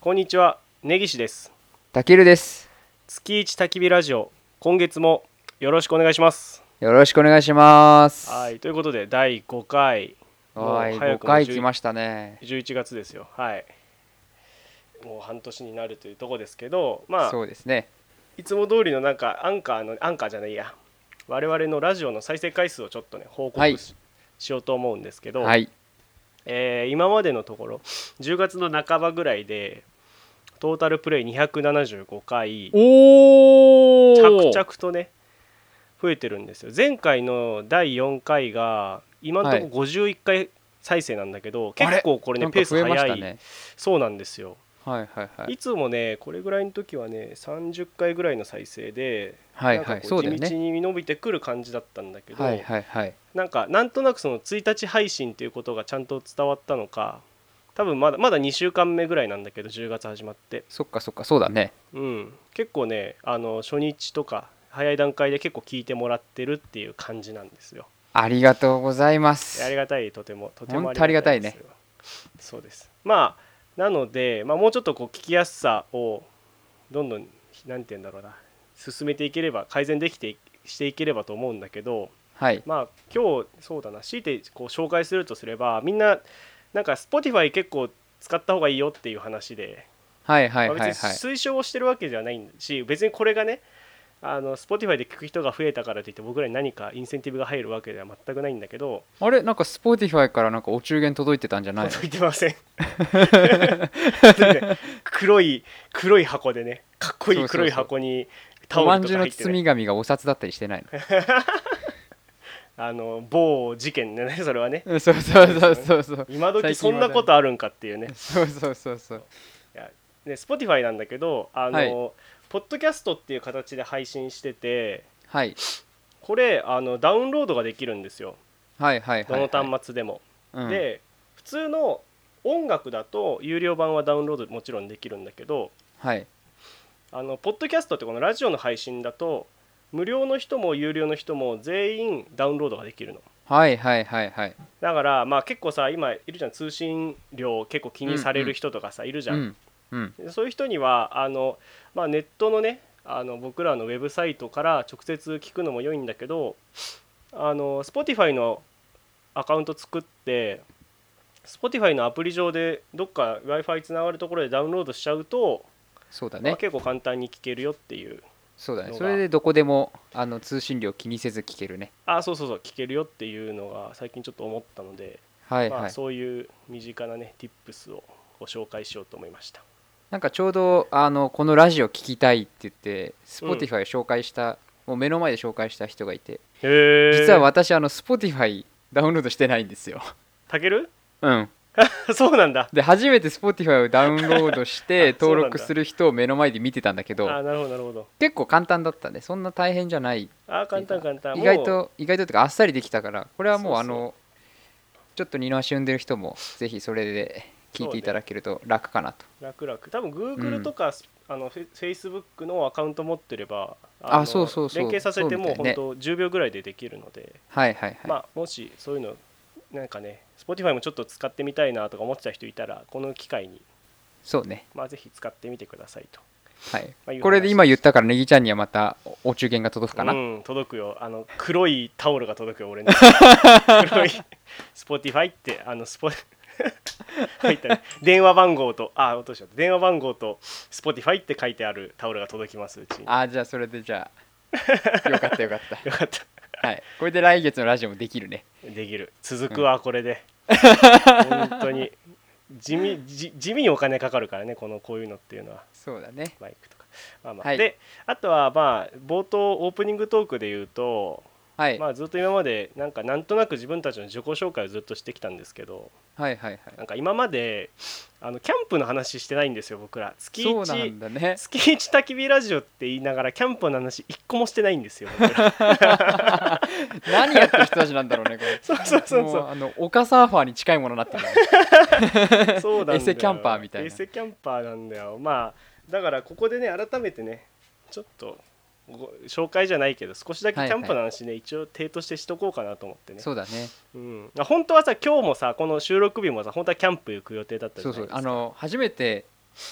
こんにちは根岸ですたけるです。月一焚き火ラジオ今月もよろしくお願いしますよろしくお願いします。はいということで第5回はもい、う早5くも回10来ましたね。 11月ですよはいもう半年になるというとこですけどまあそうですね。いつも通りのなんかアンカーのアンカーじゃないや我々のラジオの再生回数をちょっとね報告し,、はいしようと思うんですけど、はい。えー今までのところ10月の半ばぐらいでトータルプレイ275回おお。着々とね増えてるんですよ前回の第4回が今のところ51回再生なんだけど、あれ結構これねペースなんか増えま早い、したね。そうなんですよはいはいはいい。つもねこれぐらいの時はね30回ぐらいの再生ではいなんかはこい。そうだよう地道ね。に伸びてくる感じだったんだけど、はいはいはい。なんかなんとなくその1日配信っていうことがちゃんと伝わったのか多分まだまだ2週間目ぐらいなんだけど10月始まって、そっかそっか、そうだね。うん、結構ねあの初日とか早い段階で結構聞いてもらってるっていう感じなんですよありがとうございまありす。がたいとてもとても本当ありがたいでねすよそうですまあなので、まあ、もうちょっとこう聞きやすさをどんどんなんて言うんだろうな進めていければ改善できていしていければと思うんだけどはい。まあ今日そうだな強いてこう紹介するとすればみんななんか Spotify 結構使った方がいいよっていう話で、はいはいまあはいはい。別に推奨をしてるわけじゃないし別にこれがねあの Spotify で聞く人が増えたからといって僕らに何かインセンティブが入るわけでは全くないんだけどあれなんか Spotify からなんかお中元届いてたんじゃないの届いてませ んでね黒い黒い箱でねかっこいそいうそうそう黒い箱にタおオまルんとじかゅう入のって、包ね、み紙がお札だったりしてないのあの某事件ね それはねうん そうそうそうそうそう。今時 最そん近話題なことあるんかっていうねそうそうそうそう。ね、Spotify なんだけどあの、はいポッドキャストっていう形で配信しててはいこれあのダウンロードができるんですよはいはいはいどはい。の端末でも、うんで普通の音楽だと有料版はダウンロードもちろんできるんだけどはいあのポッドキャストってこのラジオの配信だと無料の人も有料の人も全員ダウンロードができるのはいはいはいはい。だからまあ結構さ今いるじゃん通信料結構気にされる人とかさ、いるじゃん、うんうんでそういう人にはあの、まあ、ネットのねあの僕らのウェブサイトから直接聞くのも良いんだけどあの Spotify のアカウント作って Spotify のアプリ上でどっか w i f i つながるところでダウンロードしちゃうと、そうだまあね。結構簡単に聞けるよっていうそうだね。のがそれでどこでもあの通信料気にせず聞けるね。あそうそうそう聞けるよっていうのが最近ちょっと思ったので、はいまはあ、い。そういう身近なね Tips をご紹介しようと思いました。なんかちょうどあのこのラジオ聞きたいって言って、Spotify を紹介した、もう目の前で紹介した人がいて、へ実は私あの Spotify ダウンロードしてないんですよ。たける うん。そうなんだ。で初めて Spotify をダウンロードして あそうなんだ登録する人を目の前で見てたんだけあど、なるほどなるほど。結構簡単だったね。そんな大変じゃない。あ簡単簡単意外もうと意外とってかあっさりできたからこれはもうそうそうあのちょっと二の足踏んでる人もぜひそれで聞いていただけると楽かなと楽々多分 Google とか、あのフェイスブックのアカウント持ってればあのそうそうそう連携させてもそううみた本いね当10秒ぐらいでできるので、はいはいはい、まあもしそういうのなんかね Spotify もちょっと使ってみたいなとか思ってた人いたらこの機会にそうねまあぜひ使ってみてくださいとはい、まあいう話これで今言ったからネギちゃんにはまたおお中元が届くかな、うん届くよあの黒いタオルが届くよ 俺の黒い Spotify ってあのスポ 入ったね電話番号とあ落としちゃった電話番号と Spotify って書いてあるタオルが届きますうちにああじゃあそれでじゃ あよかったよかっよかったたはいこれで来月のラジオもできるねできる続くわこれ で、本当に地味地地味にお金かかるからねこのこういうのっていうのはそうだねマイクとか、まあまあはいであとはまあ冒頭オープニングトークで言うと、はい、まあ、ずっと今までなんかなんとなく自分たちの自己紹介をずっとしてきたんですけどはいはいはいなんか今まであのキャンプの話してないんですよ僕ら月一そうなんだね月一焚き火ラジオって言いながらキャンプの話一個もしてないんですよ僕 ら何やってる人たちなんだろうねこれそう そうそうそうもうあの丘サーファーに近いものになってる ねそうなんだよエセキャンパーみたいなエセキャンパーなんだよまあだからここでね改めてねちょっとご紹介じゃないけど少しだけキはいはャいンプの話ね、一応手としてしとこうかなと思ってねそうだねうん、あ本当はさ今日もさこの収録日もさ本当はキャンプ行く予定だったじゃそうないでそうすかあの初めて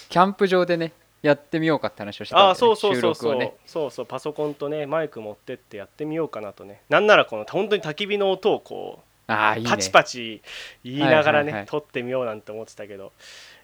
キャンプ場でねやってみようかって話をしてたんだよあねあそうそうそう収録そをう、ねそうそうパソコンとねマイク持ってってやってみようかなとねなんならこの本当に焚き火の音をこうああいいねパチパチ言いながらね、はいはいはい撮ってみようなんて思ってたけど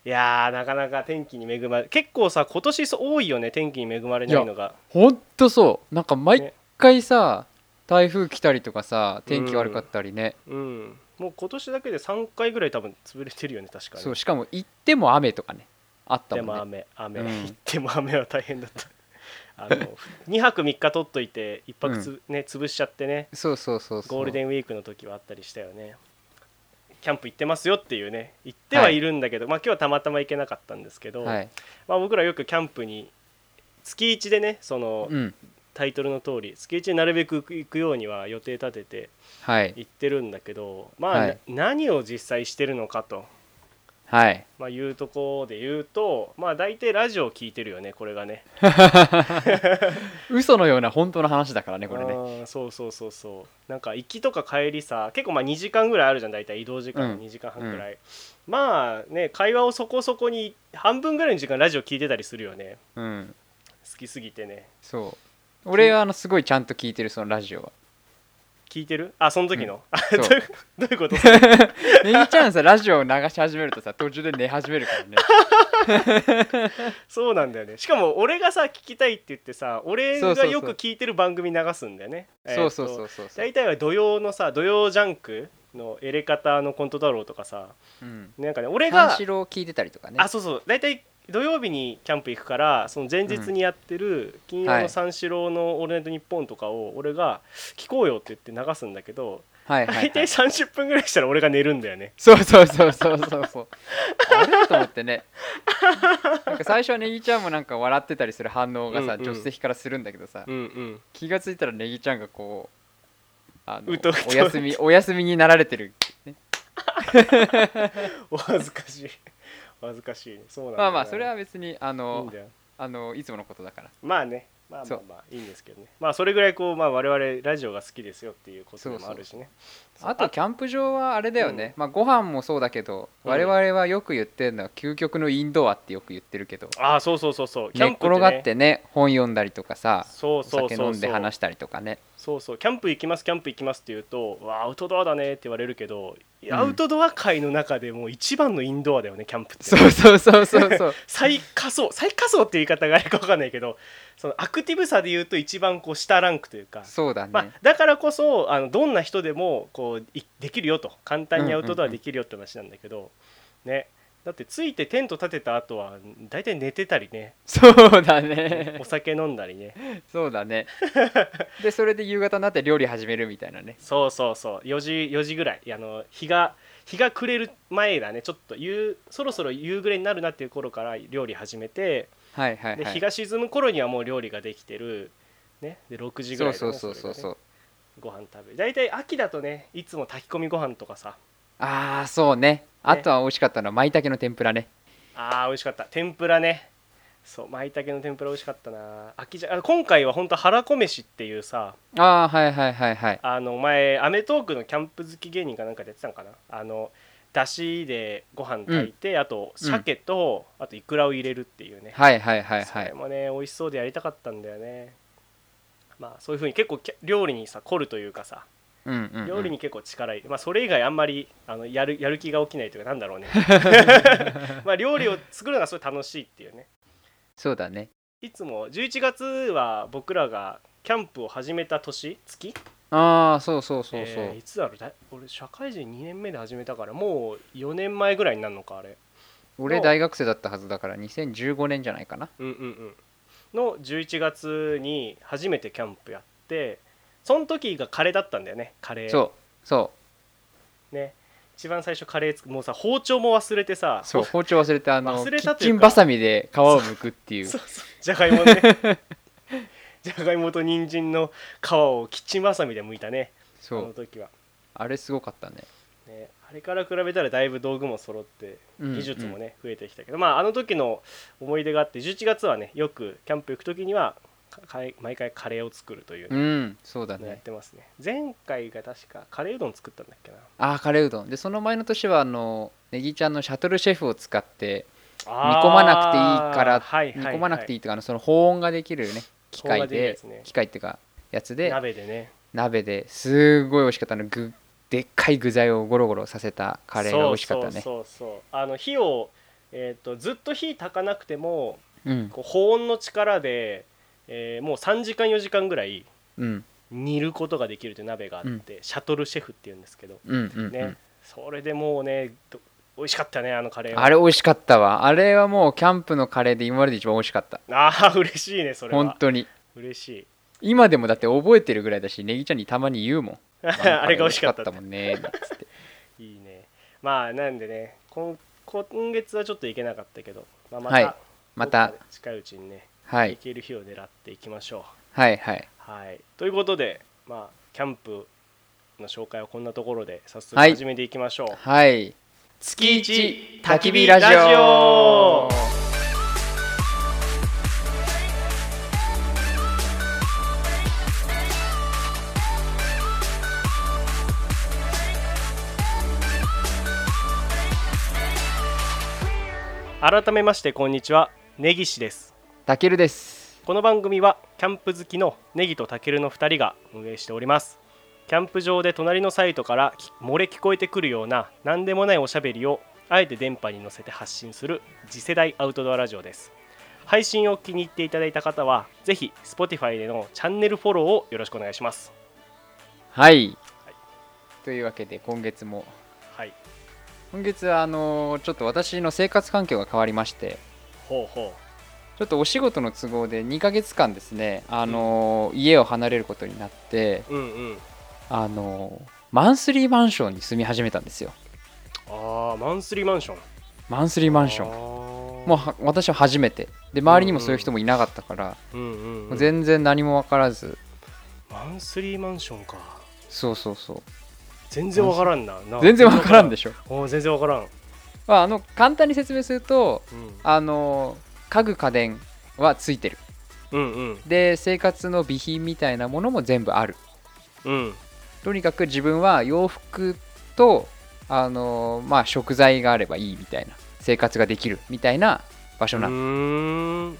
いやーなかなか天気に恵まれ結構さ今年そう多いよね天気に恵まれないのがほんとそうなんか毎回さ、台風来たりとかさ天気悪かったりね、うんもう今年だけで3回ぐらい多分潰れてるよね確かにそうしかも行っても雨とかねあったでももんね雨雨、うん行っても雨は大変だったあの2泊3日取っといて1泊つ、ね潰しちゃってねそうそうそうそうゴールデンウィークの時はあったりしたよねキャンプ行ってますよっていうね行ってはいるんだけど、まあ今日はたまたま行けなかったんですけど、はい、まあ、僕らよくキャンプに月1でねそのうん、タイトルの通り月1でなるべく行くようには予定立ててはい行ってるんだけどまあ、はいな何を実際してるのかと、はいまあ、いうところで言うとまあ大体ラジオを聞いてるよねこれがね嘘のような本当の話だからねこれあねーそうそうそうそうなんか行きとか帰りさ結構まあ2時間ぐらいあるじゃん大体移動時間、うん2時間半ぐらい、まあね会話をそこそこに半分ぐらいの時間ラジオ聞いてたりするよねうん好きすぎてねそう俺はあのすごいちゃんと聞いてるそのラ ジオは聞いてるあその時の、あそうどういう どういうことねぎちゃんさラジオを流し始めるとさ途中で寝始めるからねそうなんだよねしかも俺がさ聞きたいって言ってさ俺そうそがうそうよく聞いてる番組流すんだよねそうそう えーそっとうそうそう、大体は土曜のさ土曜ジャンクのエレカタのコント太郎とかさうん、なんかね俺三が四郎聞いてたりとかねあそうそう大体土曜日にキャンプ行くからその前日にやってる金曜はのい三四郎の「オールナイトニッポン」とかを俺が聞こうよって言って流すんだけどはいはい、は大い体、30分ぐらいしたら俺が寝るんだよねそうそうそうそうそうそうあれと思っ てねなんか最初はネギちゃんもなんか笑ってたりする反応がうさ、んうん助手席からするんだけどさ、うんうん 気がついたらネギちゃんがこうあのうとうとお休みお休みになられてる、ねお恥ずかしい お恥ずかしいねそうなんだまよねあまあそれは別にあいいのんだよあのいつものことだからまあねまあまそあうまあいいんですけどねまあそれぐらいこう、まあ、我々ラジオが好きですよっていうことでもあるしねあとキャンプ場はあれだよね、まあご飯もそうだけどうん我々はよく言ってるのは究極のインドアってよく言ってるけど、ああそうそうそうそうキャ寝ンっプ転がってね本読んだりとかさそうおそう酒そ飲うんそでう話したりとかねそうそうキャンプ行きますキャンプ行きますって言うとわあアウトドアだねって言われるけど、んアウトドア界の中でもう一番のインドアだよねキャンプってそうそうそうそう そう最下層最下層っていう言い方があれか分かんないけどそのアクティブさで言うと一番こう下ランクというかそうだね、まあ、だからこそあのどんな人でもこういできるよと簡単にアウトドアできるよって話なんだけど、ねだってついてテント立てた後は大体寝てたりねそうだねお酒飲んだりねそうだねでそれで夕方になって料理始めるみたいなねそうそうそう4時 ,4 時ぐらいあの日が日が暮れる前だねちょっと夕そろそろ夕暮れになるなっていう頃から料理始めてはいはいでは日いが沈む頃にはもう料理ができてる、ね、で6時ぐらそいうだねそうそれがうそうねそうご飯食べる大体秋だとねいつも炊き込みご飯とかさああそうねあとは美味しかったのは舞茸の天ぷらねあー美味しかった天ぷらねそう舞茸の天ぷら美味しかったな秋じゃあ今回は本当はらこ飯っていうさああはいはいはいはいあの前『アメトーーク』のキャンプ好き芸人かなんかでやってたのかなあのだしでご飯炊いて、あと鮭と、あとイクラを入れるっていうね、はいはいはいそはれいもね美味しそうでやりたかったんだよねまあそういうふうに結構きゃ料理にさ凝るというかさうんうんうん料理に結構力入れ、まあ、それ以外あんまりあのやるやる気が起きないというかなんだろ うね まあ料理を作るのがすごい楽しいっていうねそうだねいつも11月は僕らがキャンプを始めた年月ああそうそうそうそう、えーいつだろうだ俺社会人2年目で始めたからもう4年前ぐらいになるのかあれ俺の大学生だったはずだから2015年じゃないかなうんうんうんの11月に初めてキャンプやってその時がカレーだったんだよねカレーそうそね一番最初カレー作もうさ包丁も忘れてさう そう包丁忘れてあの忘れキたッといチうかンバサミで皮を剥くっていう そうそうじゃがいも ねじゃがいもと人参の皮をキッチンバサミで剥いたねあそのう時は、あれすごかったねね、あれから比べたらだいぶ道具も揃ってうん技術もね増えてきたけどまああの時の思い出があって11月はねよくキャンプ行く時にはかかい毎回カレーを作るといううねんそうだのやっねてますね前回が確かカレーうどん作ったんだっけなああカレーうどんでその前の年はあのネギちゃんのシャトルシェフを使ってあー煮込まなくていいからはい煮込まなくていいいっていうかあのその保温ができるね機保温が械できるやでつね機械っていうかやつはいで鍋でね鍋ですごい美味しかったあの具でっかい具材をゴロゴロさせたカレーが美味しかったねそうそうそうそうあの火を、えー、とずっと火炊かなくてもうんこう保温の力で、えーもう3時間4時間ぐらいうん煮ることができるという鍋があって、シャトルシェフっていうんですけどうんうんうん、ね、それでもうねど美味しかったねあのカレーはあれ美味しかったわあれはもうキャンプのカレーで今までで一番美味しかったあー嬉しいねそれ本は当に嬉しい今でもだって覚えてるぐらいだしネギちゃんにたまに言うも んあれが美味しかったってあのカレー美味しもんねなんつっていいねまあなんでね今今月はちょっと行けなかったけど、まあ、また、はいまたどっかで近いうちにね、はい行ける日を狙っていきましょうはいはいはい、ということで、まあ、キャンプの紹介はこんなところで早速はい始めていきましょう、はい月一焚き火ラジオ焚き火ラジオ改めましてこんにちは根岸ですたけるですこの番組はキャンプ好きのネギとタケルの2人が運営しておりますキャンプ場で隣のサイトからき漏れ聞こえてくるような何でもないおしゃべりをあえて電波に乗せて発信する次世代アウトドアラジオです配信を気に入っていただいた方はぜひ Spotify でのチャンネルフォローをよろしくお願いしますはい、というわけで今月もはい今月はあのーちょっと私の生活環境が変わりましてほうほちょっとお仕事の都合で2ヶ月間ですね、あのー家を離れることになって、ううんうんあのーマンスリーマンションに住み始めたんですよああマンスリーマンションマンスリーマンションンもうは私は初めてで周りにもそういう人もいなかったから、う,、うんうんう、もうん全然何も分からずマンスリーマンションかそうそうそう全然わからんなな全然分からんでししょ、ょ全然わからんまあ、あの簡単に説明するとうんあの家具家電はついてるうんうんで生活の備品みたいなものも全部あるうんとにかく自分は洋服とあの、まあ、食材があればいいみたいな生活ができるみたいな場所うなの、ーん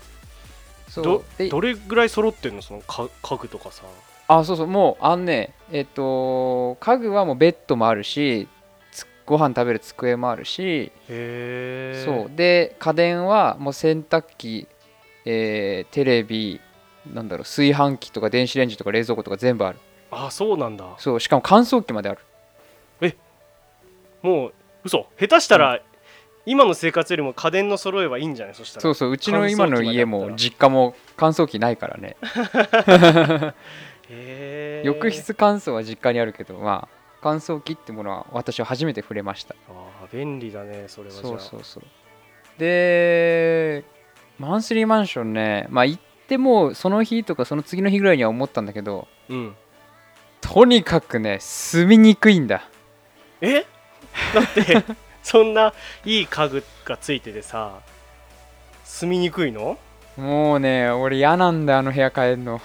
そうどでどれぐらい揃ってんのそのか家具とかさあそうそうもうあのねえっ、と家具はもうベッドもあるしつご飯食べる机もあるし、へえそうで家電はもう洗濯機、えーテレビなんだろう炊飯器とか電子レンジとか冷蔵庫とか全部あるあそうなんだそうしかも乾燥機まであるもう嘘下手したら、今の生活よりも家電の揃えはいいんじゃないそしたらそうそううちの今の家も実家も乾燥機ないからねへえ浴室乾燥は実家にあるけどまあ乾燥機ってものは私は初めて触れましたあー便利だねそれはじゃあそうそうそうでマンスリーマンションねまあ行ってもその日とかその次の日ぐらいには思ったんだけどうんとにかくね住みにくいんだえ だってそんないい家具がついててさ住みにくいのもうね俺嫌なんだあの部屋変えるの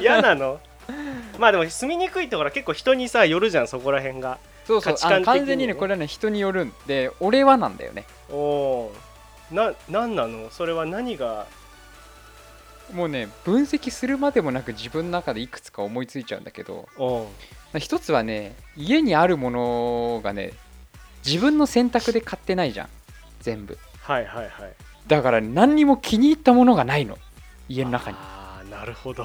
嫌な のまあでも住みにくいところは結構人にさ寄るじゃんそこら辺がそうそう価値あの観的にね完全にねこれはね人によるんで俺はなんだよねおおーな何なのそれは何がもうね分析するまでもなく自分の中でいくつか思いついちゃうんだけどおう一つはね家にあるものがね自分の選択で買ってないじゃん全部はいはいはいだから何にも気に入ったものがないの家の中にああなるほど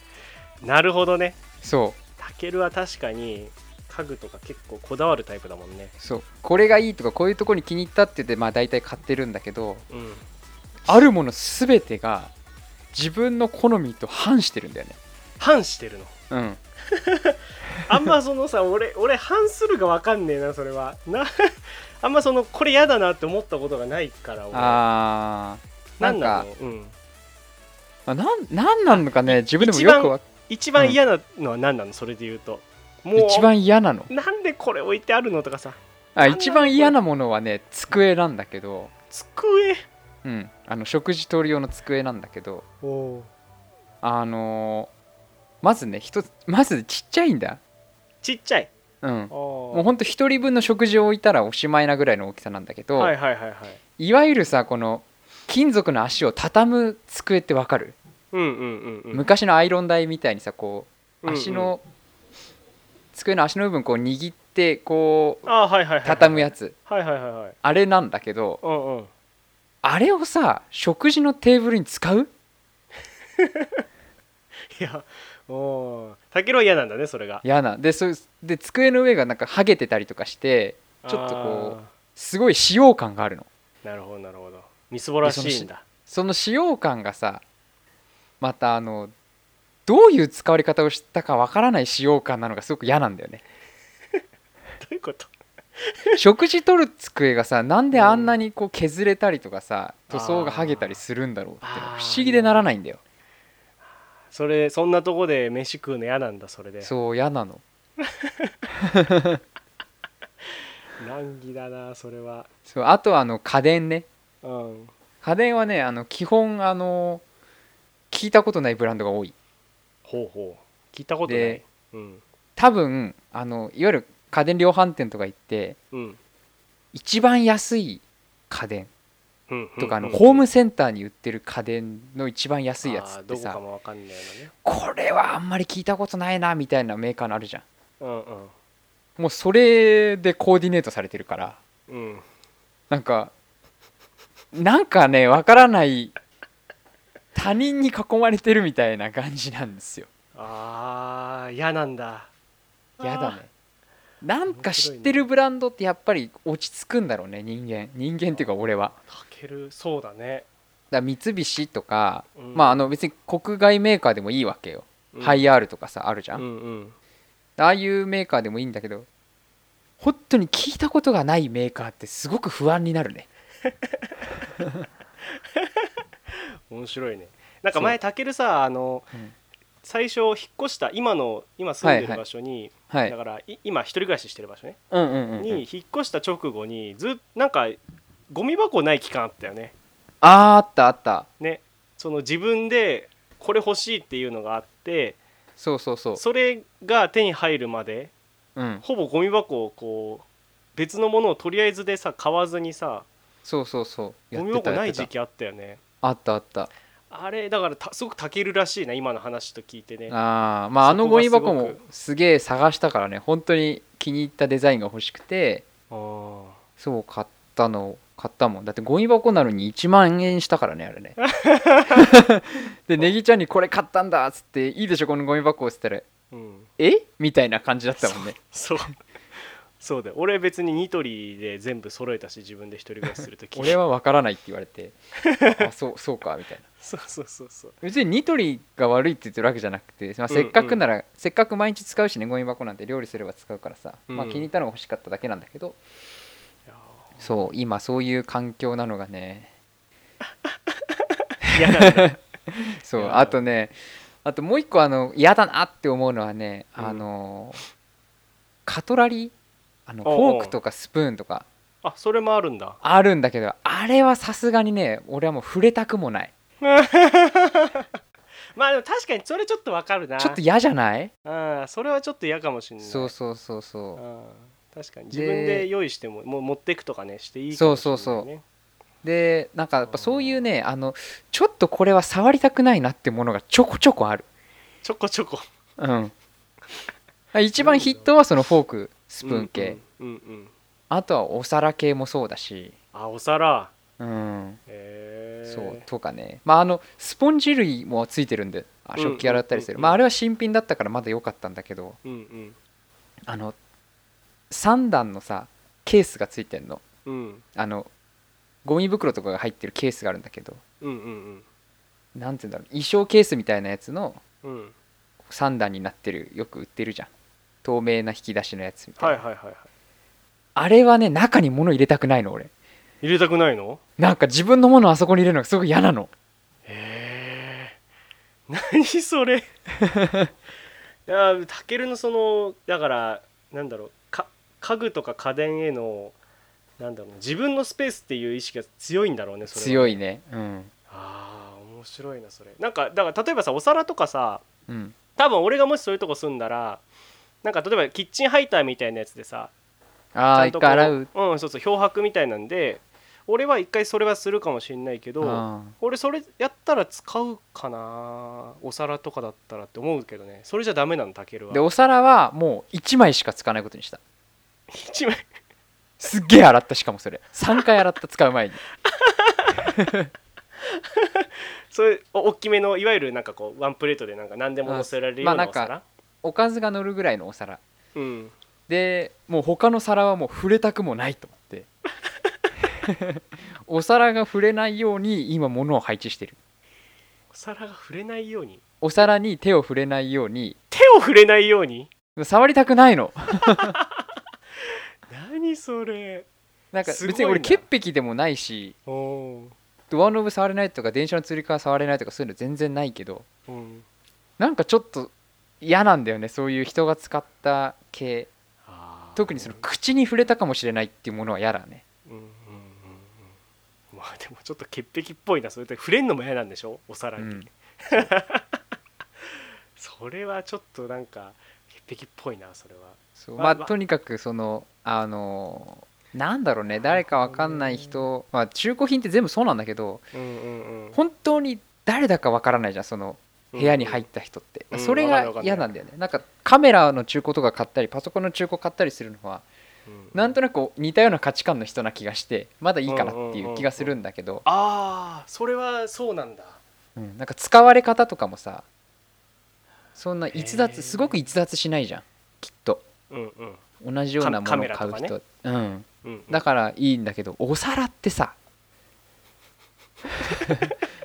なるほどねそたけるは確かに家具とか結構こだわるタイプだもんねうそうこれがいいとかこういうとこに気に入ったって言ってまあ大体買ってるんだけどうんあるもの全てが自分の好みと反してるんだよね反してるのうんあんまそのさ 俺俺反するが分かんねえなそれはな あんまそのこれ嫌だなって思ったことがないから俺あーなんかのうん、あなんなんなのかね自分でも一よ番くわ一番嫌なのは何なの、それで言うともう一番嫌なのなんでこれ置いてあるのとかさあ一番嫌なものはね机なんだけど机うんあの食事取る用の机なんだけどおおあのーまずね一つまずちっちゃいんだちっちゃいうんももうほんと1人分の食事を置いたらおしまいなぐらいの大きさなんだけど、はいい、はいはいはいわゆるさこの金属の足を畳む机ってわかる、うんうんうんうん昔のアイロン台みたいにさこうんううん足の、机の足の部分こう握ってこうあーはいはいはいはい畳むやつはいはいはいはいあれなんだけどうんうんあれをさ食事のテーブルに使ういやおータケロは嫌なんだねそれが嫌なでそうで机の上がなんか剥げてたりとかしてちょっとこうすごい使用感があるのうなるほどなるほどみすぼらしいんだその使用感がさまたあのどういう使われ方をしたかわからない使用感なのがすごく嫌なんだよねどういうこと食事取る机がさなんであんなにこう削れたりとかさ塗装が剥げたりするんだろうっていうのあーが不思議でならないんだよそれそんなとこで飯食うの嫌なんだそれでそう嫌なの難儀だなそれはそうあとはあの家電ねうん家電はねあの基本あの聞いたことないブランドが多いほうほう聞いたことないでうん多分あのいわゆる家電量販店とか行ってうん一番安い家電うんとかあのうんうんホームセンターに売ってる家電の一番安いやつあっーどてこかさもわかんないようなねこれはあんまり聞いたことないなみたいなメーカーのあるじゃうんうんんもうそれでコーディネートされてるからうんなんかなんかねわからない他人に囲まれてるみたいな感じなんですよあー嫌なんだやだねなんか面白知いっねてるブランドってやっぱり落ち着くんだろうね人間人間っていうか俺はあーかけるそうだね、だから三菱とか、うんまああの別に国外メーカーでもいいわけよ、うんハイアールとかさあるじゃ、うんんうんああいうメーカーでもいいんだけど本当に聞いたことがないメーカーってすごく不安になるね面白いねなんか前たけるさあの、うん最初引っ越した今の今住んではいはるい場所に、はいだからい今一人暮らししてる場所ね、うんうんうんうんに引っ越した直後にずっなんかゴミ箱ない期間あったよねあーあったあったねその自分でこれ欲しいっていうのがあってそうそうそうそれが手に入るまでうんほぼゴミ箱をこう別のものをとりあえずでさ買わずにさそうそうそうゴミ箱ない時期期あったよねあったあったあれだからたすごくたけるらしいな今の話と聞いてねあーまああのそこゴがミすごく箱もすげえ探したからね本当に気に入ったデザインが欲しくてあーそう買ったの買ったもんだってゴミ箱なのに1万円したからねあれ ねでネギちゃんに「これ買ったんだ」っつって「いいでしょこのゴミ箱」っつったら「うんえみたいな感じだったもんねそう そうだよ俺別にニトリで全部揃えたし自分で一人暮らしするとき 俺は分からないって言われて あそうそうかみたいな そうそうそうそう別にニトリが悪いって言ってるわけじゃなくて、まあ、うんうんせっかくなら、せっかく毎日使うしねゴミ箱なんて料理すれば使うからさ、まあ、うん気に入ったのが欲しかっただけなんだけどいやそう今そういう環境なのがね ー嫌なん だそいうやあとねあともう一個あの嫌だなって思うのはね、うんあのカトラリーあのフおうおうォークとかスプーンとかあそれもあるんだあるんだけどあれはさすがにね俺はもう触れたくもないまあでも確かにそれちょっとわかるなちょっと嫌じゃないうんそれはちょっと嫌かもしれないそうそうそうそううん確かに自で分で用意してももう持っていくとかねしていいそうそうそうそうでなんかやっぱそういうねあのちょっとこれは触りたくないなってものがちょこちょこあるちょこちょこ うん一番筆頭はそのフォークススプーン系、うんうん、うんうんあとはお皿系もそうだしあお皿うんへえそうとかねまああのスポンジ類もついてるんであうんうん食器洗ったりすうんるうんまああれは新品だったからまだ良かったんだけどうんうんあの3段のさケースがついてんのうんあのゴミ袋とかが入ってるケースがあるんだけどうんうんなんて言うんだろう衣装ケースみたいなやつのうんうん3段になってるよく売ってるじゃん透明な引き出しのやつみたいはいな、はいはいはいあれはね中に物入れたくないの俺入れたくないのなんか自分の物をあそこに入れるのがすごく嫌なのへえ何それいやたけるのそのだからなんだろうか家具とか家電へのなんだろう自分のスペースっていう意識が強いんだろうねそれは強いねうんあー面白いなそれなんかだから例えばさお皿とかさうん多分俺がもしそういうとこ住んだらなんか例えばキッチンハイターみたいなやつでさああちゃん一とこ回洗ううんそうそう漂白みたいなんで俺は一回それはするかもしれないけどあ俺それやったら使うかなお皿とかだったらって思うけどねそれじゃダメなのタケルーではお皿はもう1枚しか使わないことにした一枚すっげえ洗ったしかもそれ3回洗った使う前にそういうお大きめのいわゆるなんかこうワンプレートでなんか何でも乗せられるようまなあお皿、なおかずが乗るぐらいのお皿うんでもう他の皿はもう触れたくもないと思って お皿が触れないように今物を配置してるお皿が触れないようにお皿に手を触れないように手を触れないように触りたくないの何それなんかすごい別なに俺潔癖でもないしおおドアノブ触れないとか電車のつり革触れないとかそういうの全然ないけどー、うん、なんかちょっと嫌なんだよねそういう人が使った系あー特にその口に触れたかもしれないっていうものは嫌だねうんうんうんうんまあでもちょっと潔癖っぽいなそれって触れんのも嫌なんでしょおう皿に、んそれはちょっとなんか潔癖っぽいなそれはそうままああまあとにかくそのあのなんだろうねなるほどね誰かわかんない人まあ中古品って全部そうなんだけどうんうんうん本当に誰だかわからないじゃんその部屋に入った人ってうんそれわかんないわかんながい嫌なんだよねなんかカメラの中古とか買ったりパソコンの中古買ったりするのはなんとなくなく似たような価値観の人な気がしてまだいいかなっていう気がするんだけどああそれはそうなんだうんなんか使われ方とかもさそんな逸へー脱すごく逸脱しないじゃんきっとうんうん同じようなもカカのメをラ買とうかね人うんうんだからいいんだけどお皿っ てさ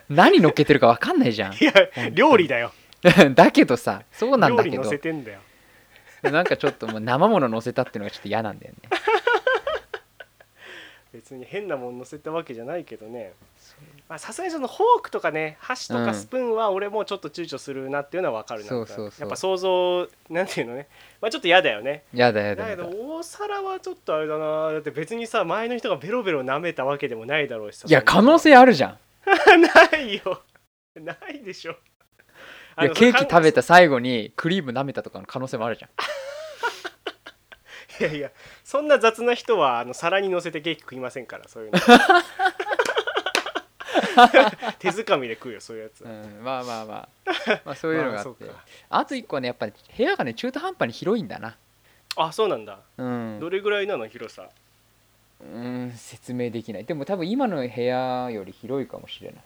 何乗っけてるか分かん ないじゃいや料理だよんだけどさそうなん料だ理け乗どせてんだよなんかちょっともう生もの乗せたっていうのがちょっと嫌なんだよね別に変なもん乗せたわけじゃないけどねまあさすがにそのフォークとかね箸とうかんスプーンは俺もちょっと躊躇するなっていうのは分かるなそうそうそうやっぱ想像なんていうのねまあちょっと嫌だよねやだやだだけやどだ大皿はちょっとあれだなだって別にさ前の人がベロベロ舐めたわけでもないだろうしさいや可能性あるじゃんそんなの ないよないでしょいやケーキ食べたた最後にクリーム舐めたとかの可能性もあるじゃんいやいやそんな雑な人はあの皿に乗せてケーキ食いませんからそういう の手づかみで食うよそういうやつは、うん、まあまあま あまあそういうのがあってまあそうかあと一個はねやっぱり部屋がね中途半端に広いんだなあそうなんだうんどれぐらいなの広さうん説明できないでも多分今の部屋より広いかもしれない、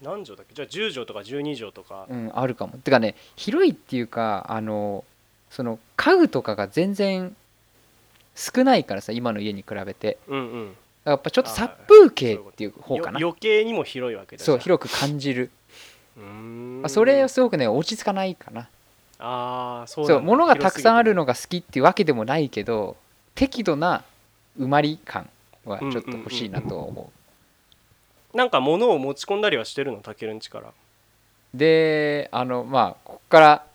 何畳だっけじゃあ10畳とか12畳とかうん、あるかもてかね広いっていうかあのその家具とかが全然少ないからさ今の家に比べてうんうんやっぱちょっとあー殺風景っていう方よかな余計にも広いわけだそうじゃあ広く感じるうーんあそれはすごくね落ち着かないかなああそうそうも物のがたくさんあるのが好きっていうわけでもないけど適度な埋まり感はちょっと欲しいなと思う,、なんか物を持ち込んだりはしてるのたけるんちからであのまあここから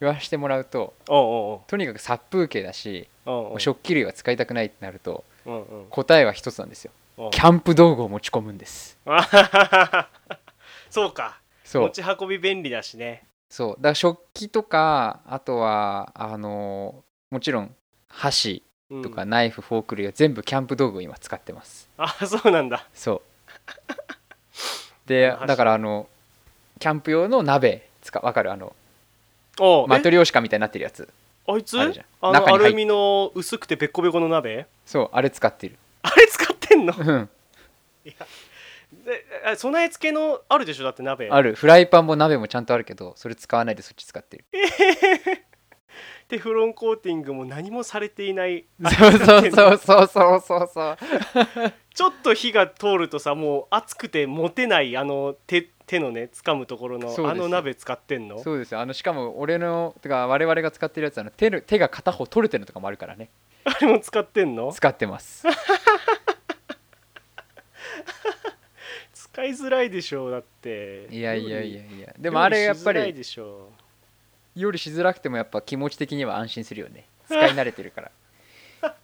言わせてもらうとおうとにかく殺風景だし、おうおうおう食器類は使いたくないってなるとうんうん答えは一つなんですよおうキャンプ道具を持ち込むんですあははは そうかそ持うち運び便利だしねそうだから食器とかあとはあのもちろん箸うんとかナイフフォーク類は全部キャンプ道具を今使ってますあそうなんだそうでマジだからあのキャンプ用の鍋使うわかるあのおうマトえリョーシカみたいになってるやつあいつあるじゃんあの中アに入っルミの薄くてべっこべこの鍋 そうあれ使ってるあれ使ってんのうんであ備え付けのあるでしょだって鍋あるフライパンも鍋もちゃんとあるけどそれ使わないでそっち使ってるでフロンコーティングも何もされていないそうそうそうそうそうそうそうちょっと火が通るとさもう熱くて持てないあの手手のね掴むところのそうですよあの鍋使ってんのそうですよあのしかも俺のてか我々が使ってるやつあの手の手が片方取れてるのとかもあるからねあれも使ってんの使ってます使いづらいでしょだっていやいやい料や理いやでもあれやっぱ料しづらいりでしょ料理しづらくてもやっぱ気持ち的には安心するよね使い慣れてるから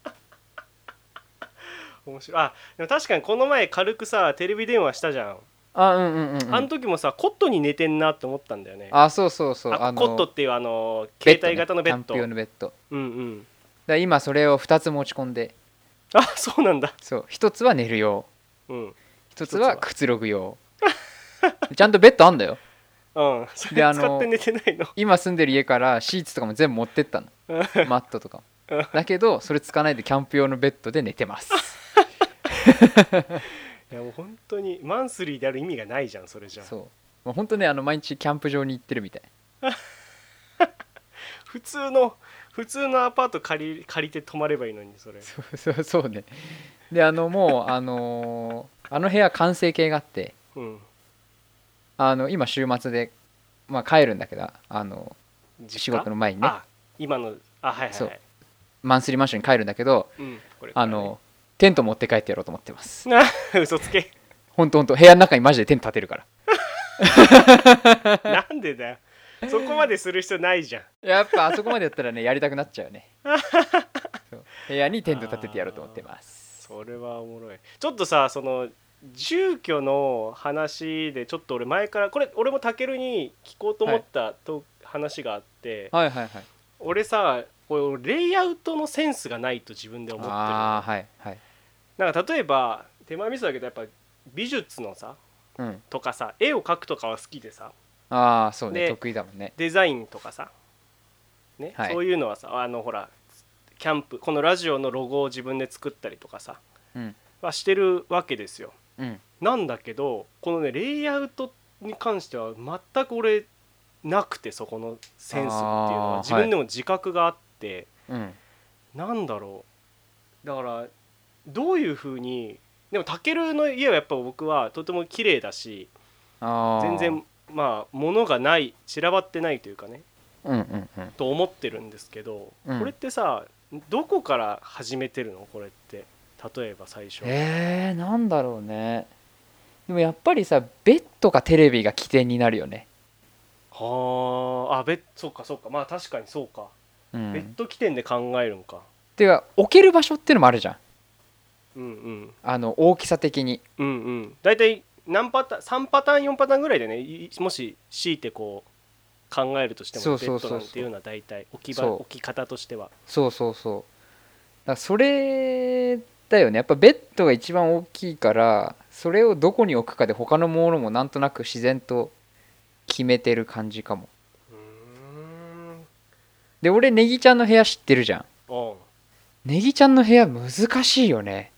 面白いあでも確かにこの前軽くさテレビ電話したじゃん、あうんうんうん、うん、あの時もさコットに寝てんなって思ったんだよねあそうそうそうああのコットっていうあのベッ携ドね帯型のベッキャンプ用ドのベッドうんうんだから今それを2つ持ち込んであそうなんだそう1つは寝る用うん1つつははくつろぐ用 ちゃんとベッドあんだようんそれであの使って寝てない の今住んでる家からシーツとかも全部持ってったの マットとかうんもだけどそれつかないでキャンプ用のベッドで寝てますいやもう本当にマンスリーである意味がないじゃんそれじゃあそうもうほんとねあの毎日キャンプ場に行ってるみたい 普通の普通のアパート借り借りて泊まればいいのにそれそうそうそうねであのもうあのーあの部屋完成形があってうんあの今週末で、まあ、帰るんだけどあの仕実家事の前にねあ今のあはいはいそはいれマンスリーマンションに帰るんだけどうんこれからあねのテント持って帰ってやろうと思ってますな 嘘つけほんとほんと部屋の中にマジでテント立てるからなんでだよそこまでする必要ないじゃんやっぱあそこまでやったらねやりたくなっちゃうねそう部屋にテント立ててやろうと思ってますそれはおもろいちょっとさその住居の話でちょっと俺前からこれ俺もたけるに聞こうと思ったと、話があってはいはいはい俺さこうレイアウトのセンスがないと自分で思ってるああはいはいなんか例えば手前味噌だけどやっぱ美術のさうんとかさ絵を描くとかは好きでさああそうねで得意だもんねデザインとかさ、ねはいそういうのはさあのほらキャンプこのラジオのロゴを自分で作ったりとかさうんはしてるわけですようんなんだけどこのねレイアウトに関しては全く俺なくてそこのセンスっていうのはあー自分でも自覚があって、うんなんだろうだからどういうふうにでもたけるの家はやっぱ僕はとても綺麗だしああ全然まあ物がない散らばってないというかねうんうんうんと思ってるんですけど、うんこれってさどこから始めてるのこれって例えば最初、えー、なんだろうねでもやっぱりさベッドかテレビが起点になるよねはああベッそうかそうかまあ確かにそうか、うベッんド起点で考えるんかてか置ける場所ってのもあるじゃんうんうんあの大きさ的にうんうん大体何パターン3パターン4パターンぐらいでねいもし強いてこう考えるとしてそもうベそうッそうドそうなんていうのは大体置き場そう置き方としてはそうそうそうだからそれだよねやっぱベッドが一番大きいからそれをどこに置くかで他のものもなんとなく自然と決めてる感じかもうーんで俺ネギちゃんの部屋知ってるじゃんおネギちゃんの部屋難しいよね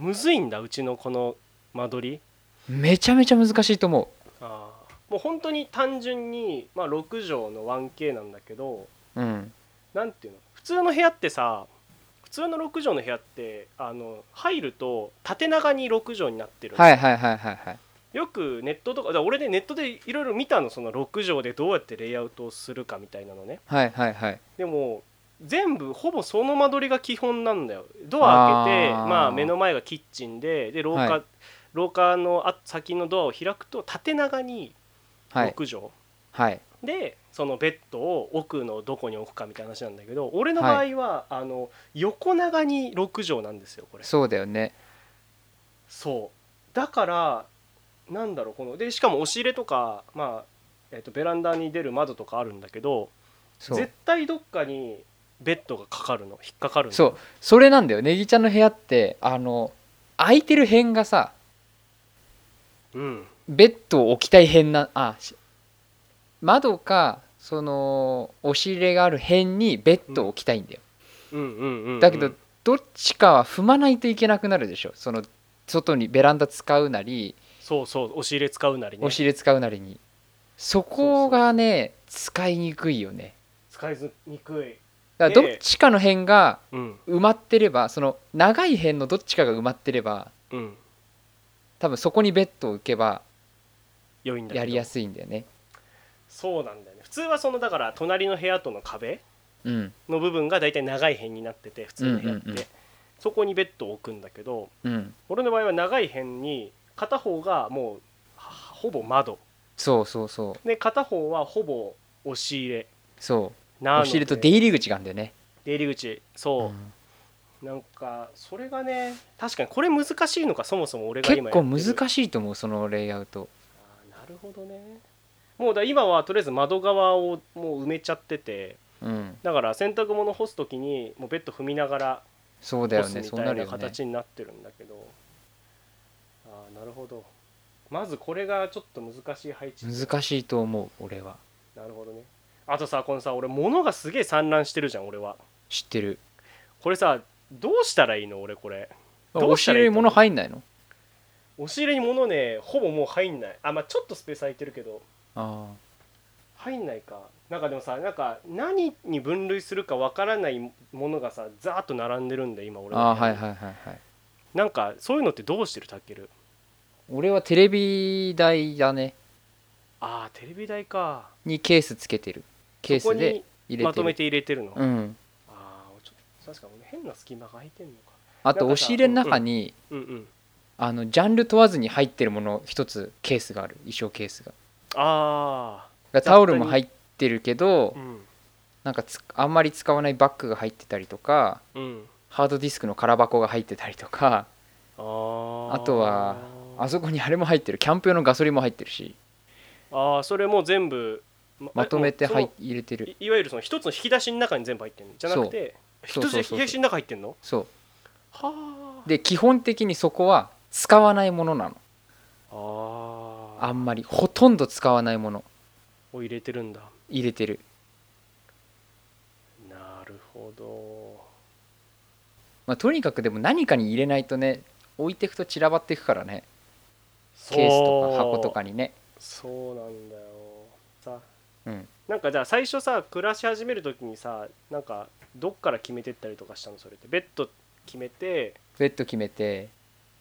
むずいんだうちのこの間取りめちゃめちゃ難しいと思ああもう本当に単純に、まあ、6畳の 1K なんだけどううんなんていうの普通の部屋ってさ普通の6畳の部屋ってあの入ると縦長に6畳になってるんですよはいはいはいはいはいよくネットとかだから俺ねネットでいろいろ見たのその6畳でどうやってレイアウトをするかみたいなのねはいはいはいでも全部ほぼその間取りが基本なんだよドア開けてあーまあ目の前がキッチンでで廊下、はい廊下のあ先のドアを開くと縦長にはい6畳、はいでそのベッドを奥のどこに置くかみたいな話なんだけど俺の場合は、あの横長に6畳なんですよこれそうだよねそうだからなんだろうこのでしかも押し入れとか、まあえっとベランダに出る窓とかあるんだけどそう絶対どっかにベッドがかかるの引っかかるのそうそれなんだよネギちゃんの部屋ってあの空いてる辺がさう、うん、ベッドを置きたい辺なあし窓かその押し入れがある辺にベッドを置きたいんだよ、うんうんうんうんだけどどっちかは踏まないといけなくなるでしょその外にベランダ使うなりそうそう押し入れ使うなりね押し入れ使うなりにそこがね使いにくいよね使いにくい、だからどっちかの辺がうん埋まってればその長い辺のどっちかが埋まってればうん、多分そこにベッドを置けば良いんだけどやりやすいんだよねそうなんだよね普通はそのだから隣の部屋との壁うんの部分が大体長い辺になってて普通の部屋って、うんうんうんそこにベッドを置くんだけどうん俺の場合は長い辺に片方がもうはほぼ窓そうそうそうで片方はほぼ押し入れそうなので押し入れと出入り口があるんだよね出入り口そうう、んなんかそれがね確かにこれ難しいのかそもそも俺が結今構い難しいと思うそのレイアウトなるほどねもうだ今はとりあえず窓側をもう埋めちゃっててうんだから洗濯物干す時にもうベッド踏みながらそうだ干よすねみそうたないるなよね形になってるんだけどああなるほどまずこれがちょっと難しい配置難しいと思う俺はなるほどねあとさこのさ俺物がすげえ散乱してるじゃん俺は知ってるこれさどうしたらいいの俺これあどおうしたら尻いいにと思う物入んないの押し入れに物ねほぼもう入んないあまあちょっとスペース空いてるけどあ入んないかなんかでもさなんか何に分類するかわからないものがさザーッと並んでるんで今ー俺のあー部屋はいにはいはいはいなんかそういうのってどうしてるタケル俺はテレビ台だねあーテレビ台かにケースつけてるケーそこスでに入れてるまとめて入れてるの、あうんあーちょっと確かに変な隙間が空いてんのかあと押し入れの中にうんうんあのジャンル問わずに入ってるもの一つケースがある衣装ケースがあがタオルも入ってるけどあうんなんかつあんまり使わないバッグが入ってたりとかうんハードディスクの空箱が入ってたりとかあーあとはあそこにあれも入ってるキャンプ用のガソリンも入ってるしああそれも全部ままとめてえその入入れてるいいわゆるその一つの引き出しの中に全部入ってるのじゃなくてそ一うつの引き出しの中入ってんのそはうで基本的にそこは使わないものなのあああんまりほとんど使わないものを入れてるんだ入れてるなるほどまあ、とにかくでも何かに入れないとね置いていくと散らばっていくからねそうケースとか箱とかにねそうなんだよさうんなんかじゃあ最初さ暮らし始める時にさなんかどっから決めてったりとかしたのそれってベッド決めてベッド決めて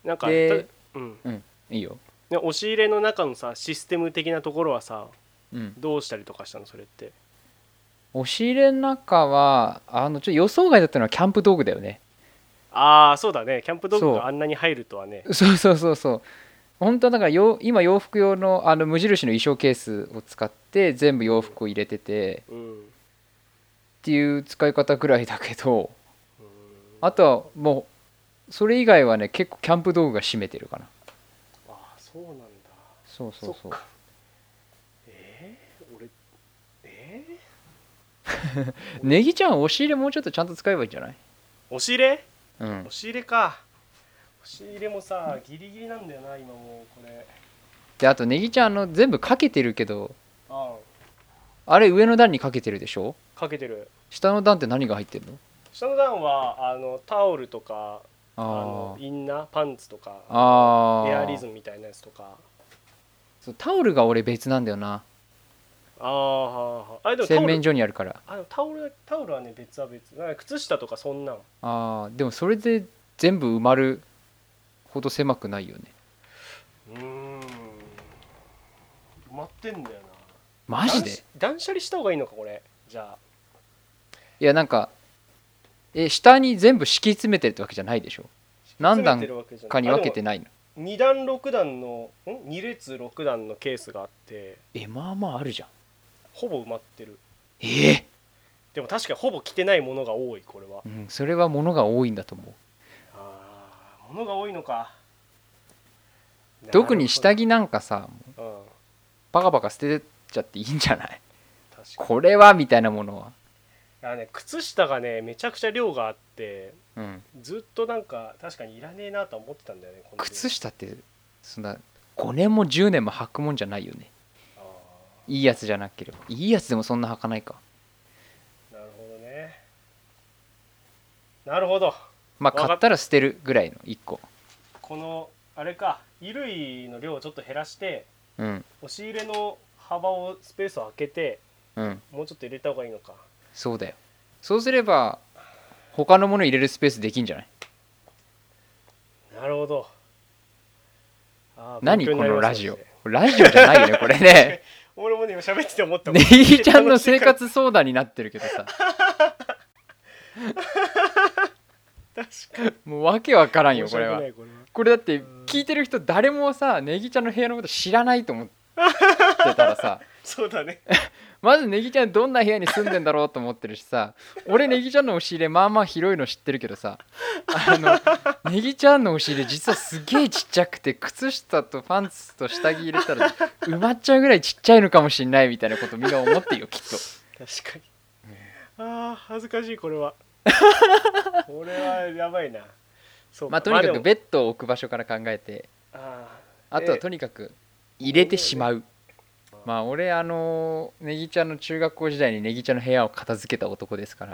なんかでたうん、いいよね押し入れの中のさシステム的なところはさうんどうしたりとかしたのそれって押し入れの中はあのちょっと予想外だったのはキャンプ道具だよねああそうだねキャンプ道具そうがあんなに入るとはね そうそうそうそう本当はだからよ今洋服用のあの無印の衣装ケースを使って全部洋服を入れててうんっていう使い方ぐらいだけどあとはもうそれ以外はね結構キャンプ道具が占めてるかなああそうなんだそうそうそうっかえー、俺えネギちゃん押し入れもうちょっとちゃんと使えばいいんじゃないー、押し入れうん押し入れか押し入れもさギリギリなんだよな今もうこれであとネギちゃんあの全部かけてるけどああれ上の段にかけてるでしょあかけてる下の段って何が入ってるの下の段はあのタオルとかああのインナーパンツとかあああエアリズムみたいなやつとかそうタオルが俺別なんだよなああはーはーあれでもタ洗オ面ル所にあるからあのタオルだタオルはね別は別なんか靴下とかそんなんああでもそれで全部埋まるほど狭くないよねうーん埋まってんだよなマジで断捨断捨離した方がいいのかこれじゃあいやなんかえ下に全部敷き詰めてるってわけじゃないでしょ何段かに分けてないの2段6段のん2列6段のケースがあってえまあまああるじゃんほぼ埋まってるええでも確かにほぼ着てないものが多いこれはうん、それは物が多いんだと思うあー物が多いのか特に下着着なんかさうん確バカバカ捨てちゃっていいんじゃ ないかにこれはみたいなものは、あのね靴下がねめちゃくちゃ量があってうん、ずっとなんか確かにいらねえなとは思ってたんだよねこの量靴下ってそんな5年も10年も履くもんじゃないよねあいいやつじゃなければいいやつでもそんな履かないかーなるほどねなるほどまわあかっ買ったら捨てるぐらいの1個このあれか衣類の量をちょっと減らしてうん押し入れの幅をスペースを空けてうんもうちょっと入れた方がいいのかそうだよそうすれば他のもの入れるスペースできんじゃないなるほどあー何勉強こになりのまラしたジオ先生ラジオじゃないよ ねこれね俺もね今喋ってて思った ネギちゃんの生活相談になってるけどさ確かもうわけわからんによこれは申し訳ないこれはこれだって聞いてる人誰もさネギちゃんの部屋のこと知らないと思ってたらさそうだねまずネギちゃんどんな部屋に住んでんだろうと思ってるしさ俺ネギちゃんの押し入れまあまあ広いの知ってるけどさあのネギちゃんの押し入れ実はすげえちっちゃくて靴下とパンツと下着入れたら埋まっちゃうぐらいちっちゃいのかもしんないみたいなことみんな思ってるよきっと確かにあー恥ずかしいこれ はこれはやばいなそうまあとにかくベベッドを置く場所から考えてああとはえとにかく入れてしまうまあ俺あのネギちゃんの中学校時代にネギちゃんの部屋を片付けた男ですか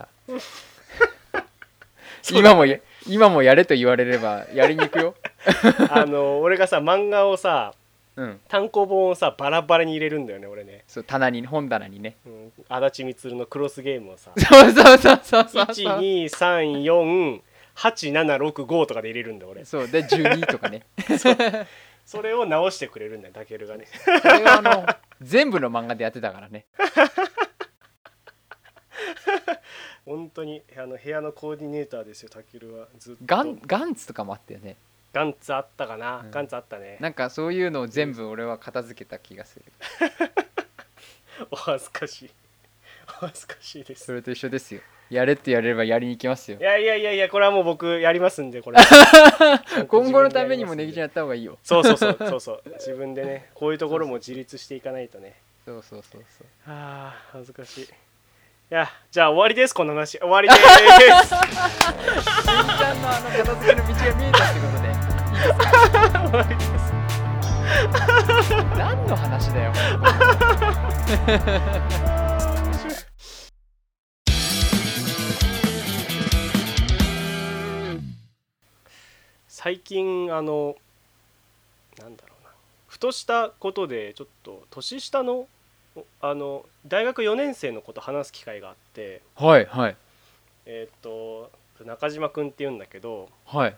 ら 今もや今もやれと言われればやりに行くよーあの俺がさ漫画をさうん単行本をさバラバラに入れるんだよね俺ね、そう棚に本棚にねうん、足立光のクロスゲームをさ そうそうそう そうそうそう1234875とかで入れるんだ俺そうで12とかねそれを直してくれるんだよダケルがねそれはあの全部の漫画でやってたからね本当にあの部屋のコーディネーターですよタケルはずっとガンガンツとかもあったよねガンツあったかな、うんガンツあったねなんかそういうのを全部俺は片付けた気がするお恥ずかしいお恥ずかしいですそれと一緒ですよやれってやれればやりに行きますよいやいやいやいやこれはもう僕やりますんでこ れ今後のためにもネギちんゃんやった方がいいよそうそうそうそうそう自分でねこういうところも自立していかないとねそうそうそうそうはあ恥ずかしいいやじゃあ終わりですこの話終わりですネギちゃんのあの片付けの道が見えたってことで終わりです何の話だよ最近あのなんだろうなふとしたことでちょっと年下のおあの大学4年生の子と話す機会があってはいはいえっ、と中島君って言うんだけどはい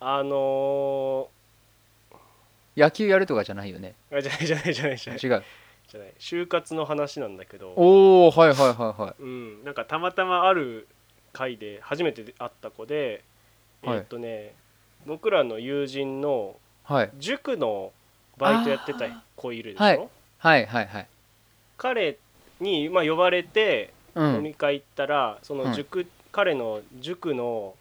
あの野球やるとかじゃないよねーあじゃないじゃないじゃないじゃない違うじゃない就活の話なんだけどおおはいはいはいはいうん、なんかたまたまある回で初めて会った子で、はいえーっとね僕らの友人のはい塾のバイトやってた子いるでしょ、あーははいはいはい彼に、まあ、呼ばれてう飲んみ会行ったら、その塾、彼の塾の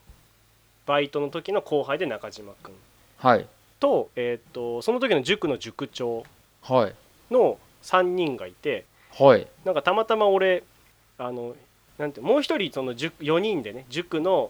バイトの時の後輩で中島君はいと,、えーっとその時の塾の塾長はいの3人がいてはいなんかたまたま俺あのなんてもう一人その塾4人でね塾の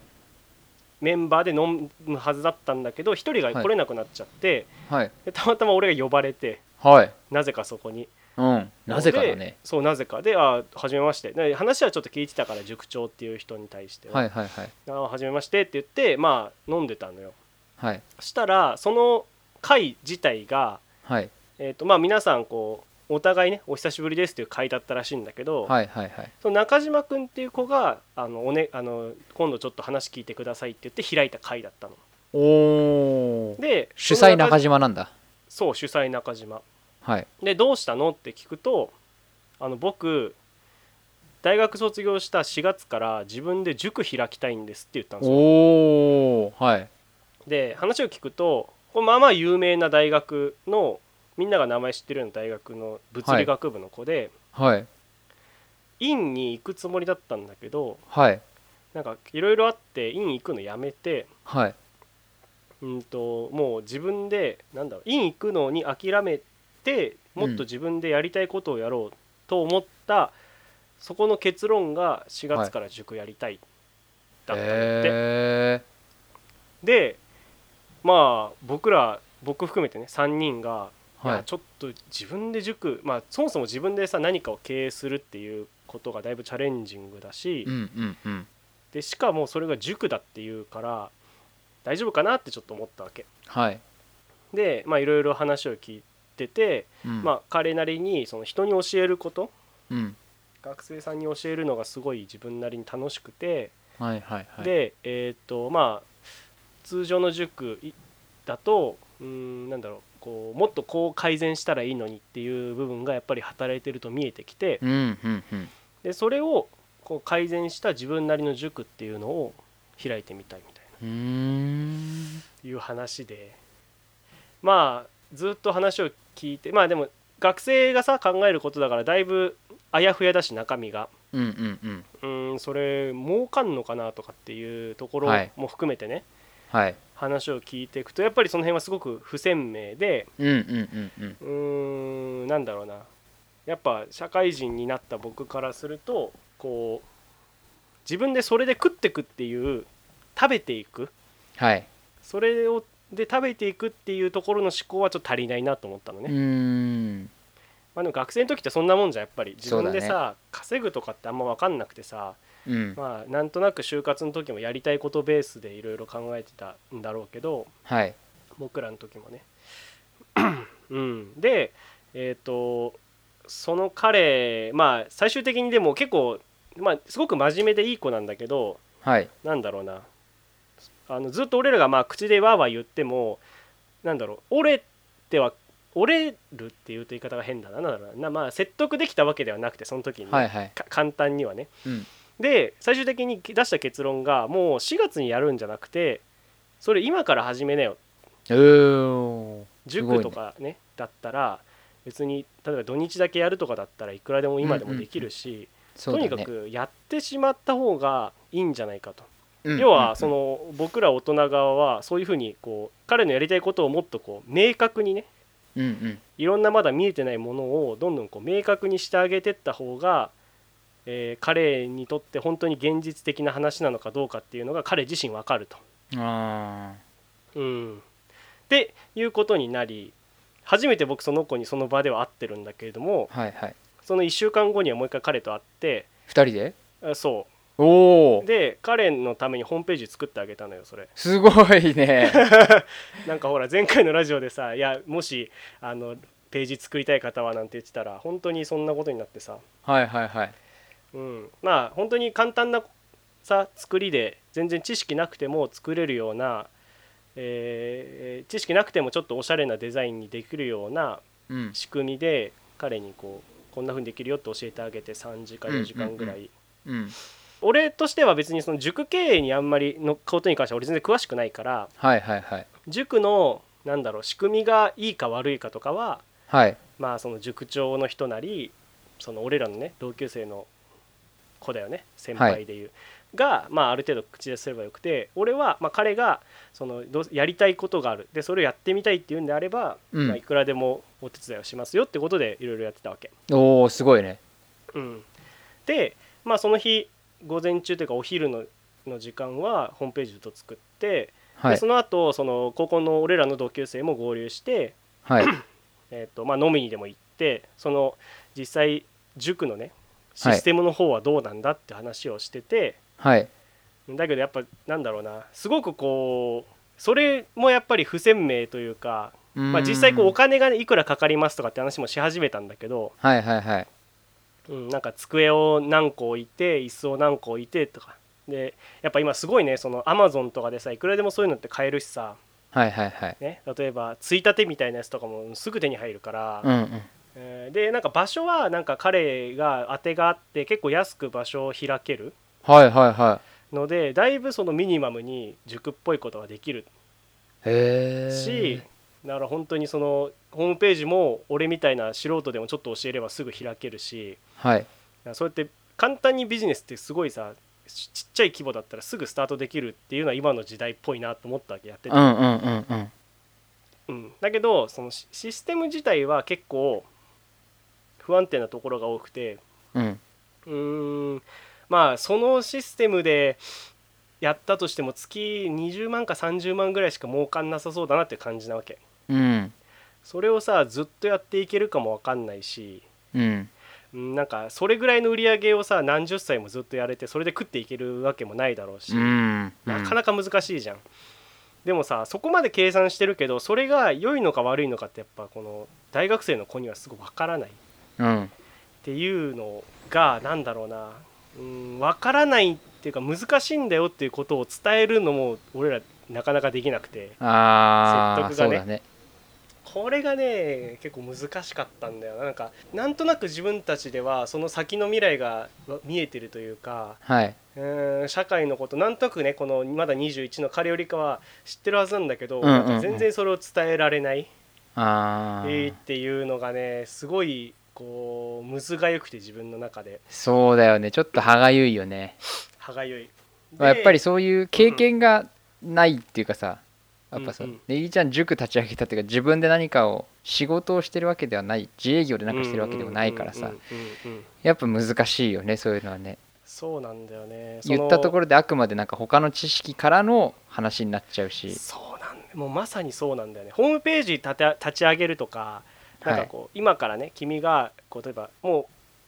メンバーで飲むはずだったんだけど一人が来れなくなっちゃって、はいでたまたま俺が呼ばれてはいなぜかそこにうんなぜかだでねそうなぜかで「あはじめまして」で話はちょっと聞いてたから塾長っていう人に対してはは「いはいはいあはじめまして」って言ってまあ飲んでたのよはいそしたらその会自体が、はいえーとまあ、皆さんこうお互いね「お久しぶりです」っていう会だったらしいんだけど、はいはいはいその中島君っていう子があのお、ね、あの今度ちょっと話聞いてくださいって言って開いた会だったのおおで主催中島島なんだそう主催中島はいでどうしたのって聞くとあの僕大学卒業した4月から自分で塾開きたいんですって言ったんですよおおはいで話を聞くとこれまあまあ有名な大学のみんなが名前知ってるような大学の物理学部の子で、はい院に行くつもりだったんだけどはいなんかいろいろあって院行くのやめてはいうんともう自分でなんだろう院行くのに諦めてもっと自分でやりたいことをやろうと思った、そこの結論が4月から塾やりたいだったんだって、へえでまあ僕ら僕含めてね3人が、いやはいちょっと自分で塾まあそもそも自分でさ何かを経営するっていうことがだいぶチャレンジングだし、うんうんうんでしかもそれが塾だっていうから大丈夫かなってちょっと思ったわけ。はいでまあいろいろ話を聞いてて、うんまあ彼なりにその人に教えることうん学生さんに教えるのがすごい自分なりに楽しくて、はいはいはいでえっ、とまあ通常の塾いだとうーんなんだろうこうもっとこう改善したらいいのにっていう部分がやっぱり働いてると見えてきてうんうんうんでそれをこう改善した自分なりの塾っていうのを開いてみたいみたいな。うーんいう話でまあずっと話を聞いてまあでも学生がさ考えることだからだいぶあやふやだし中身がうんうんうんうーんそれ儲かんのかなとかっていうところはいも含めてね、はい話を聞いていくとやっぱりその辺はすごく不鮮明でうんうんうんうんうーんなんだろうなやっぱ社会人になった僕からするとこう自分でそれで食ってくっていう食べていくはいそれをで食べていくっていうところの思考はちょっと足りないなと思ったのうね、ーんまあ、でも学生の時ってそんなもんじゃんやっぱり自分でそうさ、稼ぐとかってあんま分かんなくてさうんまあなんとなく就活の時もやりたいことベースでいろいろ考えてたんだろうけどはい僕らの時もね。 うん、でえっ、とその彼まあ最終的にでも結構、まあ、すごく真面目でいい子なんだけどはいなんだろうなあのずっと俺らがまあ口でわーわー言ってもなんだろう折れては折れるっていうと言い方が変だななんだろうななまあ説得できたわけではなくてその時にね、はいはいか簡単にはね。うんで最終的に出した結論がもう4月にやるんじゃなくてそれ今から始めなようーんすご塾いねとかねだったら別に例えば土日だけやるとかだったらいくらでも今でもできるし、そうだとにねかくやってしまった方がいいんじゃないかと、うん要はうそんの僕ら大人側はそういうふうにこう彼のやりたいことをもっとこう明確にねうんうんいろんなまだ見えてないものをどんどんこう明確にしてあげてった方が、えー彼にとって本当に現実的な話なのかどうかっていうのが彼自身わかると。あうん、っていうことになり初めて僕その子にその場では会ってるんだけれどもあはいはいその1週間後にはもう一回彼と会って2人であそおうおで彼のためにホームページ作ってあげたのよそれすごいねなんかほら前回のラジオでさ「いやもしあのページ作りたい方は」なんて言ってたら本当にそんなことになってさ、はいはいはいうん、まあ本当に簡単なさ作りで全然知識なくても作れるような、えー知識なくてもちょっとおしゃれなデザインにできるようなうん仕組みで彼にこうこんな風にできるよって教えてあげて3時間うん4時間ぐらい、うんうん俺としては別にその塾経営にあんまりのことに関しては俺全然詳しくないからはいはいはい塾のなんだろう仕組みがいいか悪いかとかははいまあその塾長の人なりその俺らのね同級生の子だよね先輩でいう、が、まあ、ある程度口ですればよくて俺は、まあ、彼がそのどうやりたいことがあるでそれをやってみたいっていうんであれば、うんまあ、いくらでもお手伝いをしますよってことでいろいろやってたわけ。おおすごいねうん、で、まあ、その日午前中というかお昼のの時間はホームページずっと作って、はでいその後その高校の俺らの同級生も合流して、はいえーとまあ、飲みにでも行ってその実際塾のねはいシステムの方はどうなんだって話をしてて、はいだけどやっぱなんだろうなすごくこうそれもやっぱり不鮮明というか、ままあ、実際こうお金がねいくらかかりますとかって話もし始めたんだけど、はいはいはいうん、なんか机を何個置いて椅子を何個置いてとかでやっぱ今すごいねそのアマゾンとかでさいくらでもそういうのって買えるしさ、はいはいはいね、例えばついたてみたいなやつとかもすぐ手に入るから、うんうんえーでなんか場所はなんか彼が当てがあって結構安く場所を開けるはいはいはのでだいぶそのミニマムに塾っぽいことができるいへえし、だから本当にそのホームページも俺みたいな素人でもちょっと教えればすぐ開けるし。はいだからそうやって簡単にビジネスってすごいさちちっちゃい規模だったらすぐスタートできるっていうのは今の時代っぽいなと思ったわけやってうて、んうんうんうんうんだけどそのシシステム自体は結構不安定なところが多くてうんうーんまあそのシステムでやったとしても月20万か30万ぐらいしか儲かんなさそうだなって感じなわけうんそれをさずっとやっていけるかもわかんないしうんうんなんかそれぐらいの売り上げをさ何十歳もずっとやれてそれで食っていけるわけもないだろうし、うんなかなか難しいじゃん、でもさそこまで計算してるけどそれが良いのか悪いのかってやっぱこの大学生の子にはすごいわからないっうんていうのがなんだろうなうんわからないっていうか難しいんだよっていうことを伝えるのも俺らなかなかできなくてああ説そう得がねだねこれがね結構難しかったんだよななんかなんとなく自分たちではその先の未来が見えてるというかはいえー社会のことなんとなくねこのまだ21の彼よりかは知ってるはずなんだけど、うんうんうんなんか全然それを伝えられない、ああえーっていうのがねすごいこうむずがゆくて自分の中でそうだよねちょっと歯がゆいよね歯がゆい。まあやっぱりでそういう経験がないっていうかさ、やっぱさ、うんうんネギちゃん塾立ち上げたっていうか自分で何かを仕事をしてるわけではない自営業で何かしてるわけでもないからさ、うんうんうんうんうんうんやっぱ難しいよねそういうのはねそうなんだよね言ったところろであくまでなんか他の知識からの話になっちゃうしそうなんもうまさにそうなんだよねホームページ立て立ち上げるとかなんかこう、今からね君がこう例えばも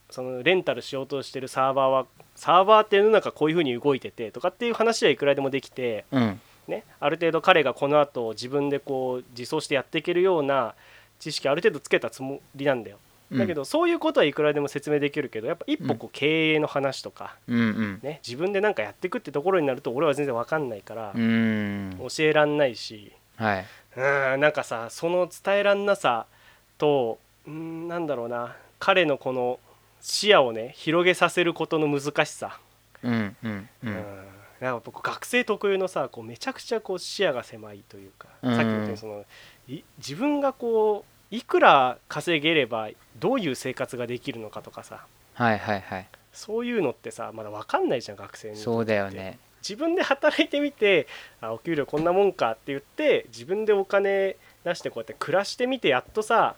うそのレンタルしようとしてるサーバーはサーバーって世の中こういうふうに動いててとかっていう話はいくらでもできて、うんね、ある程度彼がこの後自分でこう自走してやっていけるような知識ある程度つけたつもりなんだよ。うんだけど、そういうことはいくらでも説明できるけどやっぱ一歩こう経営の話とか、うんうんね、自分で何かやっていくってところになると俺は全然わかんないからう、ーん教えらんないしはい、うんなんかさその伝えらんなさとうんなんだろうな彼のこの視野をね広げさせることの難しさ、うんうんううんんなんか僕学生特有のさこうめちゃくちゃこう視野が狭いというか、うんさっきも言ったようにそのい自分がこういくら稼げればどういう生活ができるのかとかさはいはいはいそういうのってさまだ分かんないじゃん学生にそうだよね自分で働いてみてあお給料こんなもんかって言って自分でお金出してこうやって暮らしてみてやっとさ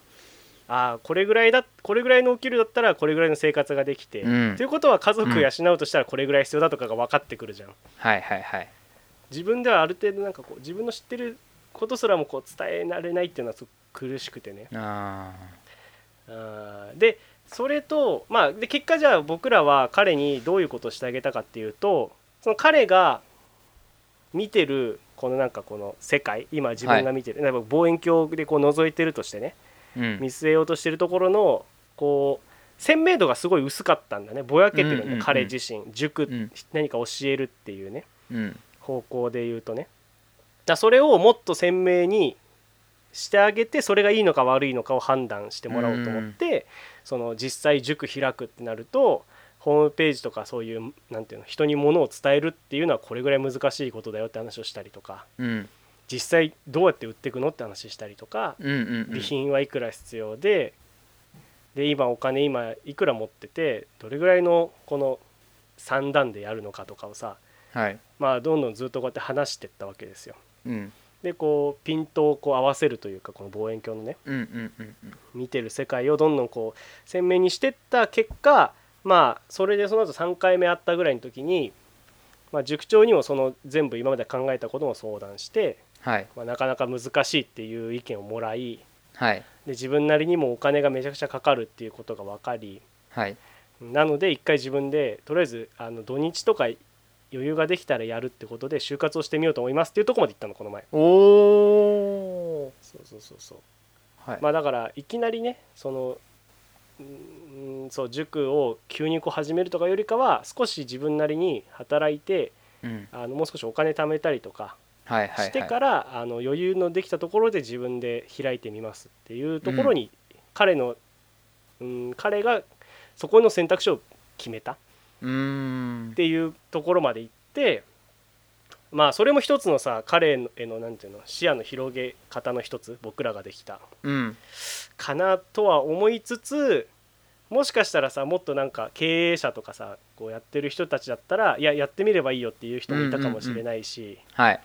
あこれぐらいだこれぐらいのお給料だったらこれぐらいの生活ができて、うんということは家族養うとしたらこれぐらい必要だとかが分かってくるじゃんはいはいはい自分ではある程度なんかこう自分の知ってることすらもこう伝えられないっていうのはすごく苦しくてねああーでそれとまあで結果じゃあ僕らは彼にどういうことをしてあげたかっていうとその彼が見てるこのなんかこの世界今自分が見てる、なんか望遠鏡でこう覗いてるとしてねーうん見据えようとしてるところのこう鮮明度がすごい薄かったんだねぼやけてるんだ、うんうんうん彼自身塾、うん何か教えるっていうねうん方向で言うとねだそれをもっと鮮明にしてあげてそれがいいのか悪いのかを判断してもらおうと思って、その実際塾開くってなるとホームページとかそういうなんていうの人に物を伝えるっていうのはこれぐらい難しいことだよって話をしたりとかうん実際どうやって売っていくのって話したりとかうんうんうん備品はいくら必要でで今お金今いくら持っててどれぐらいのこの三段でやるのかとかをさはいまあ、どんどんずっとこうやって話していったわけですよ。うんでこうピントをこう合わせるというかこの望遠鏡のねうんうんうんうん見てる世界をどんどんこう鮮明にしてった結果まあそれでその後3回目あったぐらいの時に、まあ、塾長にもその全部今まで考えたことも相談して、はいまあ、なかなか難しいっていう意見をもらいはいで自分なりにもお金がめちゃくちゃかかるっていうことが分かりはいなので一回自分でとりあえずあの土日とか余裕ができたらやるってことで就活をしてみようと思いますっていうところまで行ったのこの前おおそうそうそうそうはいまあだからいきなりねそのうんそう塾を急にこう始めるとかよりかは少し自分なりに働いてうんあのもう少しお金貯めたりとかはいはいしてはから、あの余裕のできたところで自分で開いてみますっていうところに、彼の、うん、彼がそこの選択肢を決めたっいうーんていうところまで行ってまあそれも一つのさ彼へのなんていうの視野の広げ方の一つ僕らができたうんかなとは思いつつもしかしたらさもっとなんか経営者とかさこうやってる人たちだったらいややってみればいいよっていう人もいたかもしれないし、はい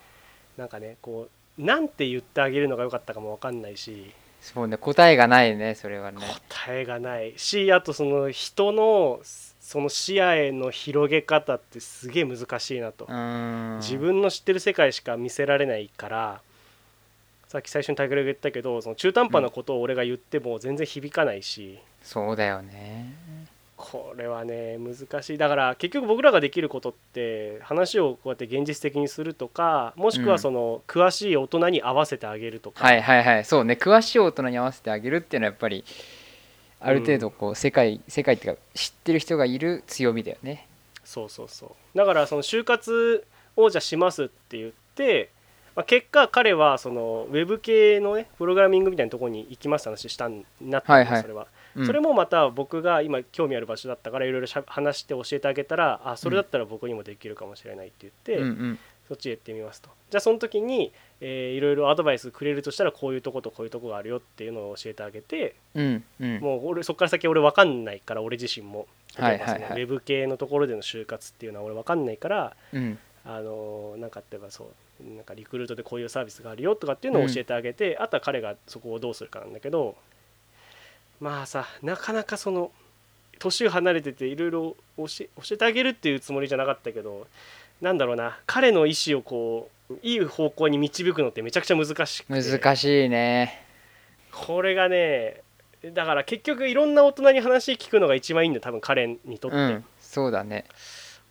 なんかねこうなんて言ってあげるのが良かったかも分かんないしそうね答えがないねそれはね答えがないしあとその人のその視野への広げ方ってすげえ難しいなとう。ーん自分の知ってる世界しか見せられないからさっき最初にタグが言ったけどその中途半端なことを俺が言っても全然響かないし。そうだよねこれはね難しいだから結局僕らができることって話をこうやって現実的にするとかもしくうんはその、詳しい大人に合わせてあげるとか、はいはいはいそうね詳しい大人に合わせてあげるっていうのはやっぱりある程度こう世界、世界っていうか知ってる人がいる強みだよねそうそうそうだからその就活をじゃあしますって言って、まあ、結果彼はそのウェブ系のねプログラミングみたいなところに行きますって話したんなったんだよはいはいそれは、うんそれもまた僕が今興味ある場所だったからいろいろしゃ話して教えてあげたらあそれだったら僕にもできるかもしれないって言って、うんうんそっちへ行ってみますとじゃあその時に、えーいろいろアドバイスくれるとしたらこういうとことこういうとこがあるよっていうのを教えてあげてうんうんもう俺そこから先俺分かんないから俺自身もは例えいばそのはいウはいェブ系のところでの就活っていうのは俺分かんないからうんあのーなんか例えばそうなんかリクルートでこういうサービスがあるよとかっていうのを教えてあげて、あとは彼がそこをどうするかなんだけどまあさなかなかその年離れてていろいろ教え教えてあげるっていうつもりじゃなかったけどなんだろうな彼の意思をこういい方向に導くのってめちゃくちゃ難しくて難しいねこれがねだから結局いろんな大人に話聞くのが一番いいんだよ多分彼にとって。うんそうだね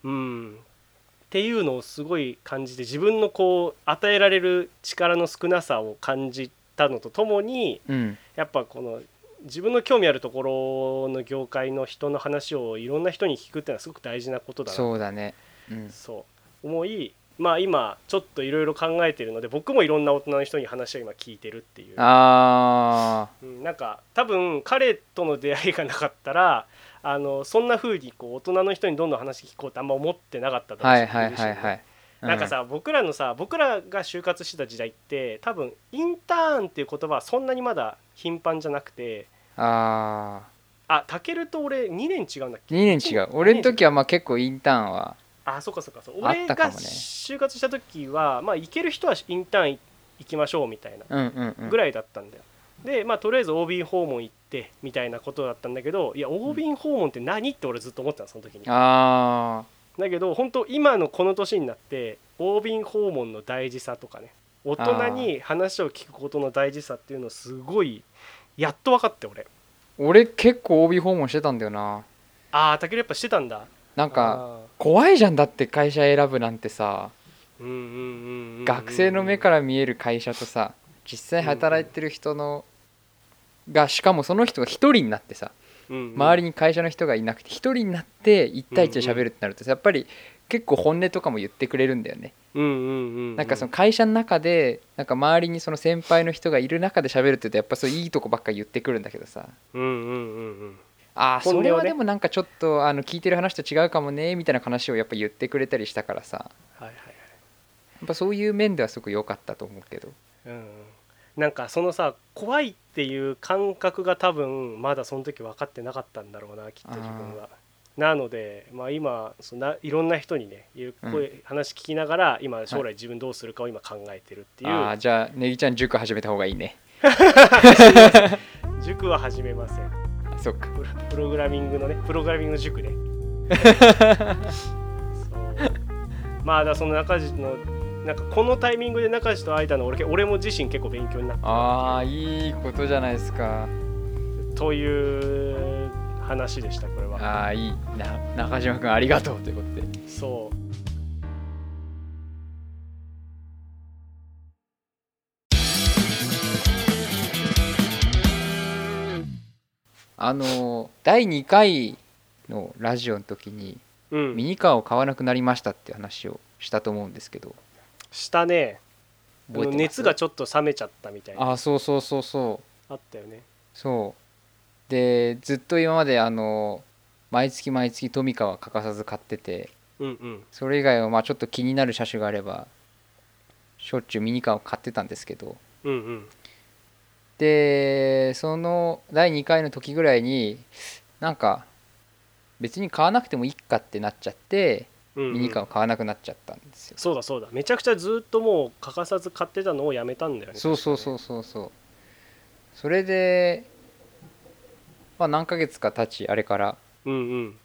うん、っていうのをすごい感じて自分のこう与えられる力の少なさを感じたのとともにうんやっぱこの自分の興味あるところの業界の人の話をいろんな人に聞くっていうのはすごく大事なことだなそうだねうんそう思いまあ今ちょっといろいろ考えてるので僕もいろんな大人の人に話を今聞いてるっていう。あうん、なんか多分彼との出会いがなかったらあのそんな風にこう大人の人にどんどん話聞こうってあんま思ってなかったーと思うはしいはいはいはい、うなんかさ、僕らのさ僕らが就活してた時代って多分インターンっていう言葉はそんなにまだ頻繁じゃなくてあああタケルと俺2年違うんだっけ2年違う俺の時はまあ結構インターンはあそうかそうかそうあっ俺たかもがね就活した時はまあ行ける人はインターン行きましょうみたいなうんうんうんぐらいだったんだよ。でまあ、とりあえず OB 訪問行ってみたいなことだったんだけどいや OB 訪問って何って俺ずっと思ってたのその時に。あだけど本当今のこの年になって OB 訪問の大事さとかね大人に話を聞くことの大事さっていうのをすごいやっと分かって俺ー俺結構 OB 訪問してたんだよなああたけるやっぱしてたんだなんかあ怖いじゃんだって会社選ぶなんてさーうんうんうんうんうん学生の目から見える会社とさ実際働いてる人のがしかもその人が一人になってさ周りにに会社の人がいなくて一人になって一対一で喋るってなるとさやっぱり結構本音とかも言ってくれるんだよねうんうんうんなんかその会社の中でなんか周りにその先輩の人がいる中で喋るって言うとやっぱそういいとこばっか言ってくるんだけどさうんうんうんうんあー本音をねそれはでもなんかちょっとあの聞いてる話と違うかもねみたいな話をやっぱ言ってくれたりしたからさはいはいはいやっぱそういう面ではすごく良かったと思うけどうんなんかそのさ怖いっていう感覚が多分まだその時分かってなかったんだろうなきっと自分は。なので、まあ、今そんないろんな人にねいる声、話聞きながら今将来自分どうするかを今考えてるっていう、ああじゃあネギちゃん塾始めた方がいいね塾は始めませんあそっかプロプログラミングのねプログラミングの塾 ねそうまあだからその中地のなんかこのタイミングで中地と会えたの俺俺も自身結構勉強になったなああいいことじゃないですかという話でしたこれは。ああいいな中島君ありがとうということでそうあの第2回のラジオの時にうん、ミニカーを買わなくなりましたっていう話をしたと思うんですけどしたね覚えてます熱がちょっと冷めちゃったみたいなあああそうそうそうそうったよねそうでずっと今まであの毎月毎月トミカは欠かさず買っててうんうんそれ以外はまあちょっと気になる車種があればしょっちゅうミニカーを買ってたんですけどうんうんでその第2回の時ぐらいになんか別に買わなくてもいいかってなっちゃってうんうんミニカーを買わなくなっちゃったんですよ、そうだそうだめちゃくちゃずっともう欠かさず買ってたのをやめたんだよねそうそうそううそうそうそれでまあ何ヶ月か経ちあれからうんうん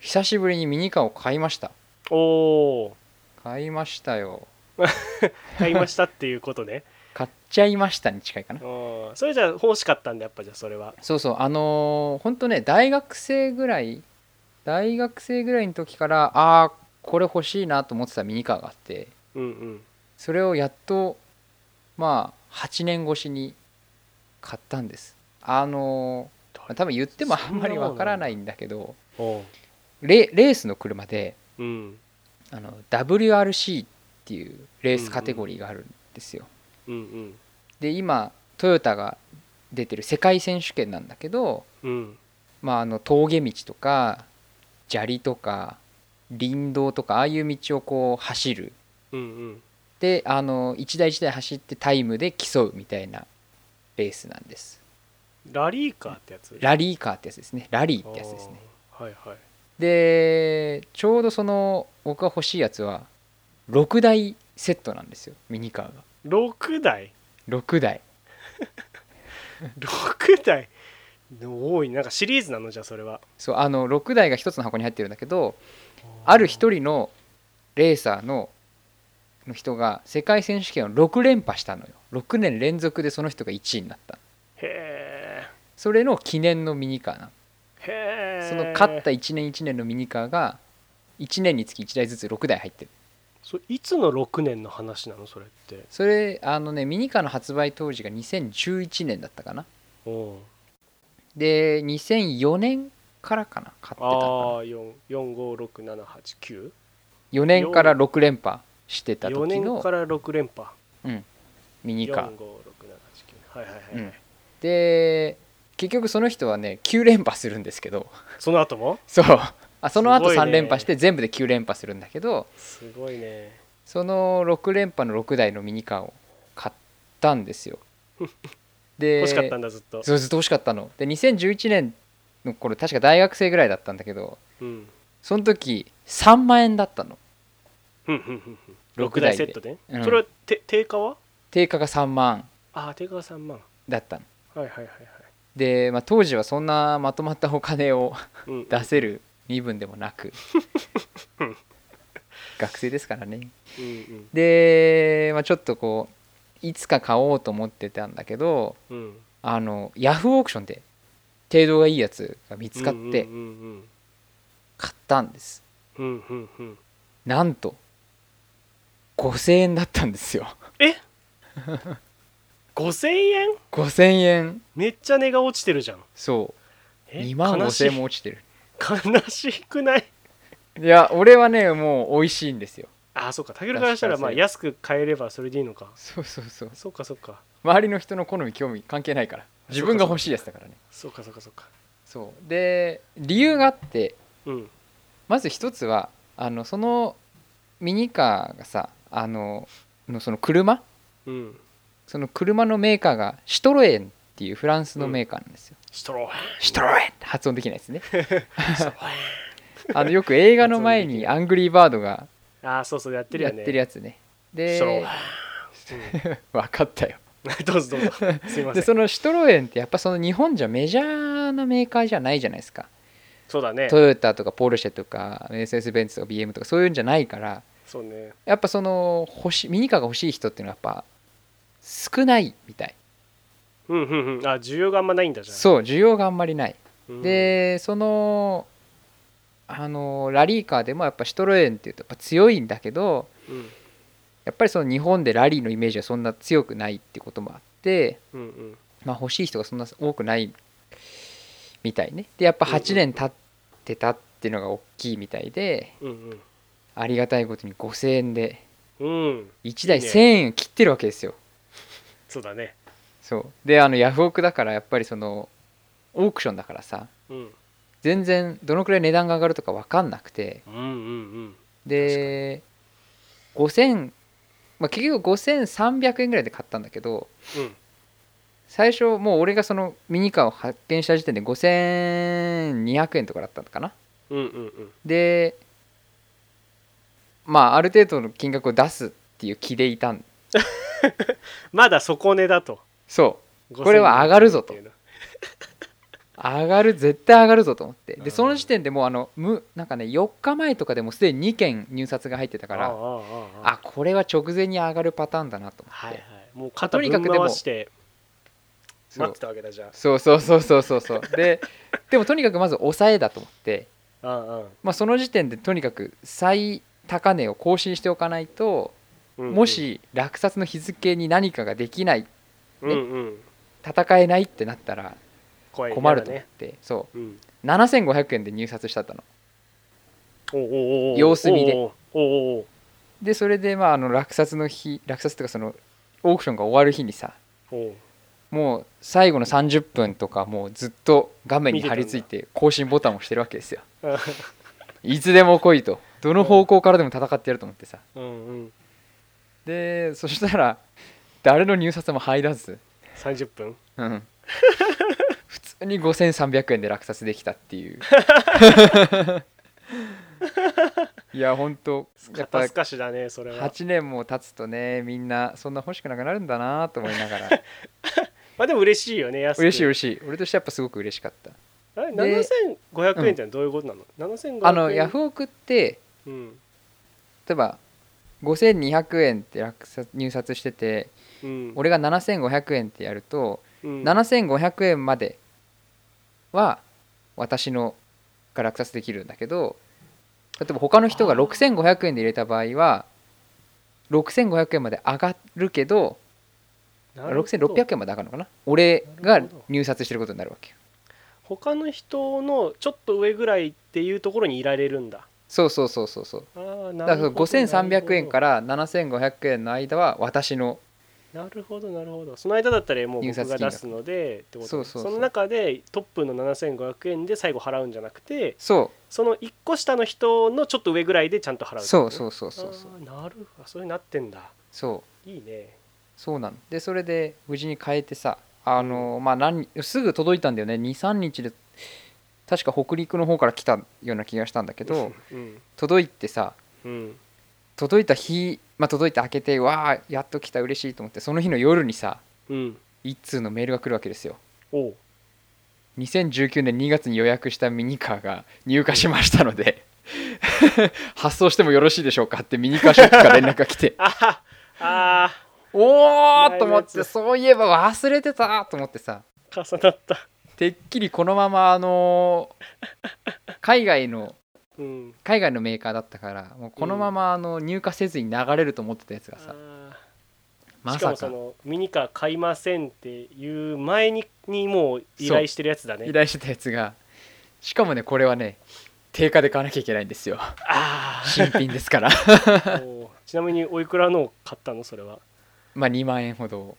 久しぶりにミニカーを買いましたおお買いましたよ買いましたっていうことね 買っちゃいましたに近いかなうんそれじゃあ欲しかったんだやっぱじゃあそれはそうそうあのー、ほんとね大学生ぐらい大学生ぐらいの時からああこれ欲しいなと思ってたミニカーがあってうんうんそれをやっとまあ8年越しに買ったんですあのー多分言ってもあんまりわからないんだけどおうレレースの車でうんあの WRC っていうレースカテゴリーがあるんですよ、うんうんで今トヨタが出てる世界選手権なんだけど、うんまあ、あの峠道とか砂利とか林道とかああいう道をこう走るうんうんであの一台一台走ってタイムで競うみたいなレースなんですラリーカーってやつラリーカーってやつですねラリーってやつですねおーはいはいでちょうどその僕が欲しいやつは6台セットなんですよミニカーが6台6台6台多いなんかシリーズなのじゃあそれはそうあの6台が1つの箱に入ってるんだけどある一人のレーサーのの人が世界選手権を6連覇したのよ6年連続でその人が1位になったへそれの記念のミニカーなえへえその勝った1年1年のミニカーが1年につき1台ずつ6台入ってるそれいつの6年の話なのそれってそれあのねミニカーの発売当時が2011年だったかなうんで2004年からかな買ってたのかああ456789な4年から6連覇してた4時年のから6連覇ミニカ45678ーはいはいはい、うんで結局その人はね9連覇するんですけどその後もそうあその後すごいね3連覇して全部で9連覇するんだけどすごいねその6連覇の6台のミニカーを買った んですよで欲しかったんだずっとそうずっと欲しかったので2011年の頃確か大学生ぐらいだったんだけどうんその時3万円だったのふんふんふんふん六6台台セでットで、うんそれはて定価は定価が3万ああ定価が3万だったのはいはいはいはいで、まあ、当時はそんなまとまったお金をうん出せる身分でも なく学生ですからねうんうんで、まあ、ちょっとこういつか買おうと思ってたんだけどうんあのヤフーオークションで程度がいいやつが見つかっうんうんてうん買ったんです、うんうんうんうんなんと5000円だったんですよ 5000円5000円めっちゃ値が落ちてるじゃんそうえ2万悲し5000い円も落ちてる悲しくないいや俺はねもう美味しいんですよああそうかタケルからしたら確まかあに安く買えればそれでいいのかそうそうそうそうかそうか周りの人の好み興味関係ないから自分が欲しいやつだからねそうかそうかそうかそうで理由があってうんまず一つはあのそのミニカーがさあののその車うんその車のメーカーがシトロエンっていうフランスのメーカーなんですよ、ストロシトロエンって発音できないですねーストロあのよく映画の前にアングリーバードがーああそうそうやってるやよっねてるやつねストロでー分かったようん どうぞどうぞすいませでんそのシトロエンってやっぱその日本じゃメジャーなメーカーじゃないじゃないですかそうだねトヨタとかポルシェとかメルセデス・ベンツとか BM とかそういうんじゃないからそうねやっぱその欲しいミニカーが欲しい人っていうのはやっぱ少ないみたいうんうんうんあ需要があんまないんだじゃんそう需要があんまりない、うんでそのあのラリーカーでもやっぱシトロエンっていうとやっぱ強いんだけどうんやっぱりその日本でラリーのイメージはそんな強くないってこともあって、うんうんまあ、欲しい人がそんな多くないみたいねでやっぱ8年経ってたっていうのが大きいみたいでうんありがたいことに5,000円でうんうん1台いいね1,000円を切ってるわけですよそうだねそうであのヤフオクだからやっぱりそのオークションだからさうん全然どのくらい値段が上がるとか分かんなくてうんうんうんで5000、まあ、結局5300円ぐらいで買ったんだけどうん最初もう俺がそのミニカーを発見した時点で5200円とかだったのかなうんうんうんでまあある程度の金額を出すっていう気でいたんまだ底値だとそうこれは上がるぞと5000っていう上がる絶対上がるぞと思ってうでんその時点でもうあのむなんかね4日前とかでもすでに2件入札が入ってたかのああらああああこれは直前に上がるパターンだなと思はっいはていもう肩とぶにかんくでも回してそ待っうてたわけだじゃそうそうそうそうそうそうででもとにかくまず抑えだと思って、あうんまあ、その時点でとにかく最高値を更新しておかないとうんもし落札の日付に何かができないうんうん戦えないってなったら怖い困るやとだ思っねてそうんう7500円で入札したったのおうおうおうおう様子見でおうおうおうでそれでまああの落札の日落札とかそのオークションが終わる日にさおうおう もう最後の30分とかもうずっと画面に張り付いて更新ボタンを押してるわけですよあいつでも来いとどの方向からでも戦ってやると思ってさうんうんでそしたら誰の入札も入らず、 30分うん普通に5300円で落札できたっていういやほんとやっぱ肩透かしだねそれは8年も経つとねみんなそんな欲しくなくなるんだなと思いながらまあでも嬉しいよね安く嬉しいい嬉しい俺としてはやっぱすごく嬉しかった7500円ってのはどういうことなの、7500円あのヤフオクってうん例えば5200円って落札入札しててうん、俺が7500円ってやると、うん、 7500円までは私のが落札できるんだけど例えば他の人があー6500円で入れた場合は6500円まで上がるけどなるほど6600円まで上がるのかな俺がなるほど入札してることになるわけよ他の人のちょっと上ぐらいっていうところにいられるんだそうそうそうそうそうあーだなからるほそのど5300円からら7500円の間は私のなるほどなるほどその間だったらもう入僕札が金出額すのでってことそうそうそうの中でトップの7500円で最後払うんじゃなくてそその1個下の人のちょっと上ぐらいでちゃんと払ううそううそうそうそうそうあーなるほどそうなってんだそういいねそうなのでそれで無事に変えてさあの、まあ何すぐ届いたんだよね23日で確か北陸の方から来たような気がしたんだけどうん届いてさうん届いた日、まあ、届いて開けてわあやっと来た嬉しいと思ってその日の夜にさうん一通のメールが来るわけですよおう2019年2月に予約したミニカーが入荷しましたので 発送してもよろしいでしょうかってミニカーショップから連絡が来てあはあ おおと前の思っやてつそういえば忘れてたと思ってさー重なったてっきりこのままあのー海外のうん海外のメーカーだったからもうこのままあの入荷せずに流れると思ってたやつがさ、あーましかさもそかのミニカー買いませんっていう前ににもう依頼してるやつだね依頼してたやつがしかもねこれはね定価で買わなきゃいけない んですよあ新品ですから あおう ちなみにおいくらのを買ったのそれはまあ2万円ほど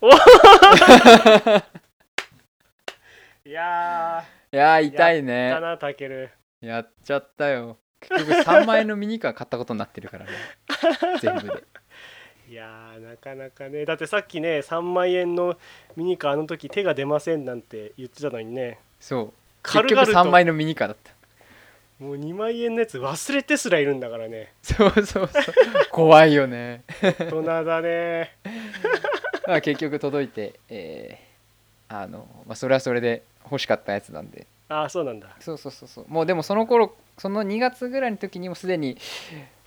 いやいやー痛いーねだやなたけるっちゃったよ結局3万円のミニカー買ったことになってるか らね全部でいやーなかなかねだってさっきね3万円のミニカーあの時手が出ませんなんて言ってたのにねそう結軽局々と3万円のミニカーだったもう2万円のやつ忘れてすらいるんだからねそうそうそう怖いよね大人だね まあ結局届いて、えーあのまあ、それはそれで欲しかったやつなんでああそうなんだそうそうそうそうもうでもその頃その2月ぐらいの時にもすでに、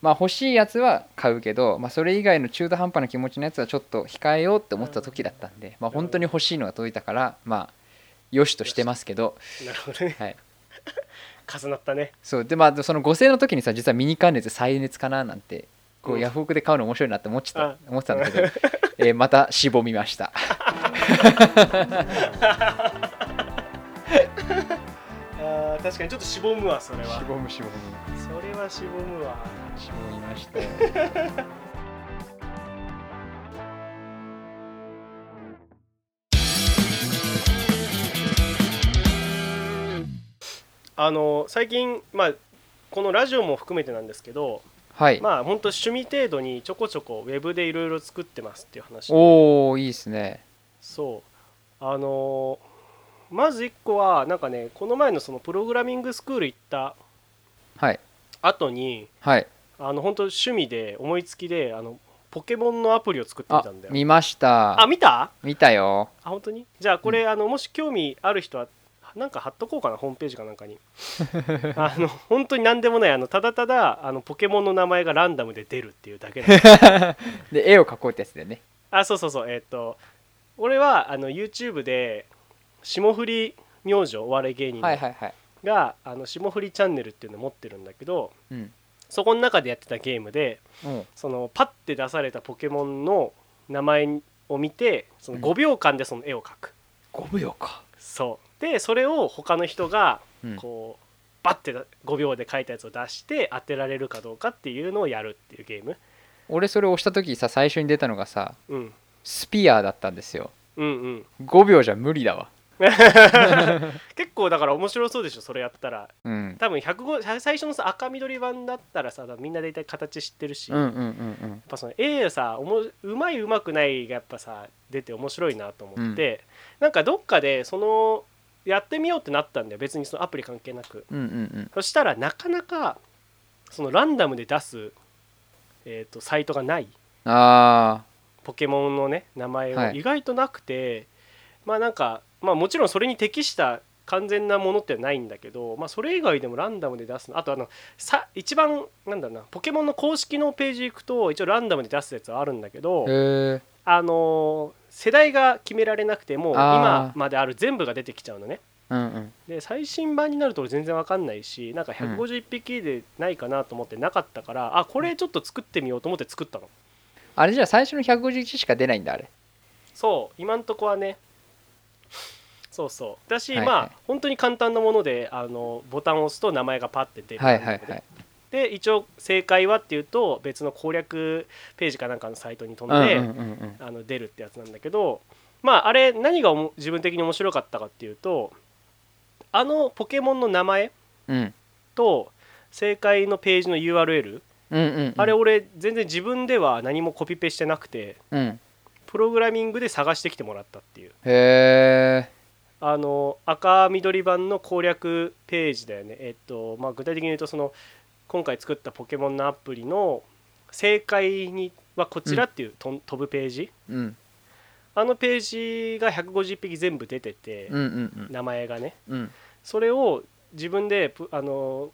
まあ、欲しいやつは買うけど、まあ、それ以外の中途半端な気持ちのやつはちょっと控えようって思ってた時だったんで、まあ、本当に欲しいのが届いたからまあよしとしてますけど、なるほどねはい、重なったねそうでまあその5000円の時にさ実はミニ関熱再熱かななんてこううんヤフオクで買うの面白いなって思ってたあ思ってたんだけ ど、えーまたしぼみました。あー確かにちょっとしぼむわそれはしぼむしぼむそれはしぼむわしぼみましたよあの最近まあこのラジオも含めてなんですけどはい。まあ本当趣味程度にちょこちょこウェブでいろいろ作ってますっていう話おおいいですね。そうあのまず1個はなんかねこの前のそのプログラミングスクール行ったはい後にはい。あの本当趣味で思いつきであのポケモンのアプリを作ってみあたんだよ見ました。あ見た見たよ。あ本当にじゃあこれ、あのもし興味ある人はなんか貼っとこうかなホームページかなんか にあの本当に何でもないあのただただあのポケモンの名前がランダムで出るっていうだけ でで絵を描こうってやつだよね。あそうそうそうえっ、と俺はあの YouTube で霜降り明星お笑い芸人が、はいはいはい。あの霜降りチャンネルっていうのを持ってるんだけどうん。そこの中でやってたゲームでうん、そのパッて出されたポケモンの名前を見てそのうん5秒間でその絵を描く、 5秒か。そうでそれを他の人がうん、こうバッてだ5秒で書いたやつを出して当てられるかどうかっていうのをやるっていうゲーム、俺それ押した時さ最初に出たのがさうん、スピアーだったんですよ。うんうん5秒じゃ無理だわ。結構だから面白そうでしょそれやったらうん。多分105最初のさ赤緑版だったらさみんな大体形知ってるし、うんやっうんうんぱその A さおもうまいうまくないがやっぱさ出て面白いなと思って、なんかどっかでそのやってみようってなったんだよ別にそのアプリ関係なくうん。うんうんそしたらなかなかそのランダムで出す、えー、とサイトがないうん。ああ。ポケモンのね名前ははい意外となくて、まあなんか、まあ、もちろんそれに適した完全なものってないんだけど、まあ、それ以外でもランダムで出すのあとあのさ一番なんだろうなポケモンの公式のページ行くと一応ランダムで出すやつはあるんだけど、へえあのー世代が決められなくてもうあー今まである全部が出てきちゃうのねうんうんで最新版になると俺全然わかんないしなんかうん150匹でないかなと思ってなかったから、あこれちょっと作ってみようと思って作ったのあれじゃあ最初の151しか出ないんだあれそう今んとこはねそうそうだし、はいはいまあ本当に簡単なものであのボタンを押すと名前がパッて出るはいはいはいで一応正解はっていうと別の攻略ページかなんかのサイトに飛うんんで、うんうんうんあの出るってやつなんだけどまああれ何がおも自分的に面白かったかっていうとあのポケモンの名前うんと正解のページの URL、うんうんうんあれ俺全然自分では何もコピペしてなくてうんプログラミングで探してきてもらったっていうへえあの赤緑版の攻略ページだよねえっとまあ具体的に言うとその今回作ったポケモンのアプリの正解にはこちらっていうと、飛ぶページうんあのページが150匹全部出てて、うんうん名前がねうんうんそれを自分でプあの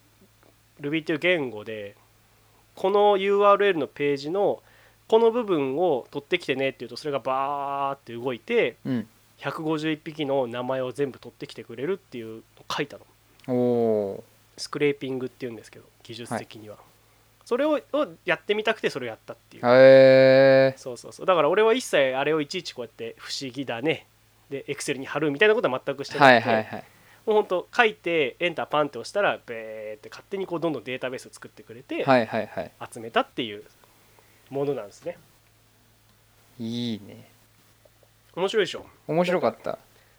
Ruby っていう言語でこの URL のページのこの部分を取ってきてねっていうとそれがバーって動いてうん151匹の名前を全部取ってきてくれるっていうのを書いたのおおスクレーピングっていうんですけど技術的には、それををやってみたくてそれをやったっていう、ーへえそうそうそうだから俺は一切あれをいちいちこうやって不思議だねでエクセルに貼るみたいなことは全くしてなくはて、いはいはいもうほんと書いてエンターパンって押したらベーって勝手にこうどんどんデータベースを作ってくれてはいはいはい集めたっていうものなんですねいいね面白いでしょ面白かった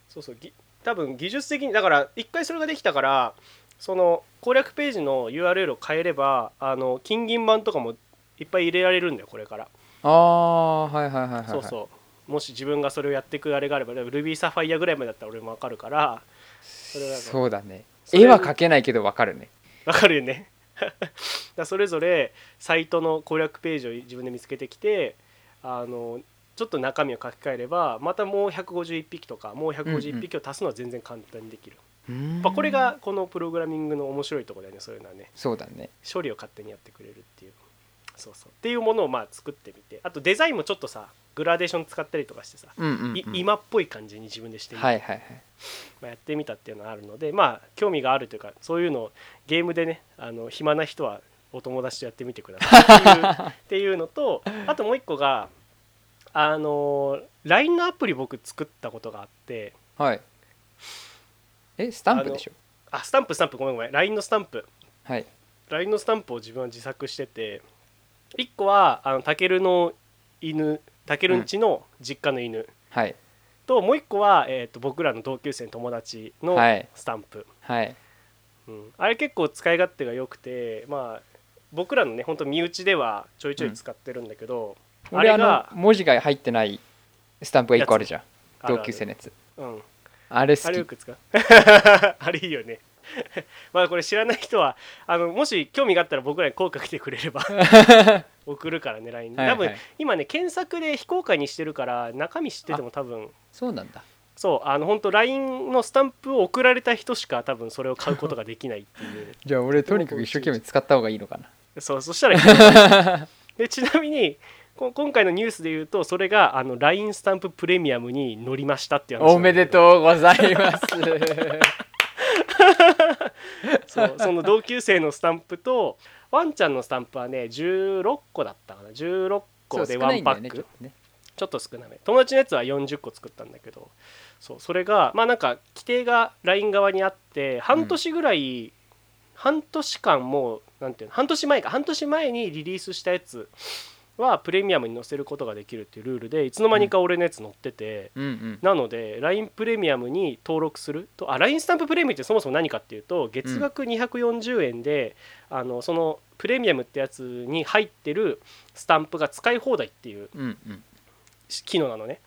そうそうぎ多分技術的にだから一回それができたからその攻略ページの URL を変えればあの金銀版とかもいっぱい入れられるんだよこれから、ああはいはいはいはいはいそうそうもし自分がそれをやっていくあれがあればでも Ruby サファイアぐらいまでだったら俺も分かるからそれはなんかそうだねそれ絵は描けないけどわかるねわかるよね だからそれぞれサイトの攻略ページを自分で見つけてきてあのちょっと中身を書き換えればまたもう151匹とかもう151匹を足すのは全然簡単にできる、やっぱこれがこのプログラミングの面白いところだよねそういうのはねそうだね処理を勝手にやってくれるっていうそうそうっていうものをまあ作ってみてあとデザインもちょっとさグラデーション使ったりとかしてさ、うんうん、うん、い今っぽい感じに自分でしてみてはいはいはいまあ、やってみたっていうのはあるのでまあ興味があるというかそういうのをゲームでねあの暇な人はお友達とやってみてくだ さいっていうっていうのとあともう一個があの LINE のアプリ僕作ったことがあってはいえスタンプでしょあスタンプスタンプごめんごめん LINE のスタンプはい LINE のスタンプを自分は自作してて一個はあのタケルの犬タケルんちの実家の犬、はいともう一個は、えー、と僕らの同級生の友達のはいスタンプ、はいうん、あれ結構使い勝手が良くてまあ僕らのね本当身内ではちょいちょい使ってるんだけど、あ俺れあのが文字が入ってないスタンプが1個あるじゃんあるある同級生のやつうん、あれ好あれよきく使う あれいいよね まあこれ知らない人はあのもし興味があったら僕らに声かけてくれれ ば送るからね LINE にはいは多い分、今ね検索で非公開にしてるから中身知ってても多分そうなんだそうあの本当 LINE のスタンプを送られた人しか多分それを買うことができないっていうじゃあ俺とにかく一生懸命使った方がいいのかな そうそしたら消えるでちなみにこ今回のニュースで言うとそれがあの LINE スタンププレミアムに乗りましたっていう話おめでうとうござ いますそうその同級生のスタンプとワンちゃんのスタンプはね16個だったかな16そ個うで少ワないンんパだッよク、ねちちょょっとねっと少なめ友達のやつは40個作ったんだけどそうそれがまあなんか規定が LINE 側にあって半年ぐらい、半年間もうなんていうの半年前か半年前にリリースしたやつはプレミアムに載せることができるっていうルールでいつの間にか俺のやつ載ってて、うんうんなので LINE プレミアムに登録するとあ LINE スタンププレミアムってそもそも何かっていうと月額240円で、あのそのプレミアムってやつに入ってるスタンプが使い放題っていううんうん機能なのね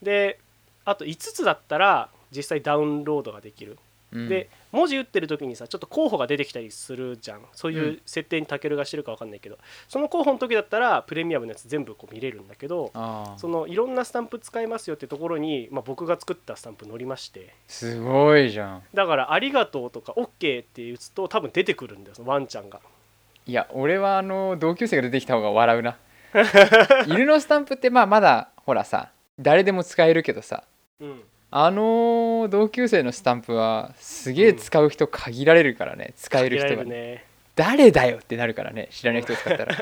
であと5つだったら実際ダウンロードができるうんで文字打ってる時にさちょっと候補が出てきたりするじゃんそういううん設定にタケルがしてるか分かんないけど、その候補の時だったらプレミアムのやつ全部こう見れるんだけどあそあのいろんなスタンプ使えますよってところに、まあ、僕が作ったスタンプ乗りましてすごいじゃんだから「ありがとう」とか「OK」って打つと多分出てくるんだよそのワンちゃんが。いや俺はあの同級生が出てきた方が 笑うな犬のスタンプってまあまだほらさ誰でも使えるけどさうん、あの同級生のスタンプはすげえ使う人限られるからね、使える人限らがれね誰だよってなるからね知らない人使っ たら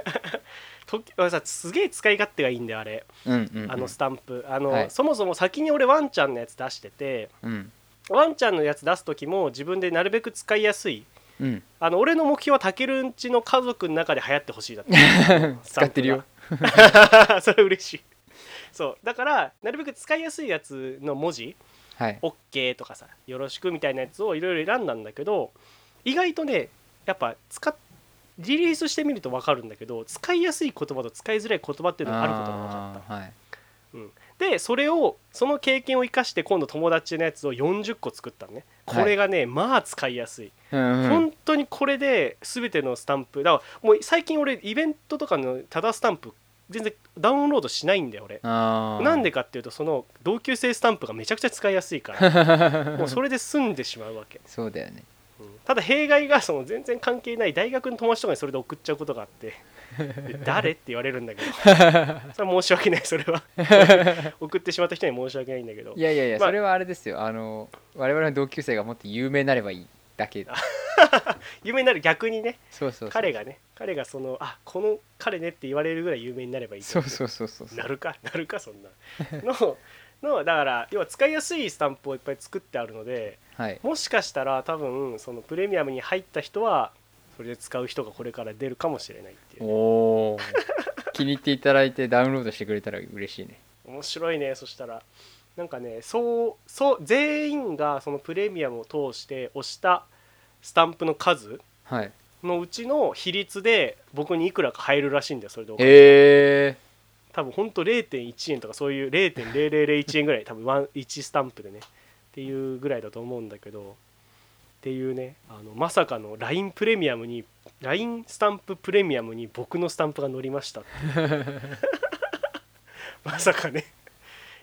とき俺さすげえ使い勝手がいいんだよあれ、うんうん、うん、あのスタンプあの、はいそもそも先に俺ワンちゃんのやつ出しててうんワンちゃんのやつ出す時も自分でなるべく使いやすいうんあの俺の目標はタケルんちの家族の中で流行ってほしいだった 使ってるよ それ嬉しいそうだからなるべく使いやすいやつの文字はい OK とかさよろしくみたいなやつをいろいろ選んだんだけど意外とねやっぱ使っリリースしてみると分かるんだけど使いやすい言葉と使いづらい言葉っていうのがあることが分かったあーはいでそれをその経験を生かして今度友達のやつを40個作ったのねこれがね、まあ使いやすいうんうん本当にこれで全てのスタンプだからもう最近俺イベントとかのただスタンプ全然ダウンロードしないんだよ俺あーなんでかっていうとその同級生スタンプがめちゃくちゃ使いやすいから もうそれで済んでしまうわけ、そうだよねうんただ弊害がその全然関係ない大学の友達とかにそれで送っちゃうことがあって で誰って言われるんだけどそれは申し訳ないそれ は送ってしまった人に申し訳ないんだけどいやいやいや、まあそれはあれですよあの我々の同級生がもっと有名になればいいだけ有名になる逆にねそうそうそう彼がね彼がそのあこの彼ねって言われるぐらい有名になればいいそうそうそうそうなるか なるかそんなののだから要は使いやすいスタンプをいっぱい作ってあるのではいもしかしたら多分そのプレミアムに入った人はそれで使う人がこれから出るかもしれないっていうおお気に入っていただいてダウンロードしてくれたら嬉しいね面白いねそしたらなんかねそうそう全員がそのプレミアムを通して押したスタンプの数はいのうちの比率で僕にいくらか入るらしいんだよそれでお金へえ多分ほんと0.1円とかそういう0.0001円ぐらい多分ワン1スタンプでねっていうぐらいだと思うんだけどっていうねあのまさかの LINE プレミアムに LINE スタンププレミアムに僕のスタンプが載りました っていうまさかね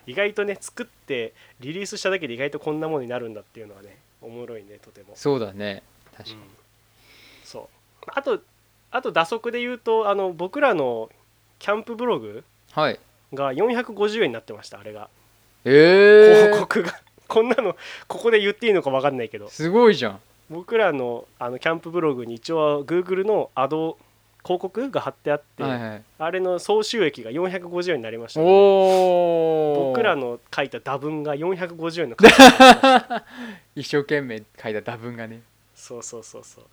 意外とね作ってリリースしただけで意外とこんなものになるんだっていうのはねおもろいねとても。そうだね確うかんそうあとあと打足で言うとあの僕らのキャンプブログにはいが450円になってましたあれがえ広え告が こんなのここで言っていいのか分かんないけどすごいじゃん僕らのあのキャンプブログに一応 Google のアド広告が貼ってあって、はいはいあれの総収益が450円になりましたので、おお僕らの書いた打文が450円の 価値になりました一生懸命書いた打分がねそうそうそうそう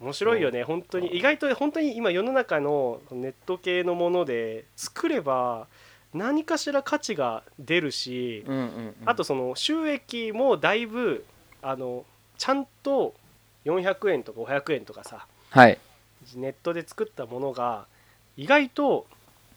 面白いよね本当に意外と本当に今世の中のネット系のもので作れば何かしら価値が出るし、うんうん、うん、あとその収益もだいぶあのちゃんと400円とか500円とかさはいネットで作ったものが意外と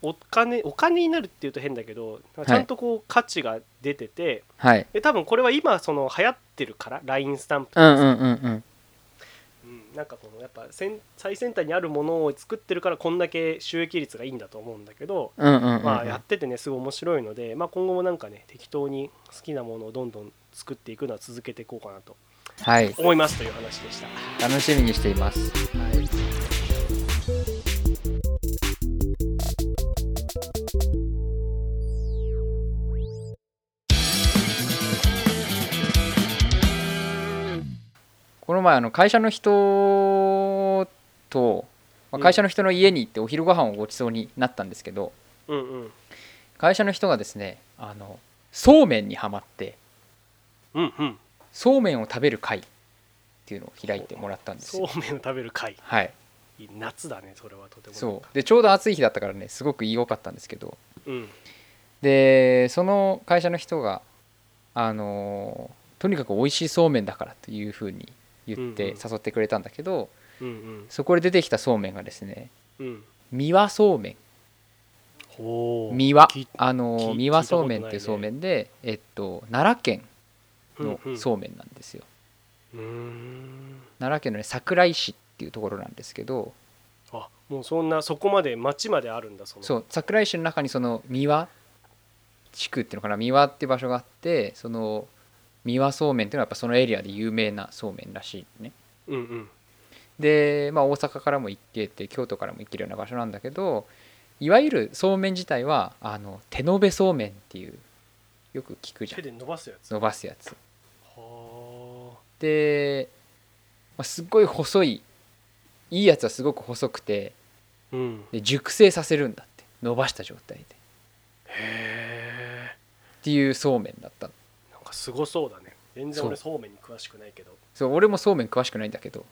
お金お金になるっていうと変だけどいちゃんとこう価値が出てて、はいで多分これは今その流行ってるから LINE スタンプとうかんさうんうんうんうんなんかこのやっぱ先最先端にあるものを作ってるからこんだけ収益率がいいんだと思うんだけど、うんうんうんうんまあ、やっててねすごい面白いので、まあ、今後もなんかね適当に好きなものをどんどん作っていくのは続けていこうかなとはい思いますという話でした。楽しみにしていますはいこの前あの会社の人と、まあうん会社の人の家に行ってお昼ご飯をごちそうになったんですけど、うんうん会社の人がですねあのそうめんにはまってうんうん、そうめんを食べる会っていうのを開いてもらったんですそうよ。めんを食べる会はい、いい夏だねそれはとてもなんかそうでちょうど暑い日だったからねすごく良かったんですけどうんでその会社の人があのとにかく美味しいそうめんだからというふうに言っうんてうん誘ってくれたんだけど、うんそこで出てきたそうめんがですねうんうん三輪そうめんほう三輪きあのき三輪そうめんっ聞ていういたそこうとめないんで、えっと、奈良県うんのうんそうめんなんですよ、うん奈良県のね桜井市っていうところなんですけどあもうそんなそこまで町まであるんだそのそう桜井市の中にその三輪地区っていうのかな三輪って場所があってその三輪そうめんっていうのはやっぱそのエリアで有名なそうめんらしいねうんうんで、まあ、大阪からも行けて京都からも行けるような場所なんだけどいわゆるそうめん自体はあの手延べそうめんっていうよく聞くじゃ手んで伸ばすやつは伸ばすやつあで、まあ、すっごい細いいいやつはすごく細くてうんで熟成させるんだって伸ばした状態でっへえていうそうめんだったのなんかすごそうだね全然俺そそうめんに詳しくないけどそう俺もそうめん詳しくないんだけど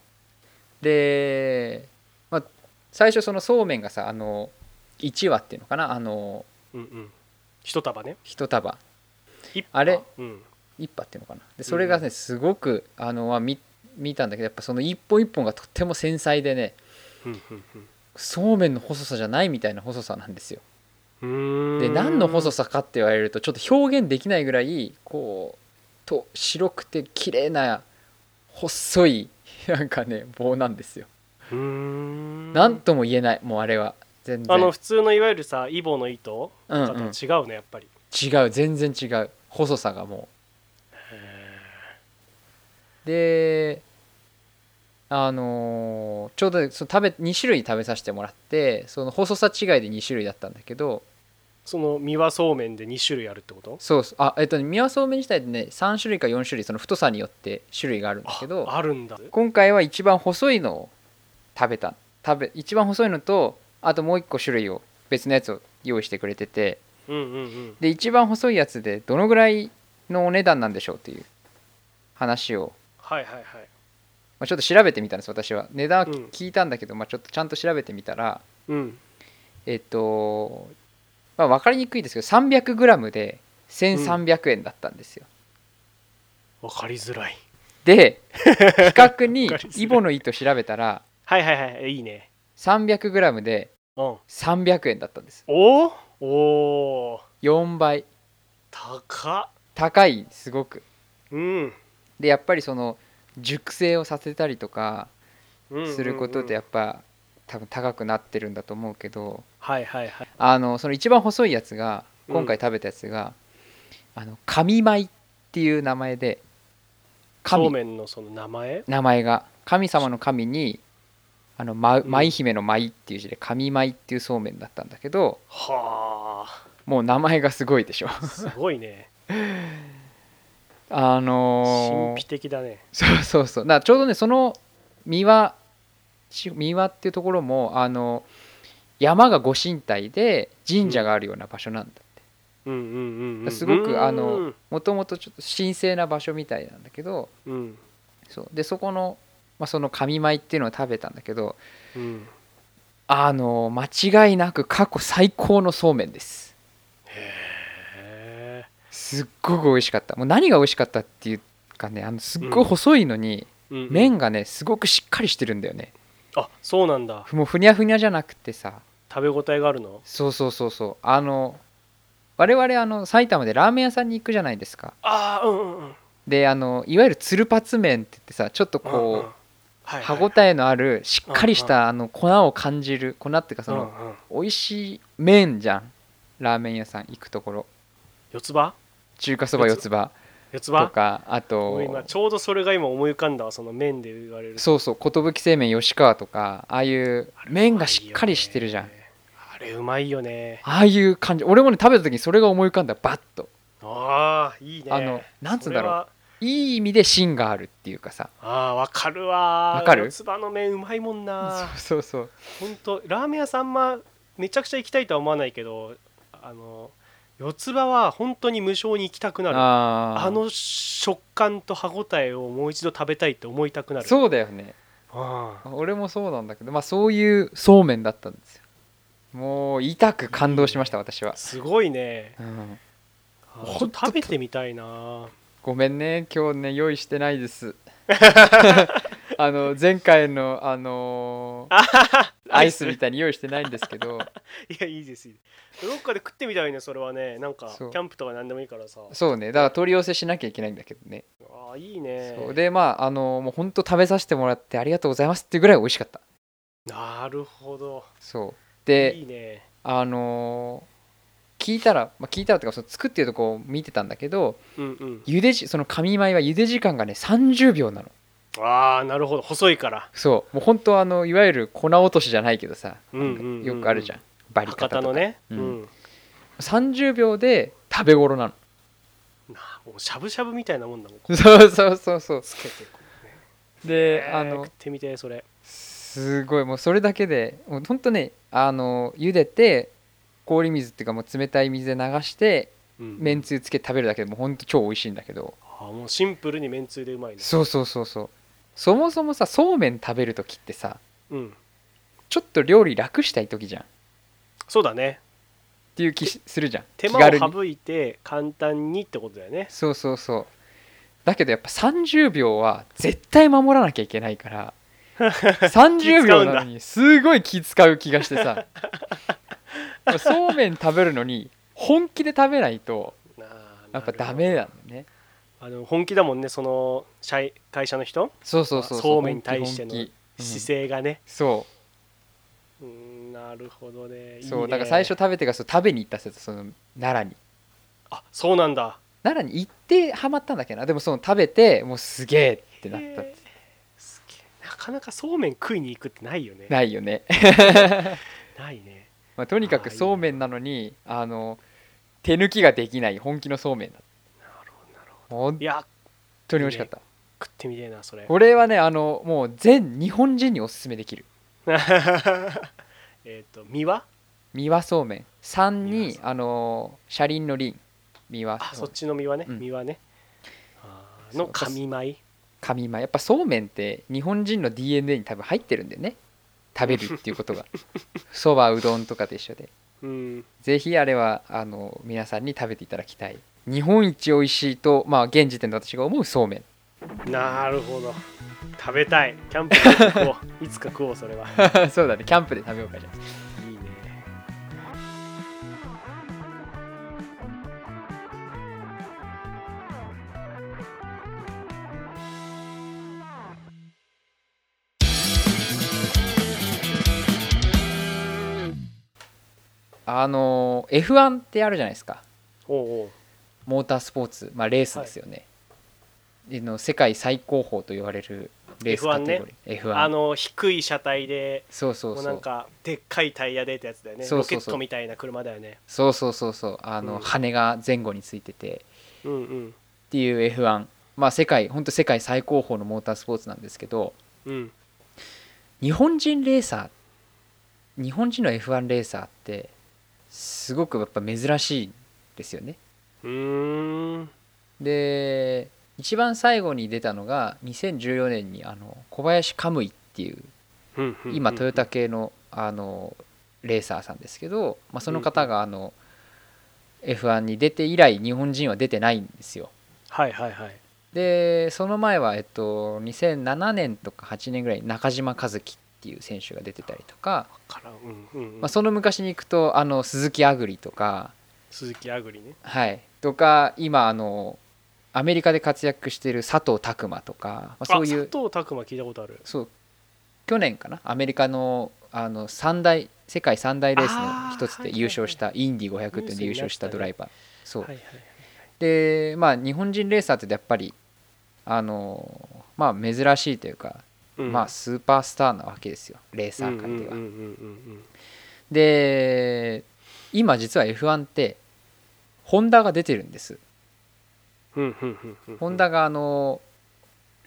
で、まあ、最初そのそうめんがさあの1羽っていうのかなあのうんうん一束ね一束一あれうん一羽っていうのかなでそれがねすごくあの、まあ、見見たんだけどやっぱその一本一本がとっても繊細でねうんうんうんそうめんの細さじゃないみたいな細さなんですようーんで何の細さかって言われるとちょっと表現できないぐらいこうと白くて綺麗な細い なんかね棒なんですようーん何とも言えないもうあれは全然あの普通のいわゆるさイボの糸うんとうかとん、違うねやっぱり違う全然違う細さがもうであのーちょうどその食べ2種類食べさせてもらってその細さ違いで2種類だったんだけどその三輪そうめんで2種類あるってことそうそうあえっとね宮そうめん自体でね3種類か4種類その太さによって種類があるんだあけどあるんだ今回は一番細いのを食べた食べ一番細いのとあともう一個種類を別のやつを用意してくれててうんうんうんで一番細いやつでどのぐらいのお値段なんでしょうっていう話を、はいはいはいまあ、ちょっと調べてみたんです私は値段はうん聞いたんだけど、まあ、ちょっとちゃんと調べてみたらうんえっと、まあ、分かりにくいですけど 300g で1300円だったんですよ、わかりづらい で比較にわかりづらいイボの糸調べたらはいはいはいいいね 300g でうん300円だったんですおーおー4倍高っ高いすごくうんでやっぱりその熟成をさせたりとかうんすることでやっぱ多分高くなってるんだと思うけどはいはいはいあのその一番細いやつがうん今回食べたやつが、あの神舞っていう名前でそう神めんのその名前名前が神様の神にあの舞うん舞姫の舞っていう字で神舞っていうそうめんだったんだけどはもう名前がすごいでしょあすごいねあ神のー秘的だねそうそうそうだからちょうどねその三輪し三輪っていうところもあの山がご神体で神社があるような場所なんだってうんうんうん、うん、すごうんくあのもともとちょっと神聖な場所みたいなんだけどうんそうでそこの、まあ、その神舞っていうのを食べたんだけどうんあの間違いなく過去最高のそうめんですへえすっごく美味しかったもう何が美味しかったっていうかねあのすっごい細いのに麺がねすごくしっかりしてるんだよねあそうなんだもうふにゃふにゃじゃなくてさ食べ応えがあるのそうそうそうそうあの我々あの埼玉でラーメン屋さんに行くじゃないですかああうんうんうんであのいわゆるつるぱつ麺って言ってさちょっとうんうんこはうい歯はいごたえのあるしっかりしたあの粉を感じる粉っていうかそうのんうん美味しい麺じゃんラーメン屋さん行くところ四つ葉中華そば四つ葉四つと葉かあもう今とちょうどそれが今思い浮かんだわその麺で言われるそうそう寿製麺吉川とかああいう麺がしっかりしてるじゃんあれうまいよねああいう感じ俺もね食べた時にそれが思い浮かんだバッとああいいねあのなんつうんだろそれうはいい意味で芯があるっていうかさああわかるわーわかる四つ葉の麺うまいもんそうなそうそう本当ラーメン屋さんまめちゃくちゃ行きたいとは思わないけどあの四つ葉は本当に無償に行きたくなるああーの食感と歯ごたえをもう一度食べたいって思いたくなるうそうだよねあ俺もそうなんだけどまあそういうそうめんだったんですよもう痛く感動しました私は、すごいねうん、あほんと食べてみたいな ごめんね今日ね用意してないですあの前回のあのーアイスみたいに用意してないんですけどいやいいですいいですどっかで食ってみたいねそれはねなんかキそうャンプとか何でもいいからさそうねだから取り寄せしなきゃいけないんだけどね、ああいいねそうでまああのもうほんと食べさせてもらってありがとうございますっていうぐらい美味しかったなるほどそうでいいねあのー聞いたら、まあ、聞いたらっていうかその作ってるとこを見てたんだけどうんうん茹でじその紙米は茹で時間がね30秒なのああなるほど細いからそうもう本当あのいわゆる粉落としじゃないけどさ、うんうんうんうんよくあるじゃんバリカ博タ多とのかねう、うんん30秒で食べ頃なの なあもうしゃぶしゃぶみたいなもんだもんこうそうそうそうそうつけてこうねでえーあの食ってみてそれすごいもうそれだけでもうほんとねあの茹でて氷水っていうかもう冷たい水で流してうんめんつゆつけて食べるだけでもうほんと超美味しいんだけどあーもうシンプルにめんつゆでうまいねそうそうそうそうそもそもさそうめん食べる時ってさうんちょっと料理楽したい時じゃんっそうだねていう気しするじゃん手気間軽にを省いて簡単にってことだよねそうそうそうだけどやっぱ30秒は絶対守らなきゃいけないから 30秒なのにすごい気使う気がしてさそうめん食べるのに本気で食べないとあーやっなぱるほどダメなんだねあの本気だもんねその社い会社の人そうそうそうそうめんに対しての本気本気姿勢がね、うんそうーんなるほどねうそういいねだから最初食べてからそう食べに行ったせその奈良にあそうなんだ奈良に行ってハマったんだっけなでもその食べてもうすげえってなったっへーすげえなかなかそうめん食いに行くってないよねてないよね ないねまあ、とにかくあーいいねそうめんなのにあの手抜きができない本気のそうめんだなるほどなるほ本どいや当に美味しかった食ってみてえなそれこれはねあのもう全日本人におすすめできる えっと身は三輪そうめん3三輪にそあの車輪の輪三輪あそそうっちの身はね、うん身はねあーそうの紙米神間やっぱそうめんって日本人の DNA に多分入ってるんだよね食べるっていう ことがそばうどんとかと一緒でうんぜひあれはあの皆さんに食べていただきたい日本一美味しいとまあ現時点で私が思うそうめんなるほど食べたいキャンプで食お ういつか食おうそれは そうだねキャンプで食べようかじゃあいいねあの F1 ってあるじゃないですかおうおうモータースポーツ、まあ、レースですよね、での世界最高峰と言われるレースカテゴリー F1,、あの低い車体でそうそうもうそなんうかでっかいタイヤでってやつだよねそうそうそうロケットみたいな車だよねそうそうそうそうあの、うん羽が前後についててうんうんっていう F1 まあ世界本当世界最高峰のモータースポーツなんですけどうん日本人レーサー日本人の F1 レーサーってすごくやっぱ珍しいんですよねうーんで一番最後に出たのが2014年にあの小林カムイっていううんうん今うんトヨタ系のあのレーサーさんですけど、まあ、その方があの F1 に出て以来日本人は出てないんですよ。はいはいはいでその前は、えっと、2007年とか8年ぐらいに中島和樹っていう選手が出てたりとか、からんうんうんうん、まあ、その昔に行くとあの鈴木アグリとか、鈴木アグリねはい、とか今あのアメリカで活躍している佐藤拓磨とか、まあ、そういうあ佐藤拓磨聞いたことあるそう去年かなアメリカのあの三大世界三大レースの一つで優勝したインディ500っていうので優勝したドライバーそう、はいはいはいでまあ日本人レーサーってやっぱりあのまあ珍しいというか、うんまあスーパースターなわけですよレーサー界では、うんうんうんで今実は F1 ってホンダが出てるんですうんうんうんうんうんうんホンダがあの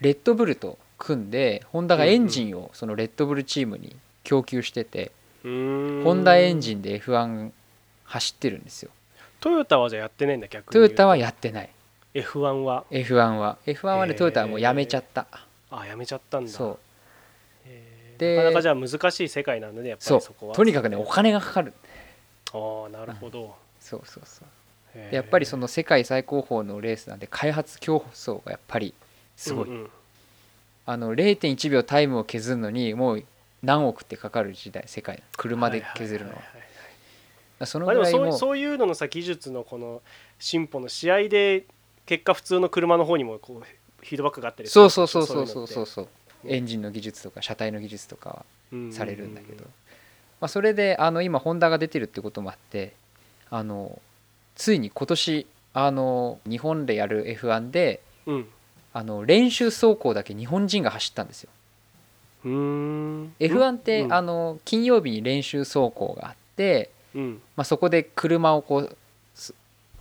レッドブルと組んでホンダがエンジンをそのレッドブルチームに供給しててうーんホンダエンジンで F1 走ってるんですよトヨタはじゃあやってないんだ逆にトヨタはやってない F1 は F1 は F1 はねへートヨタはもうやめちゃったあやめちゃったんだそうへーでなかなかじゃあ難しい世界なんだねやっぱそりうそこはとにかくねお金がかかるああなるほど、そうそうそうへでーやっぱりその世界最高峰のレースなんで開発競争がやっぱりすごいうんうんあの0.1秒タイムを削るのにもう何億ってかかる時代世界車で削るのは,、はいはいはいはいそのまあ、ぐでもらそいもうそういうののさ技術のこの進歩の試合で結果普通の車の方にもこうフィードバックがあったりするそわうけそうそうでしそょうそいうのってそうそううんエンジンの技術とか車体の技術とかはうううされるんだけど、まあ、それであの今ホンダが出てるってこともあってあのついに今年あの日本でやる F1 でうんあの練習走行だけ日本人が走ったんですよ。うーん F1 って、うんあの金曜日に練習走行があって、うんまあ、そこで車をこうそ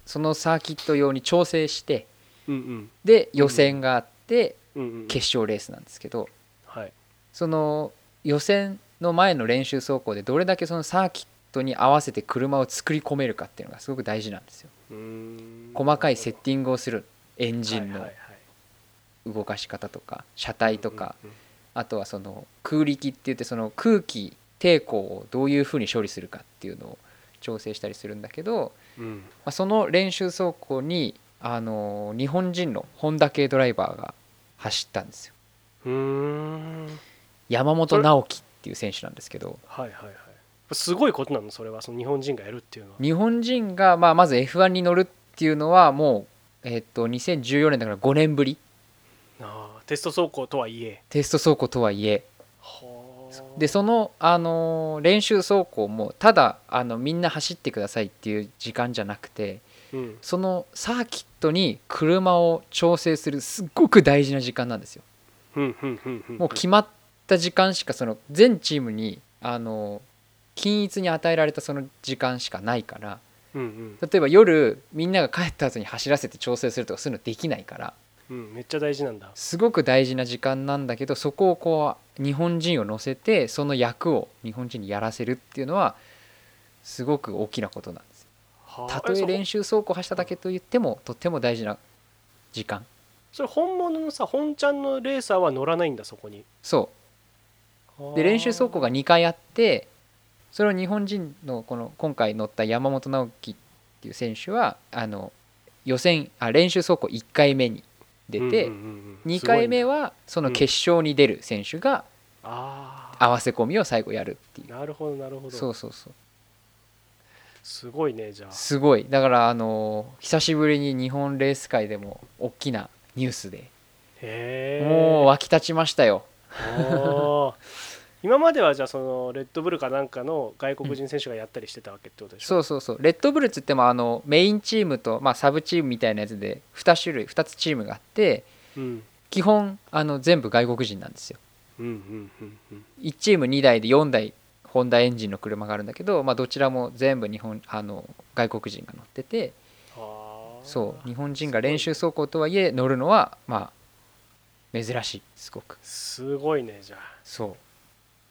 そのサーキット用に調整してうんうんで予選があってうんうん決勝レースなんですけどはいその予選の前の練習走行でどれだけそのサーキットに合わせて車を作り込めるかっていうのがすごく大事なんですよ。うーん細かいセッティングをするエンジンはのいはいはい動かし方とか車体とかうんうんあとはその空力って言ってその空気抵抗をどういうふうに処理するかっていうのを調整したりするんだけど、うんうんまあ、その練習走行にあの日本人のホンダ系ドライバーが走ったんですようーん山本直樹っていう選手なんですけどはいはいはいすごいことなのそれはその日本人がやるっていうのは日本人がまあまず F1 に乗るっていうのはもう、えっと2014年だから5年ぶりああテスト走行とはいえテスト走行とはいえはあでその、あのー練習走行もただあのみんな走ってくださいっていう時間じゃなくてうんそのサーキットに車を調整するすっごく大事な時間なんですよ。うんうんうんうんもう決まった時間しかその全チームに、あのー均一に与えられたその時間しかないからうんうん例えば夜みんなが帰った後に走らせて調整するとかそういうのできないからうんめっちゃ大事なんだすごく大事な時間なんだけどそこをこう日本人を乗せてその役を日本人にやらせるっていうのはすごく大きなことなんですよはあたとええそ練習走行を走っただけと言ってもとっても大事な時間それ本物のさ本ちゃんのレーサーは乗らないんだそこにそうで練習走行が2回あってそれを日本人のこの今回乗った山本直樹っていう選手はあの予選あ練習走行1回目に出て、2回目ははその決勝に出る選手がああ合わせ込みを最後やるっていうなるほどなるほどそうそうそうすごいねじゃあすごいだからあのー久しぶりに日本レース界でも大きなニュースで、へえもう沸き立ちましたよおー今まではじゃあそのレッドブルかなんかの外国人選手がやったりしてたわけってことでしょ、そうそうそうレッドブルっつってもあのメインチームと、まあ、サブチームみたいなやつで2種類2つチームがあってうん、基本あの全部外国人なんですようんうんうんうん1チーム2台で4台ホンダエンジンの車があるんだけど、まあ、どちらも全部日本あの外国人が乗っててあーそう日本人が練習走行とはいえ乗るのはまあ珍しいすごくすごいねじゃあそう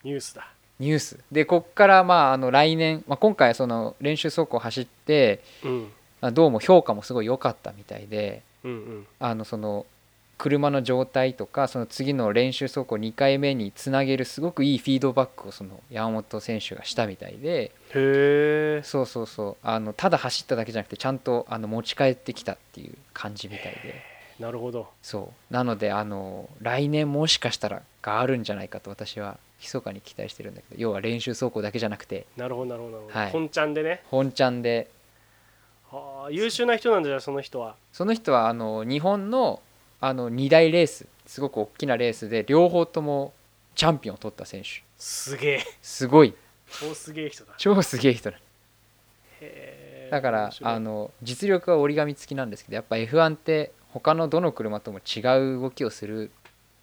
ニュースだニュースでこっからまああの来年、まあ、今回その練習走行走ってうんあどうも評価もすごい良かったみたいでうんうんあのその車の状態とかその次の練習走行2回目につなげるすごくいいフィードバックをその山本選手がしたみたいでへえそうそうそうあのただ走っただけじゃなくてちゃんとあの持ち帰ってきたっていう感じみたいでなるほどそうなのであの来年もしかしたらがあるんじゃないかと私は密かに期待してるんだけど要は練習走行だけじゃなくてなるほどなるほどなるほど、はい本ちゃんでね本ちゃんではあ優秀な人なんだじゃあその人はその人はあの日本のあの2大レースすごく大きなレースで両方ともチャンピオンを取った選手すげえすごい超すげえ人だ超すげえ人だへえだから面白いあの実力は折り紙付きなんですけどやっぱ F1 って他のどの車とも違う動きをする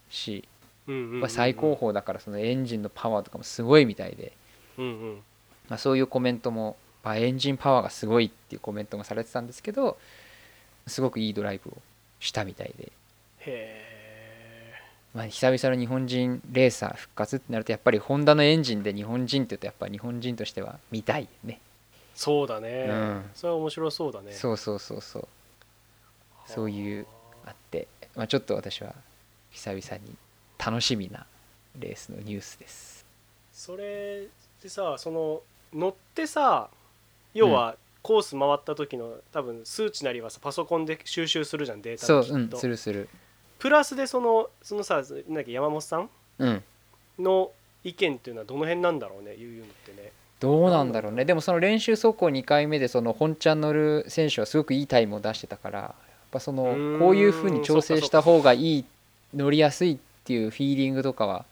し、うんうんうんうんまあ、最高峰だからそのエンジンのパワーとかもすごいみたいで、うんうんまあ、そういうコメントも、まあ、エンジンパワーがすごいっていうコメントもされてたんですけどすごくいいドライブをしたみたいでへまあ、久々の日本人レーサー復活ってなるとやっぱりホンダのエンジンで日本人って言うとやっぱ日本人としては見たいねえそうだね、うんそれは面白そうだねそうそうそうそうはあそういうあって、まあ、ちょっと私は久々に楽しみなレースのニュースですそれでさその乗ってさ要はコース回った時の多分数値なりはさパソコンで収集するじゃんデータそのうきっとうんするするプラスでそのそのさなんだっけ山本さんうんの意見っていうのはどの辺なんだろうね言うのってねどうなんだろうねでもその練習走行2回目でその本ちゃん乗る選手はすごくいいタイムを出してたからやっぱそのうーんこういうふうに調整した方がいい乗りやすいっていうフィーリングとかは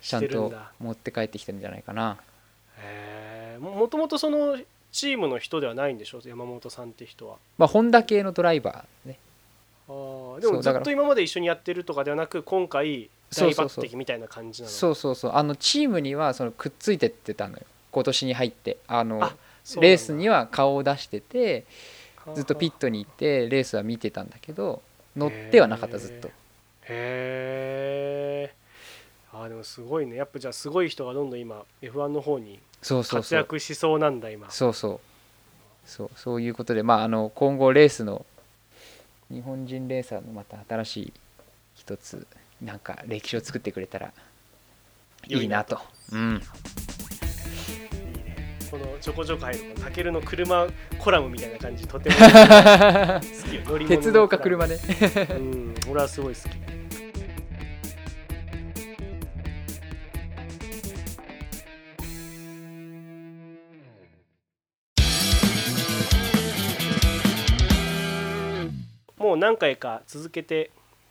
ちゃんしてるんとだ持って帰ってきてるんじゃないかなへえももともとそのチームの人ではないんでしょ山本さんって人はまあホンダ系のドライバーねあーでそもうずだかっらと今まで一緒にやってるとかではなく今回そ大うそう抜そう擢みたいな感じなのそうそうそうあのチームにはそのくっついてってたのよ今年に入ってあのあそうなんだレースには顔を出しててずっとピットにいてレースは見てたんだけど乗ってはなかったずっとへえあーでもすごいねやっぱじゃあすごい人がどんどん今 F1 の方にそうそう活そう躍しそうなんだ今そうそうそうそういうことでまああの今後レースの日本人レーサーのまた新しい一つなんか歴史を作ってくれたらいいなとうんいいねこのちょこちょこ入るこのタケルの車コラムみたいな感じとても 好きよ乗り物のコラム鉄道か車ねうん俺はすごい好きもう何回か続けて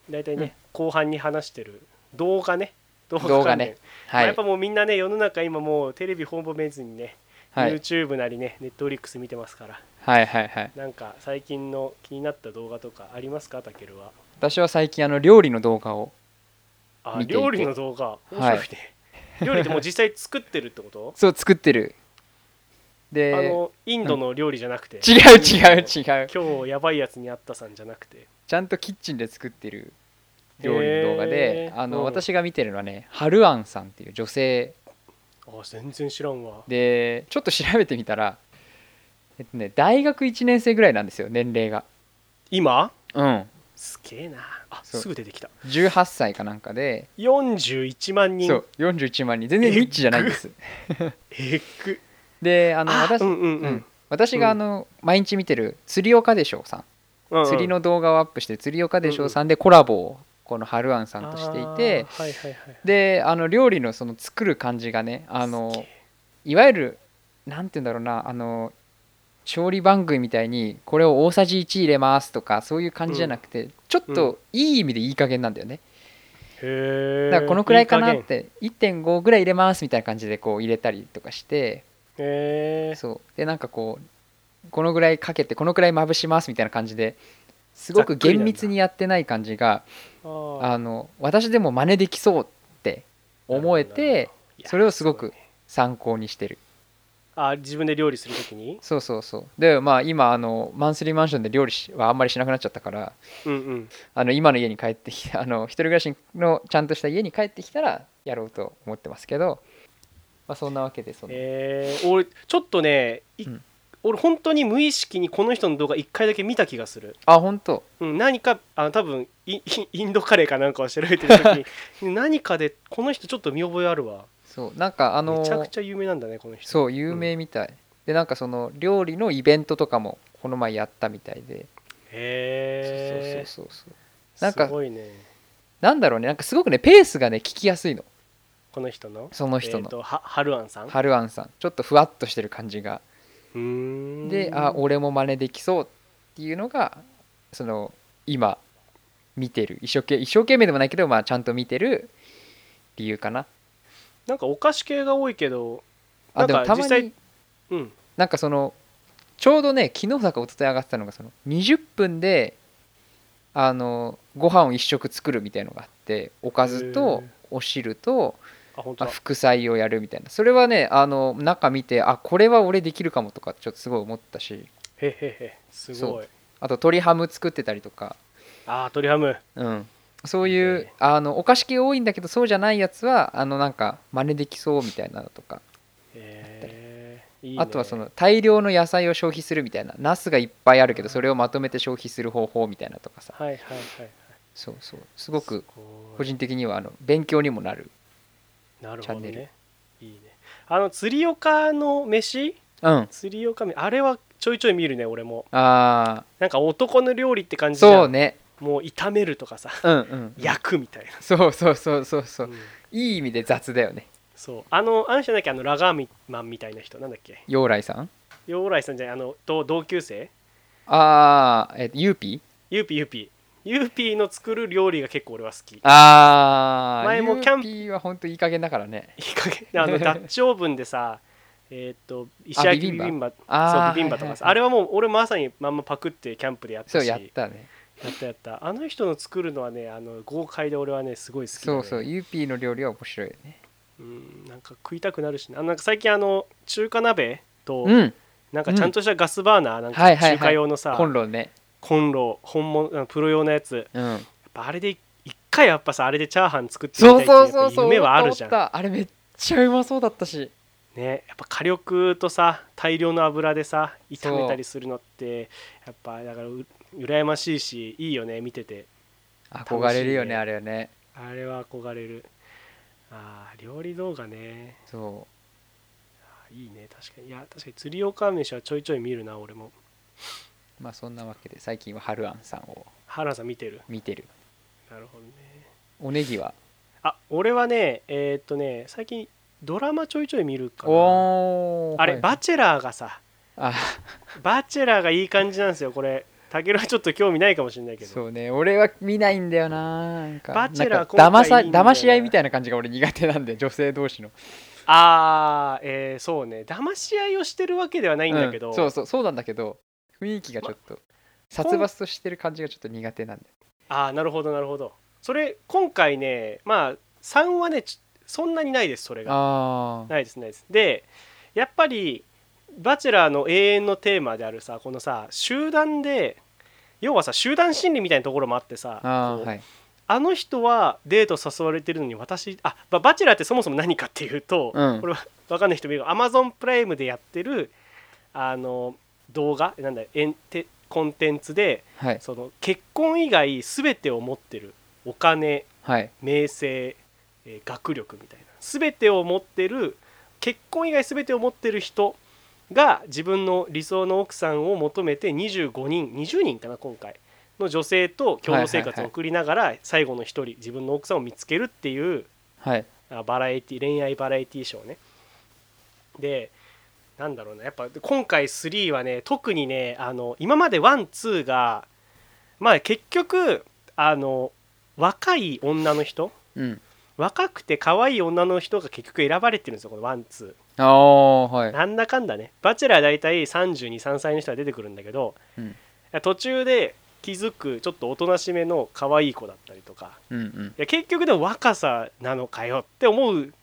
大体ね、後半に話してる動画ね動動画関連ねまあはやっいぱもうみんなね世の中今もうテレビほぼ見ずにね、はい YouTube なりね Netflix 見てますからはいはいはいなんか最近の気になった動画とかありますかたけるは私は最近あの料理の動画をあ見ていて料理の動画面白いね、料理ってもう実際作ってるってことそう作ってるであのインドの料理じゃなくて、違う違う違う今日やばいやつにあったさんじゃなくてちゃんとキッチンで作ってる料理の動画で、へーあのうん私が見てるのはねハルアンさんっていう女性あ全然知らんわでちょっと調べてみたら、えっとね、大学1年生ぐらいなんですよ年齢が今うんすげえなあそうすぐ出てきた18歳かなんかで41万人そう41万人全然リッチじゃないんですえっぐであのあ私,、うんうんううんん、私があの毎日見てる釣り岡でしょうさんうんうん釣りの動画をアップしてる釣り岡でしょうさんでコラボをこのハルアンさんとしていてあーはいはいはいであの料理のその作る感じがねあすげのえいわゆるなんて言うんだろうなあの調理番組みたいにこれを大さじ1入れますとかそういう感じじゃなくて、ちょっといい意味でいい加減なんだよね、へえだからこのくらいかなって1.5ぐらい入れますみたいな感じでこう入れたりとかしてへえそうでなんかこうこのぐらいかけてこのくらいまぶしますみたいな感じですごく厳密にやってない感じがあの私でも真似できそうって思えてそれをすごく参考にしてるあ自分で料理するときにそうそうそうでまあ今あのマンスリーマンションで料理しはあんまりしなくなっちゃったからうんうんあの今の家に帰ってきてあ の一人暮らしのちゃんとした家に帰ってきたらやろうと思ってますけど、まあ、そんなわけでその、えー、俺ちょっとね、いうん俺本当に無意識にこの人の動画1回だけ見た気がする、あ本当うん、何かあの多分イイインドカレーかなんかを調べてる時 に何かでこの人ちょっと見覚えあるわそうなんかあのめちゃくちゃ有名なんだねこの人そう有名みたい、でなんかその料理のイベントとかもこの前やったみたいで、へえそうそうそうそうなんかすごいねなんだろうねなんかすごくねペースがね聞きやすいのこの人のその人えーの、とはハルアンさんハルアンさんちょっとふわっとしてる感じがうーんであ俺も真似できそうっていうのがその今見てる一生懸一生懸命でもないけど、まあ、ちゃんと見てる理由かななんかお菓子系が多いけどあでもなんかたま実際にうんなんかそのちょうどね昨日だか一昨日上がってたのがその20分であのご飯を一食作るみたいのがあっておかずとへえお汁と、あ本当まあ、だ副菜をやるみたいなそれはねあの中見てあこれは俺できるかもとかちょっとすごい思ったしへへへすそごいうあと鶏ハム作ってたりとかあー鳥ハムうん、そういいうねあのお菓子系多いんだけどそうじゃないやつはあのなんか真似できそうみたいなのとかへえいいねあとはその大量の野菜を消費するみたいなナスがいっぱいあるけどそれをまとめて消費する方法みたいなとかさはいはいはいそうそうすごく個個人人的にはあの勉強にもなる、なるチャほどンネルねいいねあの釣り岡の飯うん、あ釣り岡めあれはちょいちょい見るね俺もあなんか男の料理って感じじゃんそうねもう炒めるとかさうんうん焼くみたいそうそうそうそうそな、ううんいい意味で雑だよねそうあのあの人なんだっけあのラガーマンみたいな人なんだっけ陽来さんヨーライさんじゃないあの同同級生ああえっとユーピユーピーユーピーユーピーの作る料理が結構俺は好きいいーああ前もキャンプユーピーは本当いい加減だからね加減あ のダッチオーブンでさえーっと石焼きビビンバそうあービビンバとかさはあいはいはいれはもう俺まさにまんまパクってキャンプでやったそうしやったねやったやったあの人の作るのはねあの豪快で俺はねすごい好きだ、そね、うそうユーピーの料理は面白いよねうんなんか食いたくなるしねあのなんか最近あの中華鍋とうんなんかちゃんとしたガスバーナーなんはかいはいはい中華用のさコンロねコンロ本物あのプロ用のやつやっうんぱあれで一回やっぱさあれでチャーハン作ってみたいそっうてそうそういうそう夢はあるじゃん思ったあれめっちゃうまそうだったしねやっぱ火力とさ大量の油でさ炒めたりするのってやっぱだからう羨ましいしいいよね見てて憧れるよね楽しいねあれはねあれは憧れるあー料理動画ねそあーいいね確かにいや確かに釣り岡飯はちょいちょい見るな俺もうまあそんなわけで最近はハルアンさんを原さん見てる見てるなるほどねおネギはあ俺はねえーっとね最近ドラマちょいちょい見るかなおーあれ、はいバチェラーがさあバチェラーがいい感じなんですよこれたけるはちょっと興味ないかもしれないけどそうね俺は見ないんだよななんかバチェラーなんか今回騙さいいんだよね騙し合いみたいな感じが俺苦手なんで女性同士のあーえーそうね騙し合いをしてるわけではないんだけど、うんそうそうそうなんだけど雰囲気がちょっと、殺伐としてる感じがちょっと苦手なんでああなるほどなるほどそれ今回ねまあ3はねちそんなにないですそれがああないですないですでやっぱり「バチェラー」の永遠のテーマであるさこのさ集団で要はさ集団心理みたいなところもあってさあこーうはいあの人はデート誘われてるのに私あババチェラーってそもそも何かっていうと、うんこれは分かんない人もいるがアマゾンプライムでやってるあの動画なんだエンテコンテンツではいその結婚以外全てを持ってるお金はい名声、えー学力みたいな全てを持ってる結婚以外全てを持ってる人が自分の理想の奥さんを求めて25人20人かな今回の女性と共同生活を送りながら最後の1人自分の奥さんを見つけるっていうはいあバラエティ恋愛バラエティショーねでなんだろうなやっぱ今回3はね特にねあの今まで12がまあ結局あの若い女の人うん若くて可愛い女の人が結局選ばれてるんですよこのワンツああはいーなんだかんだねバチェラー大体323歳の人が出てくるんだけどうん途中で気づくちょっとおとなしめの可愛い子だったりとかうんうんいや結局でも若さなのかよって思う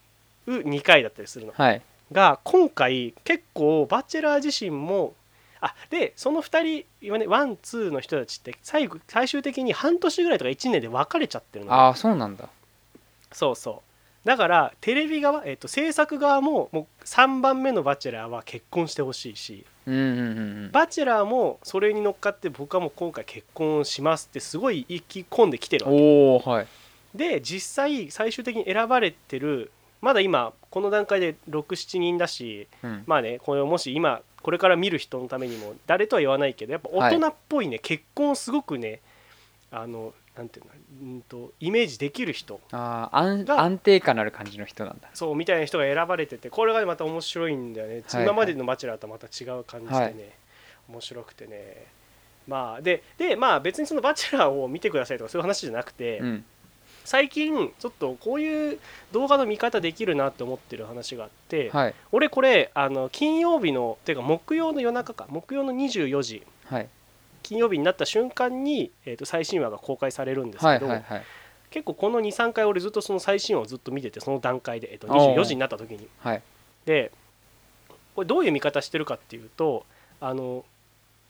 2回だったりするのはいが今回結構バチェラー自身もあでその2人今ねワンツーの人たちって最後最終的に半年ぐらいとか1年で別れちゃってるのねああそうなんだそうそうだからテレビ側、えっと制作側ももう3番目の「バチェラー」は結婚してほしいしうんうんうんうん「バチェラー」もそれに乗っかって僕はもう今回結婚しますってすごい意気込んできてるわけおおはいで実際最終的に選ばれてるまだ今この段階で67人だしうんまあねこれをもし今これから見る人のためにも誰とは言わないけどやっぱ大人っぽいね、結婚をすごくねあのなんていうのうんとイメージできる人ああ安が安定感のある感じの人なんだそうみたいな人が選ばれててこれがまた面白いんだよね、はい今までの「バチェラー」とはまた違う感じでね、はい面白くてねまあででまあ別にその「バチェラー」を見てくださいとかそういう話じゃなくて、うん最近ちょっとこういう動画の見方できるなって思ってる話があって、はい俺これあの金曜日のていうか木曜の夜中か木曜の24時はい金曜日になった瞬間に、えー、と最新話が公開されるんですはけいど、はいはい結構この23回俺ずっとその最新話をずっと見ててその段階で、えー、とおう24時になった時にはいでこれどういう見方してるかっていうとあの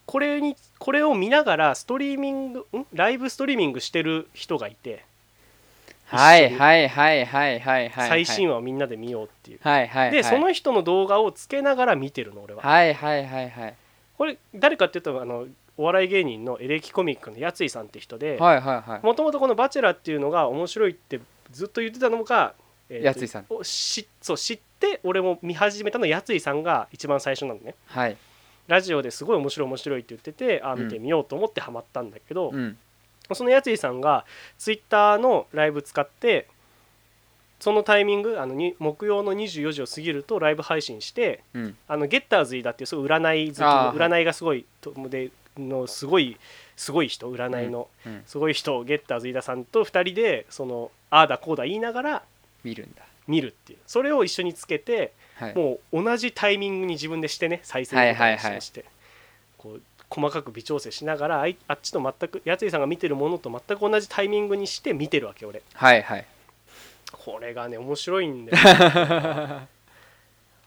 これにこれを見ながらストリーミングんライブストリーミングしてる人がいてはいはいはいはいはいはい最新話をみんなで見ようっていう、はいはいはいでその人の動画をつけながら見てるの俺は、はいはいはいはいこれ誰かっていうとあのお笑い芸人のエレキコミックのやついさんって人ではいはいはいもともとこの「バチェラー」っていうのが面白いってずっと言ってたのが、えーとやついさんを知そう知って俺も見始めたのやついさんが一番最初なのねはいラジオですごい面白い面白いって言っててあうん見てみようと思ってハマったんだけど、うんそのやついさんがツイッターのライブ使ってそのタイミングあのに木曜の24時を過ぎるとライブ配信してうんあのゲッターズイだっていうすごい占い好きあのー占いがすごいとでのすごいすごい人占いのうんすごい人をゲッターズイダさんと2人でそのああだこうだ言いながら見るんだ見るっていうそれを一緒につけてはいもう同じタイミングに自分でしてね再生はいボタンを押はいはいしてこう細かく微調整しながらあいあっちと全くやついさんが見てるものと全く同じタイミングにして見てるわけ俺はいはいこれがね面白いんだよ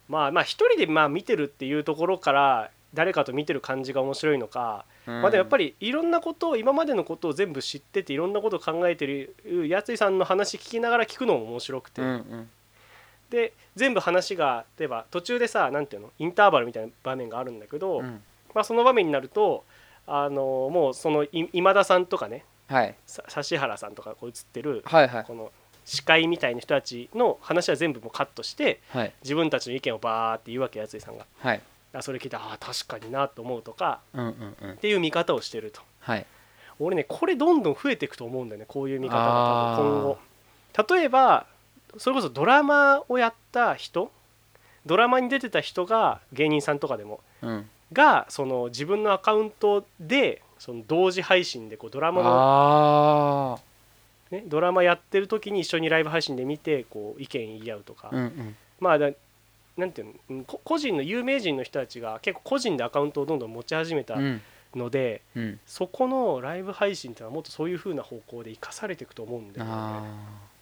まあまあ一人でまあ見てるっていうところから誰かと見てる感じが面白いのかまあ、でもやっぱりりいろんなことを今までのことを全部知ってていろんなことを考えてるやついさんの話聞きながら聞くのも面白くて、うんうんで全部話が例えば途中でさなんていうのインターバルみたいな場面があるんだけど、うんまあ、その場面になるとあのもうそのい今田さんとかねはいさ指原さんとかこう映ってるはいはいこの司会みたいな人たちの話は全部もうカットしてはい自分たちの意見をバーって言うわけやついさんがはいあそれ聞いてああ確かになと思うとかうんうんうんっていう見方をしてると。はい俺ねこれどんどん増えていくと思うんだよねこういう見方があ多ー分今後例えばそれこそドラマをやった人ドラマに出てた人が芸人さんとかでもうんがその自分のアカウントでその同時配信でこうドラマの、あね、ドラマやってる時に一緒にライブ配信で見てこう意見言い合うとか、あうんうんまあだなんていうのうんこ個人の有名人の人たちが結構個人でアカウントをどんどん持ち始めたうんので、うんそこのライブ配信ってのはもっとそういう風な方向で生かされていくと思うんだよねああ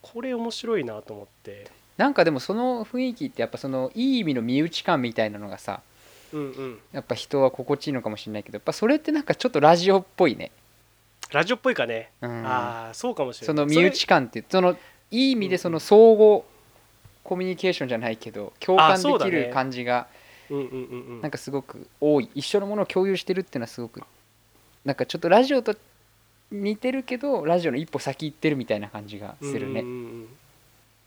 これ面白いなと思ってなんかでもその雰囲気ってやっぱそのいい意味の身内感みたいなのがさうんうんやっぱ人は心地いいのかもしれないけどやっぱそれってなんかちょっとラジオっぽいね、ラジオっぽいかね、うん、ああそうかもしれなそいの身内感っていうそのいい意味でそうんうのん相互コミュニケーションじゃないけど共あ感そうでだきねる感じがそれうんうんうんうんなんかすごく多い一緒のものを共有してるっていうのはすごくなんかちょっとラジオと似てるけどラジオの一歩先行ってるみたいな感じがするねうんうんうん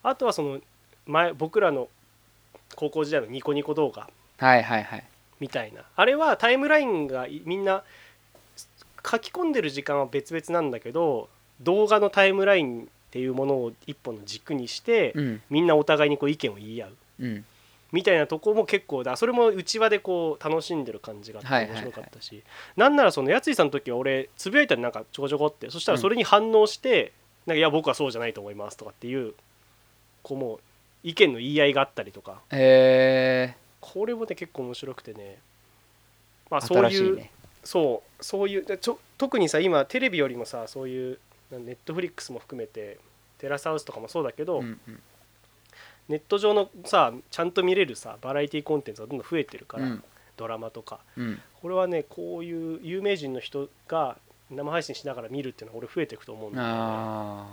あとはその前僕らの高校時代のニコニコ動画はいはいはいみたいなあれはタイムラインがいみんな書き込んでる時間は別々なんだけど動画のタイムラインっていうものを一本の軸にして、うんみんなお互いにこう意見を言い合ううんみたいなとこも結構だそれも内輪でこう楽しんでる感じがあってはいはい面はい白かったし、なんならそのやついさんの時は俺つぶやいたらなんかちょこちょこってそしたらそれに反応して、なんかいや僕はそうじゃないと思いますとかっていうこうもう意見の言い合いがあったりとかえこれもね結構面白くてねまあー、そう新いしいうねそうそういうでちょ特にさ今テレビよりもさそういうネットフリックスも含めてテラスハウスとかもそうだけど、うんうんネット上のさちゃんと見れるさバラエティコンテンツがどんどん増えてるから、うんドラマとかうんこれはねこういう有名人の人が生配信しながら見るっていうのは俺増えていくと思うんだよね。あ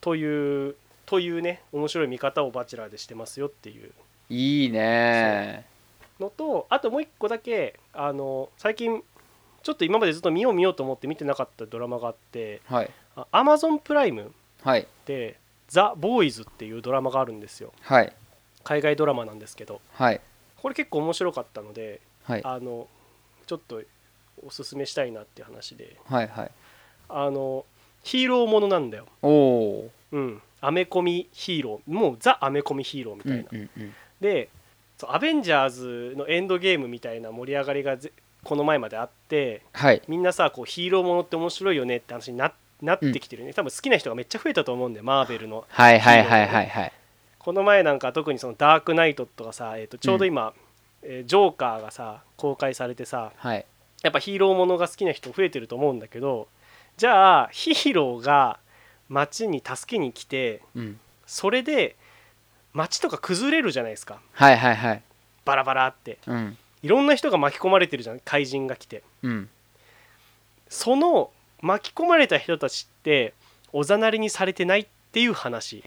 というというね面白い見方を「バチェラー」でしてますよっていうーいいねのとあともう一個だけあの最近ちょっと今までずっと見よう見ようと思って見てなかったドラマがあってはいアマゾンプライムはいで「ザ・ボーイズ」っていうドラマがあるんですよはい海外ドラマなんですけどはいこれ結構面白かったのではいあのちょっとおすすめしたいなっていう話ではいはいあのヒーローものなんだよおおうんアメコミヒーローもうザ・アメコミヒーローみーうたいな、んうんうんでそうアベンジャーズのエンドゲームみたいな盛り上がりがぜこの前まであってはいみんなさこうヒーローものって面白いよねって話にななってきてるね、多分好きな人がめっちゃ増えたと思うんだよマーベルのはいはいはいはいはいこの前なんか特にそのダークナイトとかさ、えー、とちょうど今、えージョーカーがさ公開されてさはいやっぱヒーローものが好きな人増えてると思うんだけどじゃあヒーローが街に助けに来てうんそれで街とか崩れるじゃないですかはいはいはいバラバラってうんいろんな人が巻き込まれてるじゃん怪人が来てうんその巻き込まれた人たちっておざなりにされてないっていう話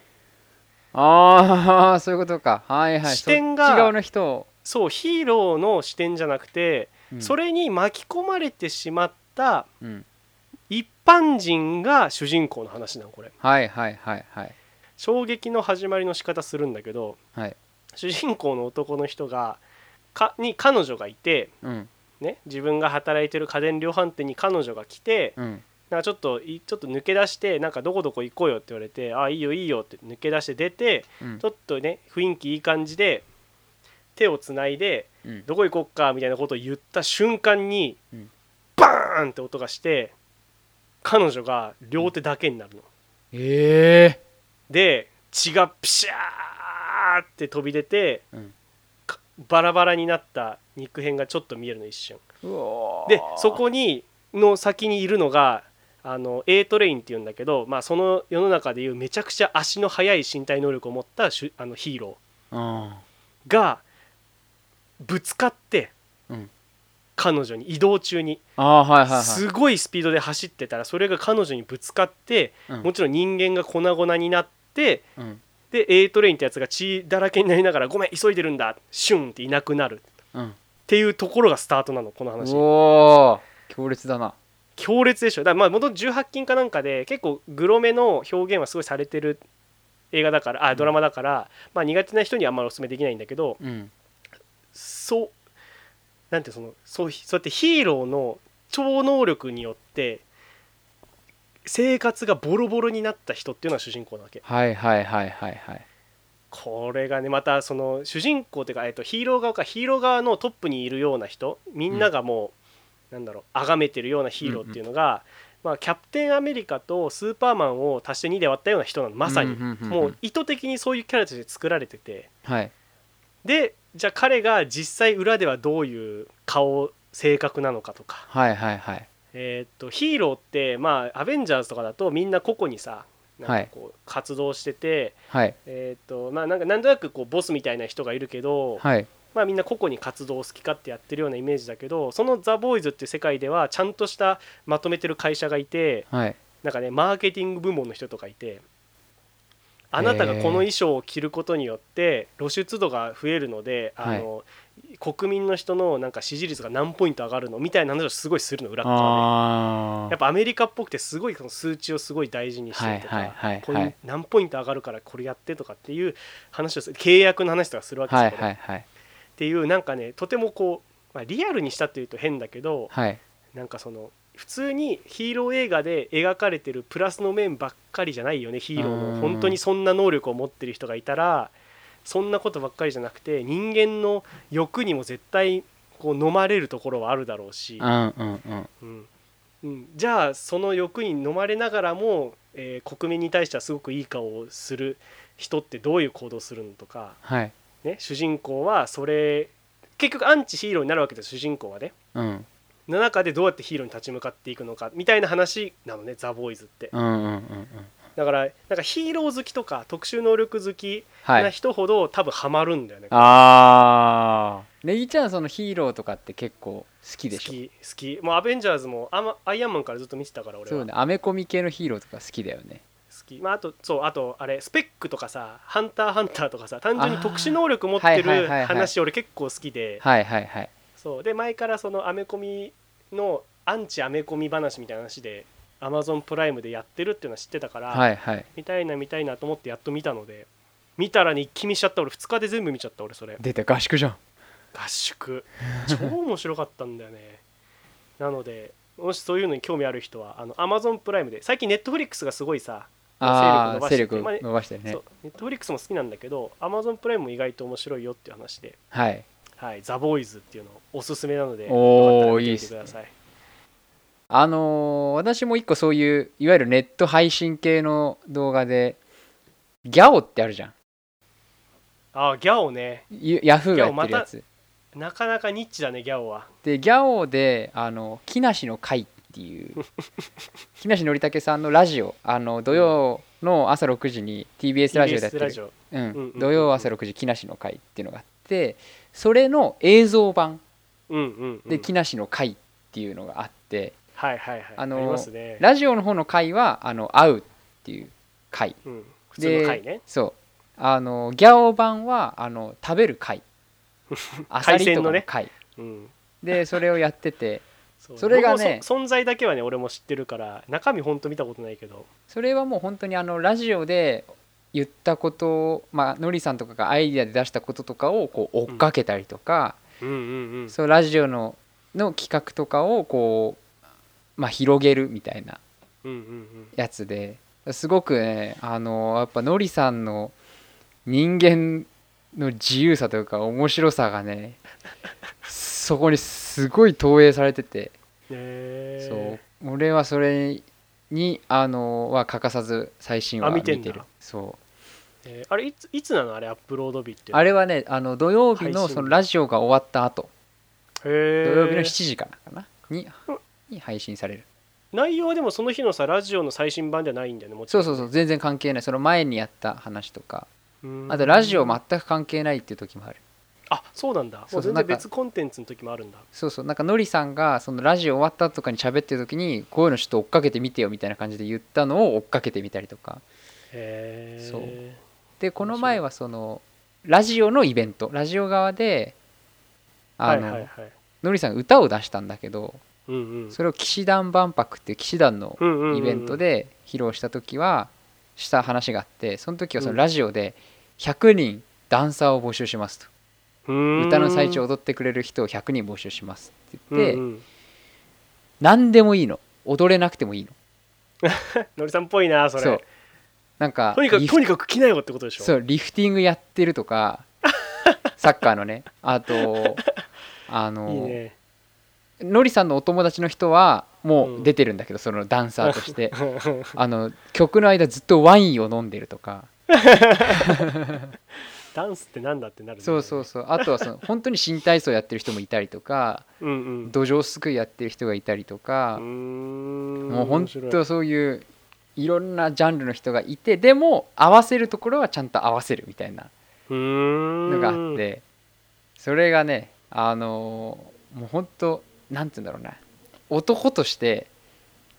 ああそういうことかはいはい視点がそっち側の人を、そうヒーローの視点じゃなくて、うんそれに巻き込まれてしまったうん一般人が主人公の話なのこれはいはいはいはい衝撃の始まりの仕方するんだけどはい主人公の男の人がかに彼女がいてうんね自分が働いてる家電量販店に彼女が来てうんなんかちょっといちょっと抜け出してなんかどこどこ行こうよって言われてああいいよいいよって抜け出して出てうんちょっとね雰囲気いい感じで手をつないでうんどこ行こっかみたいなことを言った瞬間にうんバーンって音がして彼女が両手だけになるの。ええで血がピシャーって飛び出てうんかバラバラになった肉片がちょっと見えるの一瞬うおーでそこにの先にいるのがあの A トレインっていうんだけど、まあ、その世の中でいうめちゃくちゃ足の速い身体能力を持った主あのヒーロうんーがぶつかってうん彼女に移動中にああーはいはいはいすごいスピードで走ってたらそれが彼女にぶつかってうんもちろん人間が粉々になってうんで A トレインってやつが血だらけになりながら「ごめん急いでるんだ」シュンっていなくなるっうんていうところがスタートなのこの話おお強烈だな強烈でしょだからまあ元々18禁かなんかで結構グロめの表現はすごいされてる映画だからあドラマだから、まあ、苦手な人にはあんまりおすすめできないんだけどうんそうなんていうのそのそうそうやってヒーローの超能力によって生活がボロボロになった人っていうのは主人公なわけはいはいはいはいはいこれがねまたその主人公というか、えっと、ヒーロー側かヒーロー側のトップにいるような人みんながもう、なんだろう崇めてるようなヒーローっていうのが、まあ、キャプテンアメリカとスーパーマンを足して2で割ったような人なのまさに、うんうんうんうんもう意図的にそういうキャラとして作られててはいでじゃあ彼が実際裏ではどういう顔性格なのかとか、はいはいはいえっとヒーローってまあアベンジャーズとかだとみんな個々にさなんかこう活動してて、はいえーとまあ、なんかなんとなくこうボスみたいな人がいるけど、はいまあ、みんな個々に活動を好き勝手やってるようなイメージだけどそのザ・ボーイズっていう世界ではちゃんとしたまとめてる会社がいてはいなんかねマーケティング部門の人とかいてあなたがこの衣装を着ることによって露出度が増えるのであの、国民の人のなんか支持率が何ポイント上がるのみたいな話をすごいするの裏っ側で。ああやっぱアメリカっぽくてすごいその数値をすごい大事にしてるとか、はいはいポはイいンはい何ポイント上がるからこれやってとかっていう話をする契約の話とかするわけですよはいねはいはいっていうなんかねとてもこう、まあ、リアルにしたっていうと変だけどはいなんかその普通にヒーロー映画で描かれてるプラスの面ばっかりじゃないよねヒーローうのん本当にそんな能力を持ってる人がいたらそんなことばっかりじゃなくて人間の欲にも絶対こう飲まれるところはあるだろうしう、んうんうんうんうん、じゃあその欲に飲まれながらも、えー国民に対してはすごくいい顔をする人ってどういう行動するのとか。はいね、主人公はそれ結局アンチヒーローになるわけです主人公はねうんの中でどうやってヒーローに立ち向かっていくのかみたいな話なのねザ・ボーイズってうんうんうんうんだからなんかヒーロー好きとか特殊能力好きはない人ほど多分ハマるんだよね、ああネギちゃんそのヒーローとかって結構好き好でしょき好きもうアベンジャーズもアマアイアンマンからずっと見てたから俺そは、うねアメコミ系のヒーローとか好きだよね好き、まあ、あとそうあとあれスペックとかさ「ハンターハンター」とかさ単純にあー特殊能力持ってはいはるいはいはい話俺結構好きではいはいはいそうで前からそのアメコミのアンチアメコミ話みたいな話でアマゾンプライムでやってるっていうのは知ってたから、はいはい見たいな見たいなと思ってやっと見たので見たらに一気見しちゃった俺2日で全部見ちゃった俺それ出て合宿じゃん合宿超面白かったんだよね なのでもしそういうのに興味ある人はあのアマゾンプライムで最近ネットフリックスがすごいさあ勢あ勢力伸力ばして伸ばしてねそうネットフリックスも好きなんだけどアマゾンプライムも意外と面白いよっていう話ではいはい、ザ・ボーイズっていうのおすすめなので、おーよかったら見ていいみってすくねださい。あのー私も一個そういういわゆるネット配信系の動画でギャオってあるじゃんあーギャオね、ゆヤフーがやってるやつなかなかニッチだね、ギャオは。でギャオであの木梨の会っていう 木梨憲武さんのラジオあの土曜の朝6時に TBS ラジオでやって TBS ラジる、オ。うんうんうんうん土曜朝6時木梨の会っていうのがあってそれの映像版うんうん、うん。で木梨の会っていうのがあって、はいはいはい。ああのーりますね。ラジオの方の会はあの会うっていう会うん、普通での回ね。そうあのギャオ版はあの食べる 会アサリとかの会うん、でそれをやっててそそれがね僕もそ存在だけはね、俺も知ってるから、中身ほんと見たことないけど。それはもう本当にあのラジオで言ったことを、まあのりさんとかがアイディアで出したこととかをこう追っかけたりとか、うんうんうん。そうラジオのの企画とかをこう、まあ、広げるみたいなうんうんやつですごくねあのやっぱノリさんの人間の自由さというか面白さがねそこにすごい投影されてて、うんへえそう俺はそれにあのは欠かさず最新話あ見見ててんだるそうえーあれいついつなのあれアップロード日ってあれはねあの土曜日の配信そのラジオが終わった後土土曜日の曜7時からかなにに配信される内容はでもその日のさラジオの最新版じゃないんだよねもちそろうんそうそう全然関係ないその前にやった話とかうんあとラジオ全く関係ないっていう時もあるあそうなんだそうそもう全然うなんか別コンテンツの時もあるんだそうそうなんかのりさんがそのラジオ終わった後とかに喋ってる時にこういうのちょっと追っかけてみてよみたいな感じで言ったのを追っかけてみたりとかへえそうでこの前はそのラジオのイベントラジオ側であはいの、はいはいのりさんが歌を出したんだけどうんうんそれを騎士団万博っていう騎士団のうんうんうんイベントで披露した時はした話があってその時はそのラジオで100人ダンサーを募集しますと歌歌の最中踊ってくれる人を100人募集しますって言って、うんうん何でもいいの踊れなくてもいいののりさんっぽいなそれそうなんかとにかくリフとにかく着なよってことでしょそうリフティングやってる とかサッカーのねあとあのいいね のりさんのお友達の人はもううん出てるんだけど、そのダンサーとして あの曲の間ずっとワインを飲んでるとかダンスってなんだってなるねそうそうそうあとはその本当に新体操やってる人もいたりとかうんうん土壌すくいやってる人がいたりとかうー、んもう本面白い当そういういろんなジャンルの人がいてでも合わせるところはちゃんと合わせるみたいなうーんのがあってそれがねあのーもう本当なんて言うんだろうな男として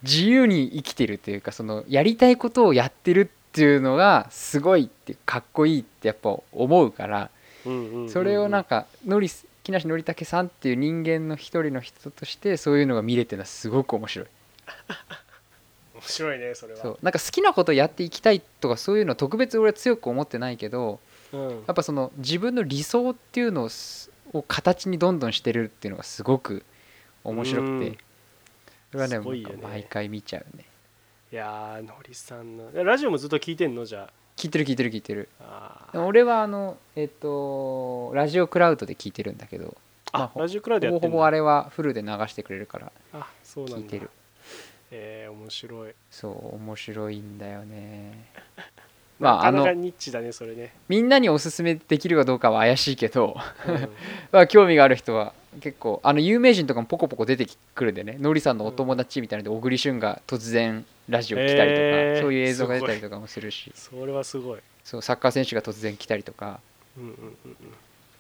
自由に生きてるっていうかそのやりたいことをやってるっていうのがすごいってかっこいいってやっぱ思うからうんうんうんそれをなんかのり木梨憲武さんっていう人間の一人の人としてそういうのが見れてるのはすごく面白い面白いねそれはそうなんか好きなことやっていきたいとかそういうの特別俺は強く思ってないけどうんやっぱその自分の理想っていうのをすを形にどんどんしてるっていうのがすごく面白くうんてそれはねすごいよねなんか毎回見ちゃうねいやーのりさんのラジオもずっと聞いてんのじゃ聞いてる聞いてる聞いてるあでも俺はあのえっ、とラジオクラウドで聞いてるんだけどまあああほラジオクラウドやほぼってほんぼのあれはフルで流してくれるからあそうなんだ聞いてるえー面白いそう面白いんだよ ねままああなあかなかのニッチだねそれねみんなにおすすめできるかどうかは怪しいけどうん まあ、興味がある人は結構あの有名人とかもポコポコ出てくるんでねのりさんのお友達みたいなので小栗旬が突然ラジオ来たりとか、へーそういう映像が出たりとかもするしそれはすごいそうサッカー選手が突然来たりとか、うんうんうんうん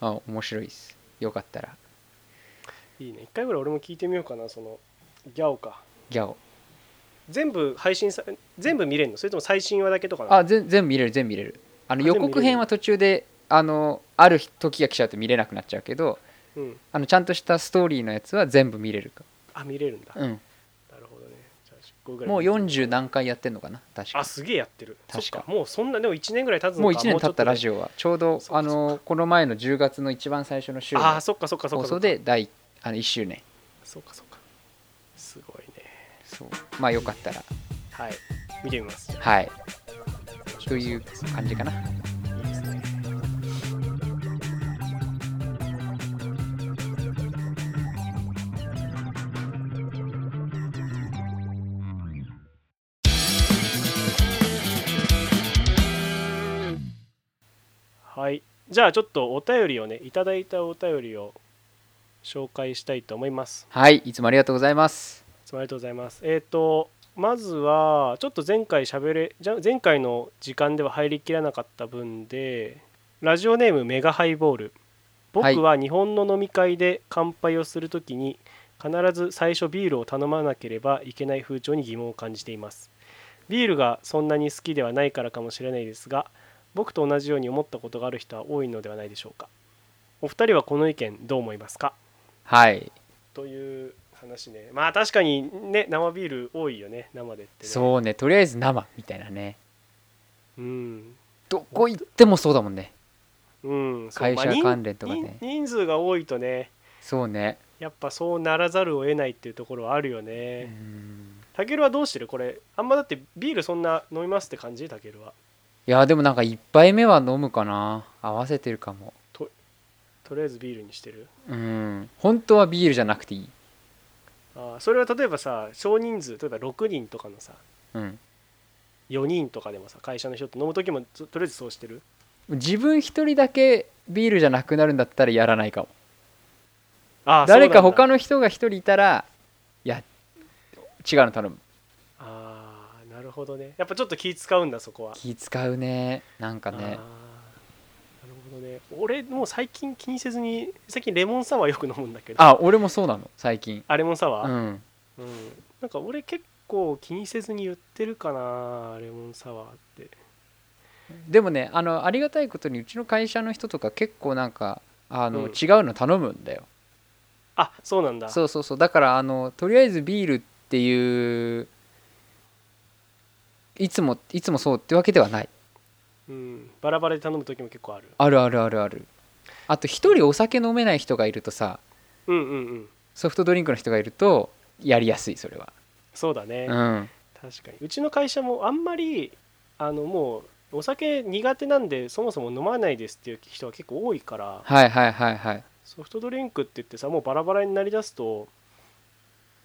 まあ、面白いですよかったらいいね一回ぐらい俺も聞いてみようかなそのギャオかギャオ全部配信さ全部見れるのそれとも最新話だけとかなのあ全全部見れる全部見れるあのあ全予部告編は途中であのある時が来ちゃうと見れなくなっちゃうけどうんあのちゃんとしたストーリーのやつは全部見れるかあ見れるんだ、ら、うん、なるほどねじゃあ10個ぐらいもう40何回やってんのかな確かあすげえやってるそっ確かもうそんなでも1年ぐらい経つのかもう1年経ったラオジオはちょうどそうかあのこの前の10月の一番最初の週のああそっかそっかそっ放かそっ送かで第あの1周年そうかそうかすごいねそうまあよかったらはい見てみますじゃはいあという感じかな面白そうですいいですねはいじゃあちょっとお便りをねいただいたお便りを紹介したいと思いますはいいつもありがとうございますいつもありがとうございます。えっ、とまずはちょっと前回しゃべれじゃ前回の時間では入りきらなかった分でラジオネームメガハイボールはい僕は日本の飲み会で乾杯をするときに必ず最初ビールを頼まなければいけない風潮に疑問を感じていますビールがそんなに好きではないからかもしれないですが僕と同じように思ったことがある人は多いのではないでしょうかお二人はこの意見どう思いますかはいという話ねまあ確かにね生ビール多いよね生でってねそうねとりあえず生みたいなねうん、どこ行ってもそうだもんねうん、そう会社まあ人関連とかね人人数が多いとねそうねやっぱそうならざるを得ないっていうところはあるよね、うんタケルはどうしてるこれあんまだってビールそんな飲みますって感じタケルはいやでもなんか1杯目は飲むかな合わせてるかもとりあえずビールにしてるうん本当はビールじゃなくていいあーそれは例えばさ少人数例えば6人とかのさうん4人とかでもさ会社の人と飲む時もととりあえずそうしてる自分一人だけビールじゃなくなるんだったらやらないかもあー誰かそうなんだ他の人が一人いたらいや違うの頼むあーなるほどねやっぱちょっと気使うんだそこは気使うねなんかあーなねるほどね俺もう最近気にせずに最近レモンサワーよく飲むんだけどあ俺もそうなの最近あレモンサワうー、んうんなんか俺結構気にせずに言ってるかなレモンサワーってでもねあのありがたいことにうちの会社の人とか結構なんかあの、うん違うの頼むんだよあそうなんだそうそうそうだからあのとりあえずビールっていういつもいつもそうってわけではないうん、バラバラで頼む時も結構あるあるあるあるあるあと一人お酒飲めない人がいるとさうんうんうんソフトドリンクの人がいるとやりやすいそれはそうだね、うん確かにうちの会社もあんまりあのもうお酒苦手なんでそもそも飲まないですっていう人が結構多いからはいはいはいはいソフトドリンクって言ってさもうバラバラになりだすと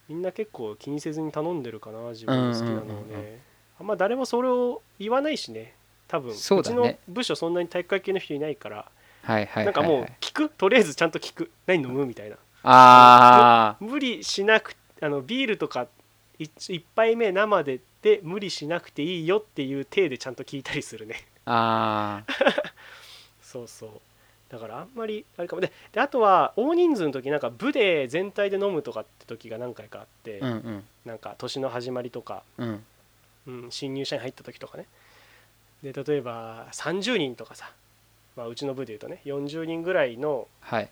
みんな結構気にせずに頼んでるかな自分の好きなのをね、うんうんうんあんま誰もそれを言わないしね多分そうだちねの部署そんなに体育会系の人いないから、はいはいはいはいなんかもう聞くとりあえずちゃんと聞く何飲むみたいなあ無理しなくあのビールとか 1, 杯目生でで無理しなくていいよっていう体でちゃんと聞いたりするねあああそうそうだからあんまりあれかもでであとは大人数の時なんか部で全体で飲むとかって時が何回かあって、うんうんなんか年の始まりとか、うんうん、新入社員入った時とかねで例えば30人とかさ、まあ、うちの部でいうとね40人ぐらいのはい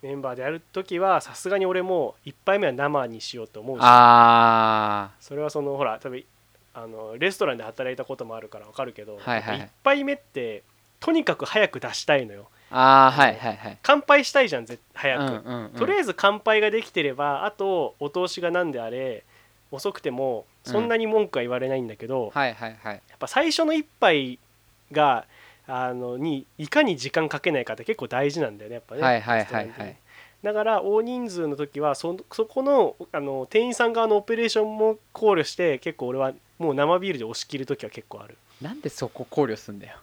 メンバーでやる時はさすがに俺も1杯目は生にしようと思うしあそれはそのほら多分あのレストランで働いたこともあるからわかるけど、はいはいはい1杯目ってとにかく早く出したいのよあああはいはいはい乾杯したいじゃんぜ早く、うんうんうんとりあえず乾杯ができてればあとお通しが何であれ遅くてもそんなに文句は言われないんだけど、やはいはいはいっぱ最初の1杯があのにいかに時間かけないかって結構大事なんだよねやっぱね。はいはいはいレストはランいでだから大人数の時はそそこのあの店員さん側のオペレーションも考慮して結構俺はもう生ビールで押し切る時は結構あるなんでそこ考慮すんだよ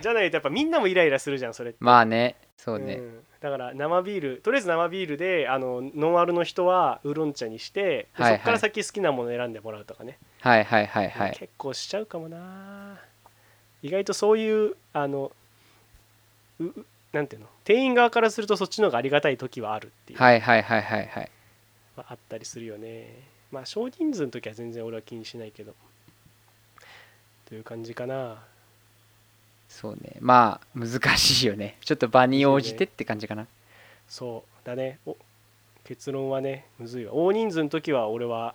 じゃないとやっぱみんなもイライラするじゃんそれって、まあねそううねんだから生ビールとりあえず生ビールであのノンアルの人はウーロン茶にして、ではいはそいこから先好きなもの選んでもらうとかね、はいはいはいはい結構しちゃうかもな意外とそういうあのううなんていうの店員側からするとそっちの方がありがたい時はあるっていうはいはいはいはいはいまあ、あったりするよねまあ少人数の時は全然俺は気にしないけどという感じかなそうねまあ難しいよねちょっと場に応じてって感じかなそうだねお結論はねむずいわ大人数の時は俺は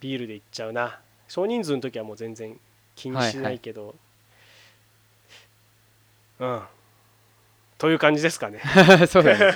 ビールでいっちゃうな少人数の時はもう全然気にしないけど、うんという感じですかね そうだね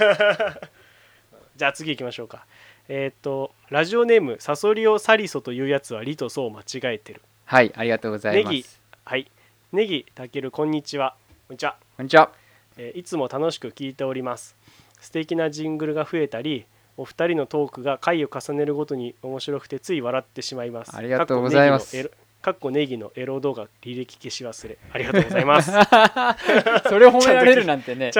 じゃあ次行きましょうかえーっとラジオネームサソリをサリソというやつはリとソを間違えてるはいありがとうございまネギすはい。ネギたけるこんにちは。こんにちは、こんにち はえーいつも楽しく聞いております。素敵なジングルが増えたり、お二人のトークが回を重ねるごとに面白くてつい笑ってしまいます。ありがとうございますかっこネギのエロかっこネギのエロ動画履歴消し忘れ。ありがとうございます。 それを褒められるなんてね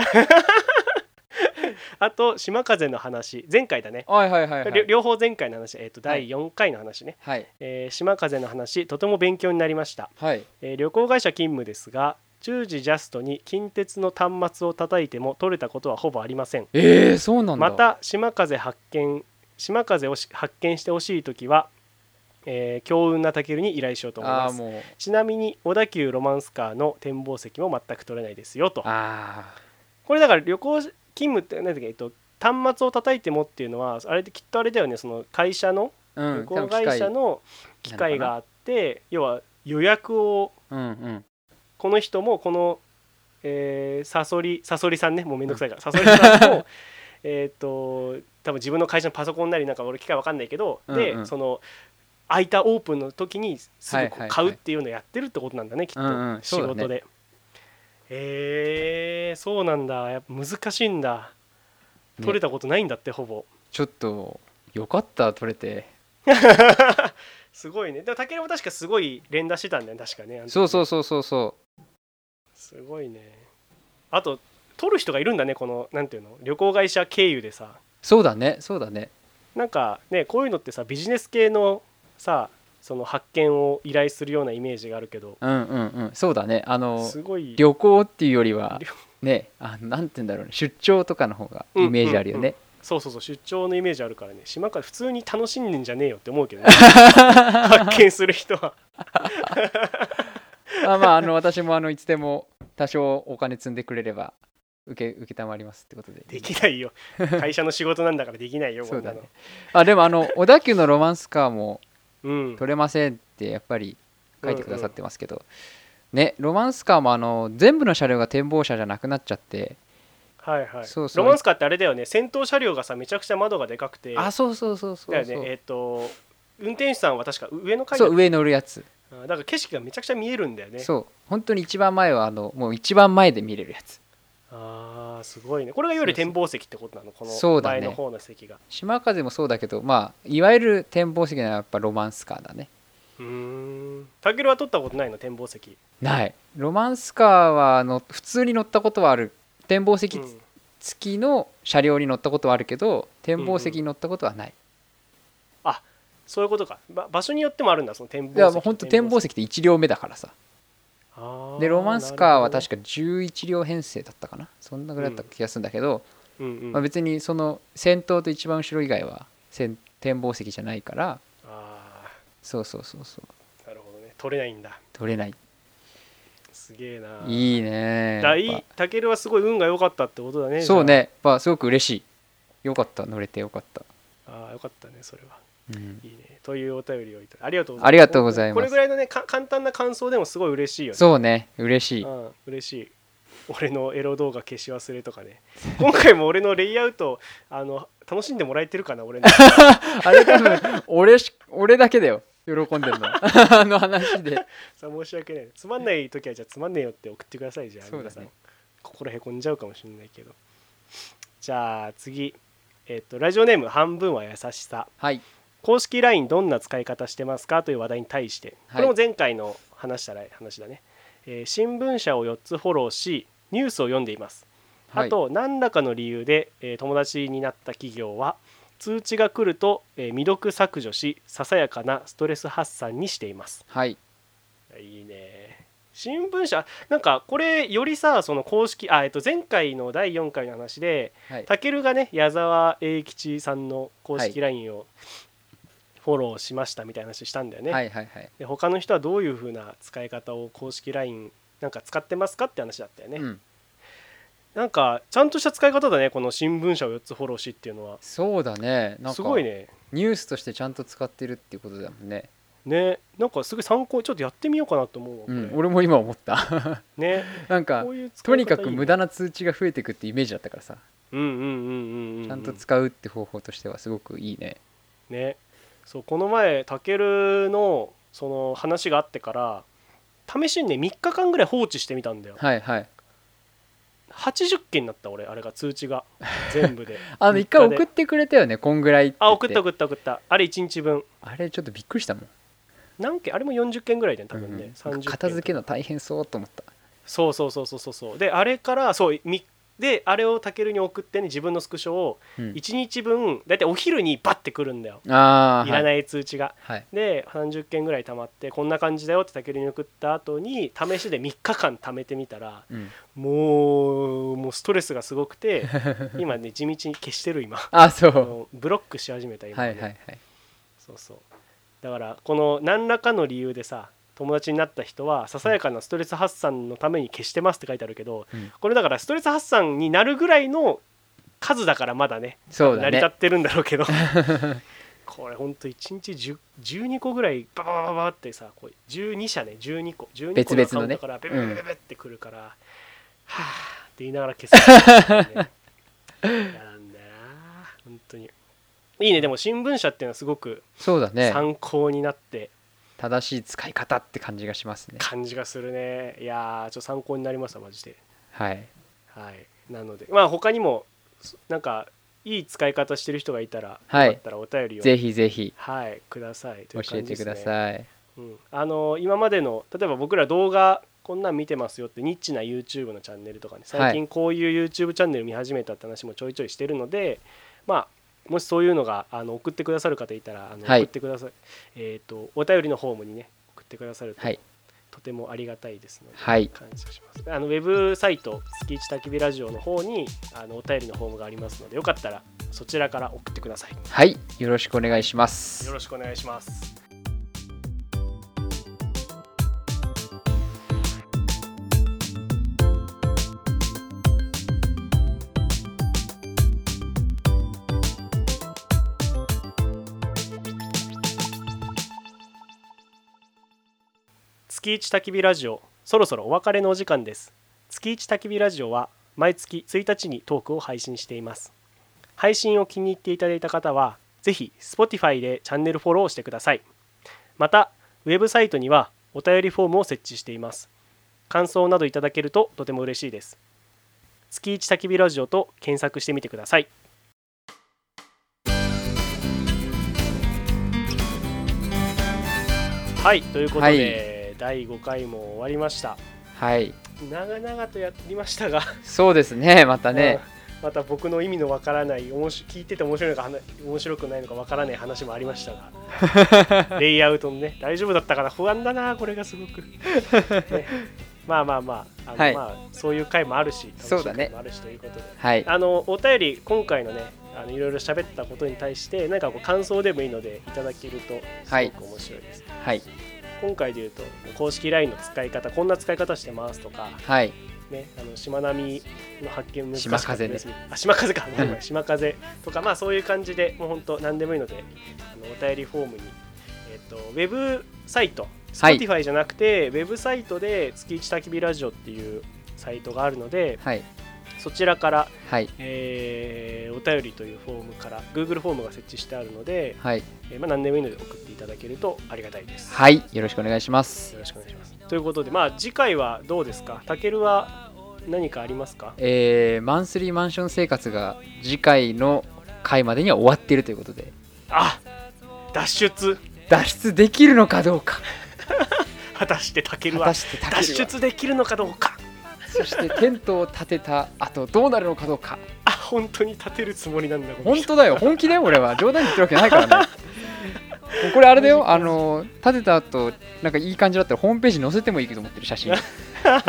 あと島風の話、前回だね。はいはいはいはりょい両方前回の話、えっ、とは第い4回の話ね、はいえー島風の話、とても勉強になりました。はいえー旅行会社勤務ですが10時ジャストに近鉄の端末を叩いても取れたことはほぼありませんえー、そうなんだまた島風発見島風をし発見してほしい時は、えー強運なタケルに依頼しようと思いあまあすもうちなみに小田急ロマンスカーの展望席も全く取れないですよとあこれだから旅行勤務って何だっけ、えっと、端末を叩いてもっていうのはあれってきっとあれだよねその会社のあう旅行ん会社の機械があって要は予約をうんうんこ の人もこの、えーサソリサソリさんねもうめんどくさいから、サソリさんもえっ、と多分自分の会社のパソコンなりなんか俺機械わかんないけど、うんうでんその空いたオープンの時にすぐこはいはうい買うっていうのをやってるってことなんだね、うんうんきっと仕そうだね事で。えー、そうなんだやっぱ難しいんだね取れたことないんだって、ほ ぼちょっとよかった取れてすごいねでも武尊も確かすごい連打してたんだよね確かねそうそううそうそうそすごいねあと取る人がいるんだねこのなんていうの旅行会社経由でさうそうだねそうだねなんかねこういうのってさビジネス系のさその発見を依頼するようなイメージがあるけどうんうんうんそうだねあのすごい旅行っていうよりは旅ねあなんて言うんだろうね出張とかの方がイメージあるよね、そうそうそう出張のイメージあるからね島から普通に楽しんでんじゃねえよって思うけ どね発見する人はあまああの私もあのいつでも多少お金積んでくれれば受け受けたまりますってことでできないよ会社の仕事なんだからできないよそうだねこんなのあでもあの小田急のロマンスカーもうん取れませんってやっぱり書いてくださってますけど、ねロマンスカーもあの全部の車両が展望車じゃなくなっちゃって、はいはいそうそうロマンスカーってあれだよね先頭車両がさめちゃくちゃ窓がでかくてあそうそうそうそうだそよう,、ねえっ、と運転手さんは確か上の階だそう上乗るやつ、あだから景色がめちゃくちゃ見えるんだよねそう本当に一番前はあのもう一番前で見れるやつあーすごいねこれがいわゆる展望席ってことなのこそのうだ前ねの方の席が島風もそうだけどまあいわゆる展望席ならやっぱロマンスカーだねう,、ーんタケルは取ったことないの展望席ないロマンスカーはあの普通に乗ったことはある展望席うん付きの車両に乗ったことはあるけど展望席に乗ったことはない、そういうことか、ば場所によってもあるんだその展望いやもう本当展望席って1両目だからさあーでロマンスカーは確なか11両編成だったかなそんなぐらいだった気がするんだけど、るほどねうんうんまあ、別にその先頭と一番後ろ以外は先展望席じゃないからあそうそうそうそうーなるほどね取れないんだ取れないすげえないいいねだやいっタケルはすごい運が良かったってことだぱねそうねやっぱすごく嬉しいよかった乗れてよかった、じゃああーよかったねそれはうんいいねというお便りをいただありがとうございますありがとうございますこれぐらいのねか簡単な感想でもすごい嬉しいよねそうね嬉しいうん、嬉しい俺のエロ動画消し忘れとかね今回も俺のレイアウトあの楽しんでもらえてるかな俺の あれ多分俺し俺だけだよ 喜んでるのあの話でさ申し訳ないつまんない時はじゃあつまんねえよって送ってくださいじゃあそう皆だねさん、心へこんじゃうかもしれないけどじゃあ次えっ、とラジオネーム半分は優しさはい公式 LINE どんな使い方してますかという話題に対してはこいれも前回の話したら話だね、えー新聞社を4つフォローしニュースを読んでいますはあいと何らかの理由で、えー友達になった企業は通知が来ると、えー未読削除しささやかなストレス発散にしていますはいいいね新聞社なんかこれよりさその公式あ、えっと、前回の第4回の話ではいたけるがね矢沢永吉さんの公式 LINE をフォローしましたみたいな話したんだよね、はいはいはいで他の人はどういう風な使い方を公式 LINE なんか使ってますかって話だったよね、うんなんかちゃんとした使い方だねこの新聞社を4つフォローしっていうのはそうだねなんすかごいねニュースとしてちゃんと使ってるっていうことだもんね、ねなんかすごい参考ちょっとやってみようかなと思うわこうれ、ん、俺も今思った ねなんかこういう使い方といいにねかく無駄な通知が増えてくってイメージだったからさうんうんうんうんうん、うん、ちゃんと使うって方法としてはすごくいいねねそうこの前たけるのその話があってから試しにね3日間ぐらい放置してみたんだよはいはい80件になった俺あれが通知 が全部であの一回3送日でってくれたよねこんぐらいってあ送った送っ送った送ったあれ1日分たあれちょっとびっくりしたもん何件あれも40件ぐらいで多うん分ね、う30ん件とか片付けの大変そうと思ったそうそうそうそうそうそうであれからそうみであれをたけるに送ってね自分のスクショをうん1日分だいたいお昼にバッてくるんだよああいらい、ない通知がはい、で30件ぐらい溜まってこんな感じだよってたけるに送った後に試しで3日間貯めてみたらうん、 もうもうストレスがすごくて今ね地道に消してる今あそあうのブロックし始めた今、はねいはいはいそうそうだからこの何らかの理由でさ友達になった人はささやかなストレス発散のために消してますって書いてあるけど、うんこれだからストレス発散になるぐらいの数だからまだねそうだ成りね立ってるんだろうけどこれほんと1日10 12個ぐらいバババババってさこう12社ね12個12個のア別カウ々のントねからベベうベんベベベってくるから、はあって言いながら消す、ね、やなんだよないいねでも新聞社っていうのはすごくそうだね参考になって正しい使い方って感じがしますね感じがするねいやーちょっと参考になりましたマジではいはいなのでまあ他にもそなんかいい使い方してる人がいたら、はいよかったらお便りをぜひぜひはいくださいと教いうえ感じてですくねださい、うん、あの今までの例えば僕ら動画こんなん見てますよってニッチな YouTube のチャンネルとかね最近こういう YouTube チャンネル見始めたって話もちょいちょいしてるので、まあもしそういうのがあの送ってくださる方いたらあの、はい送ってくださいえっ、とお便りのフォームにね送ってくださると、はいとてもありがたいですので、はい感謝しますあのウェブサイト「月一焚き火ラジオ」の方にあのお便りのフォームがありますのでよかったらそちらから送ってくださいはいよろしくお願いしますよろしくお願いします。月一焚き火ラジオそろそろお別れのお時間です月一焚き火ラジオは毎月1日にトークを配信しています配信を気に入っていただいた方は、ぜひ Spotify でチャンネルフォローしてください。また、ウェブサイトにはお便りフォームを設置しています。感想などいただけるととても嬉しいです。月一焚き火ラジオと検索してみてください。はい、ということで、第5回も終わりました。はい長々とやりましたがそうですね またねうんまた僕の意味のわからないおもし聞いてて面白いのかはな面白くないのかわからない話もありました がレイアウトのね大丈夫だったかな不安だなこれがすごく、ねまあまあまああの、はいまあ、そういう回もあるし楽しいそうだね回もあるしということで、はいあのお便り今回のねあのいろいろ喋ったことに対してなんかこう感想でもいいのでいただけるとすはいごく面白いです、はい今回で言うと公式 LINE の使い方こんな使い方してますとかはいね、あの島波の発見難しか島った風ねですね。あ島風か、ごめんごめんうん島風とか、まあ、そういう感じでもう本当何でもいいのであのお便りフォームに、えっとウェブサイトはい Spotify じゃなくて、ウェブサイトで「月一焚き火ラジオ」っていうサイトがあるのではいそちらから、はいえーお便りというフォームから Google フォームが設置してあるので、はいえーまあ、何でもいいので送っていただけるとありがたいです。はいよろしくお願いしますよろしくお願いしますということで、まあ、次回はどうですかたけるは何かありますかえーマンスリーマンション生活が次回の回までには終わっているということであ脱出脱出できるのかどうか果たしてタケル果はたしてたけ脱るは出できるのかどうかそしてテントを立てた後どうなるのかどうかあ本当に立てるつもりなんだこの本人当だよ本気だよ俺は冗談言ってるわけないから ねもうこれあれだよあの立てた後なんかいい感じだったらホームページに載せてもいいと思ってる写真おもろい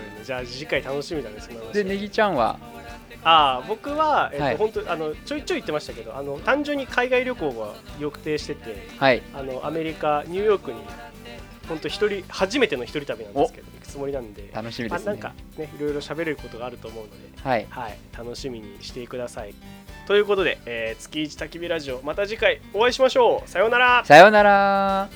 ねじゃあ次回楽しみだねその話でネギちゃんはああ僕は、えっとはい本当あのちょいちょい言ってましたけどあの単純に海外旅行は予定しててはいあのアメリカニューヨークに本当一人初めての一人旅なんですけど行くつもりなんで楽しみであすなんねかねいろいろ喋れることがあると思うのではいはい、楽しみにしてください。ということで、えー月一焚き火ラジオ、また次回お会いしましょう。さようなら。さようなら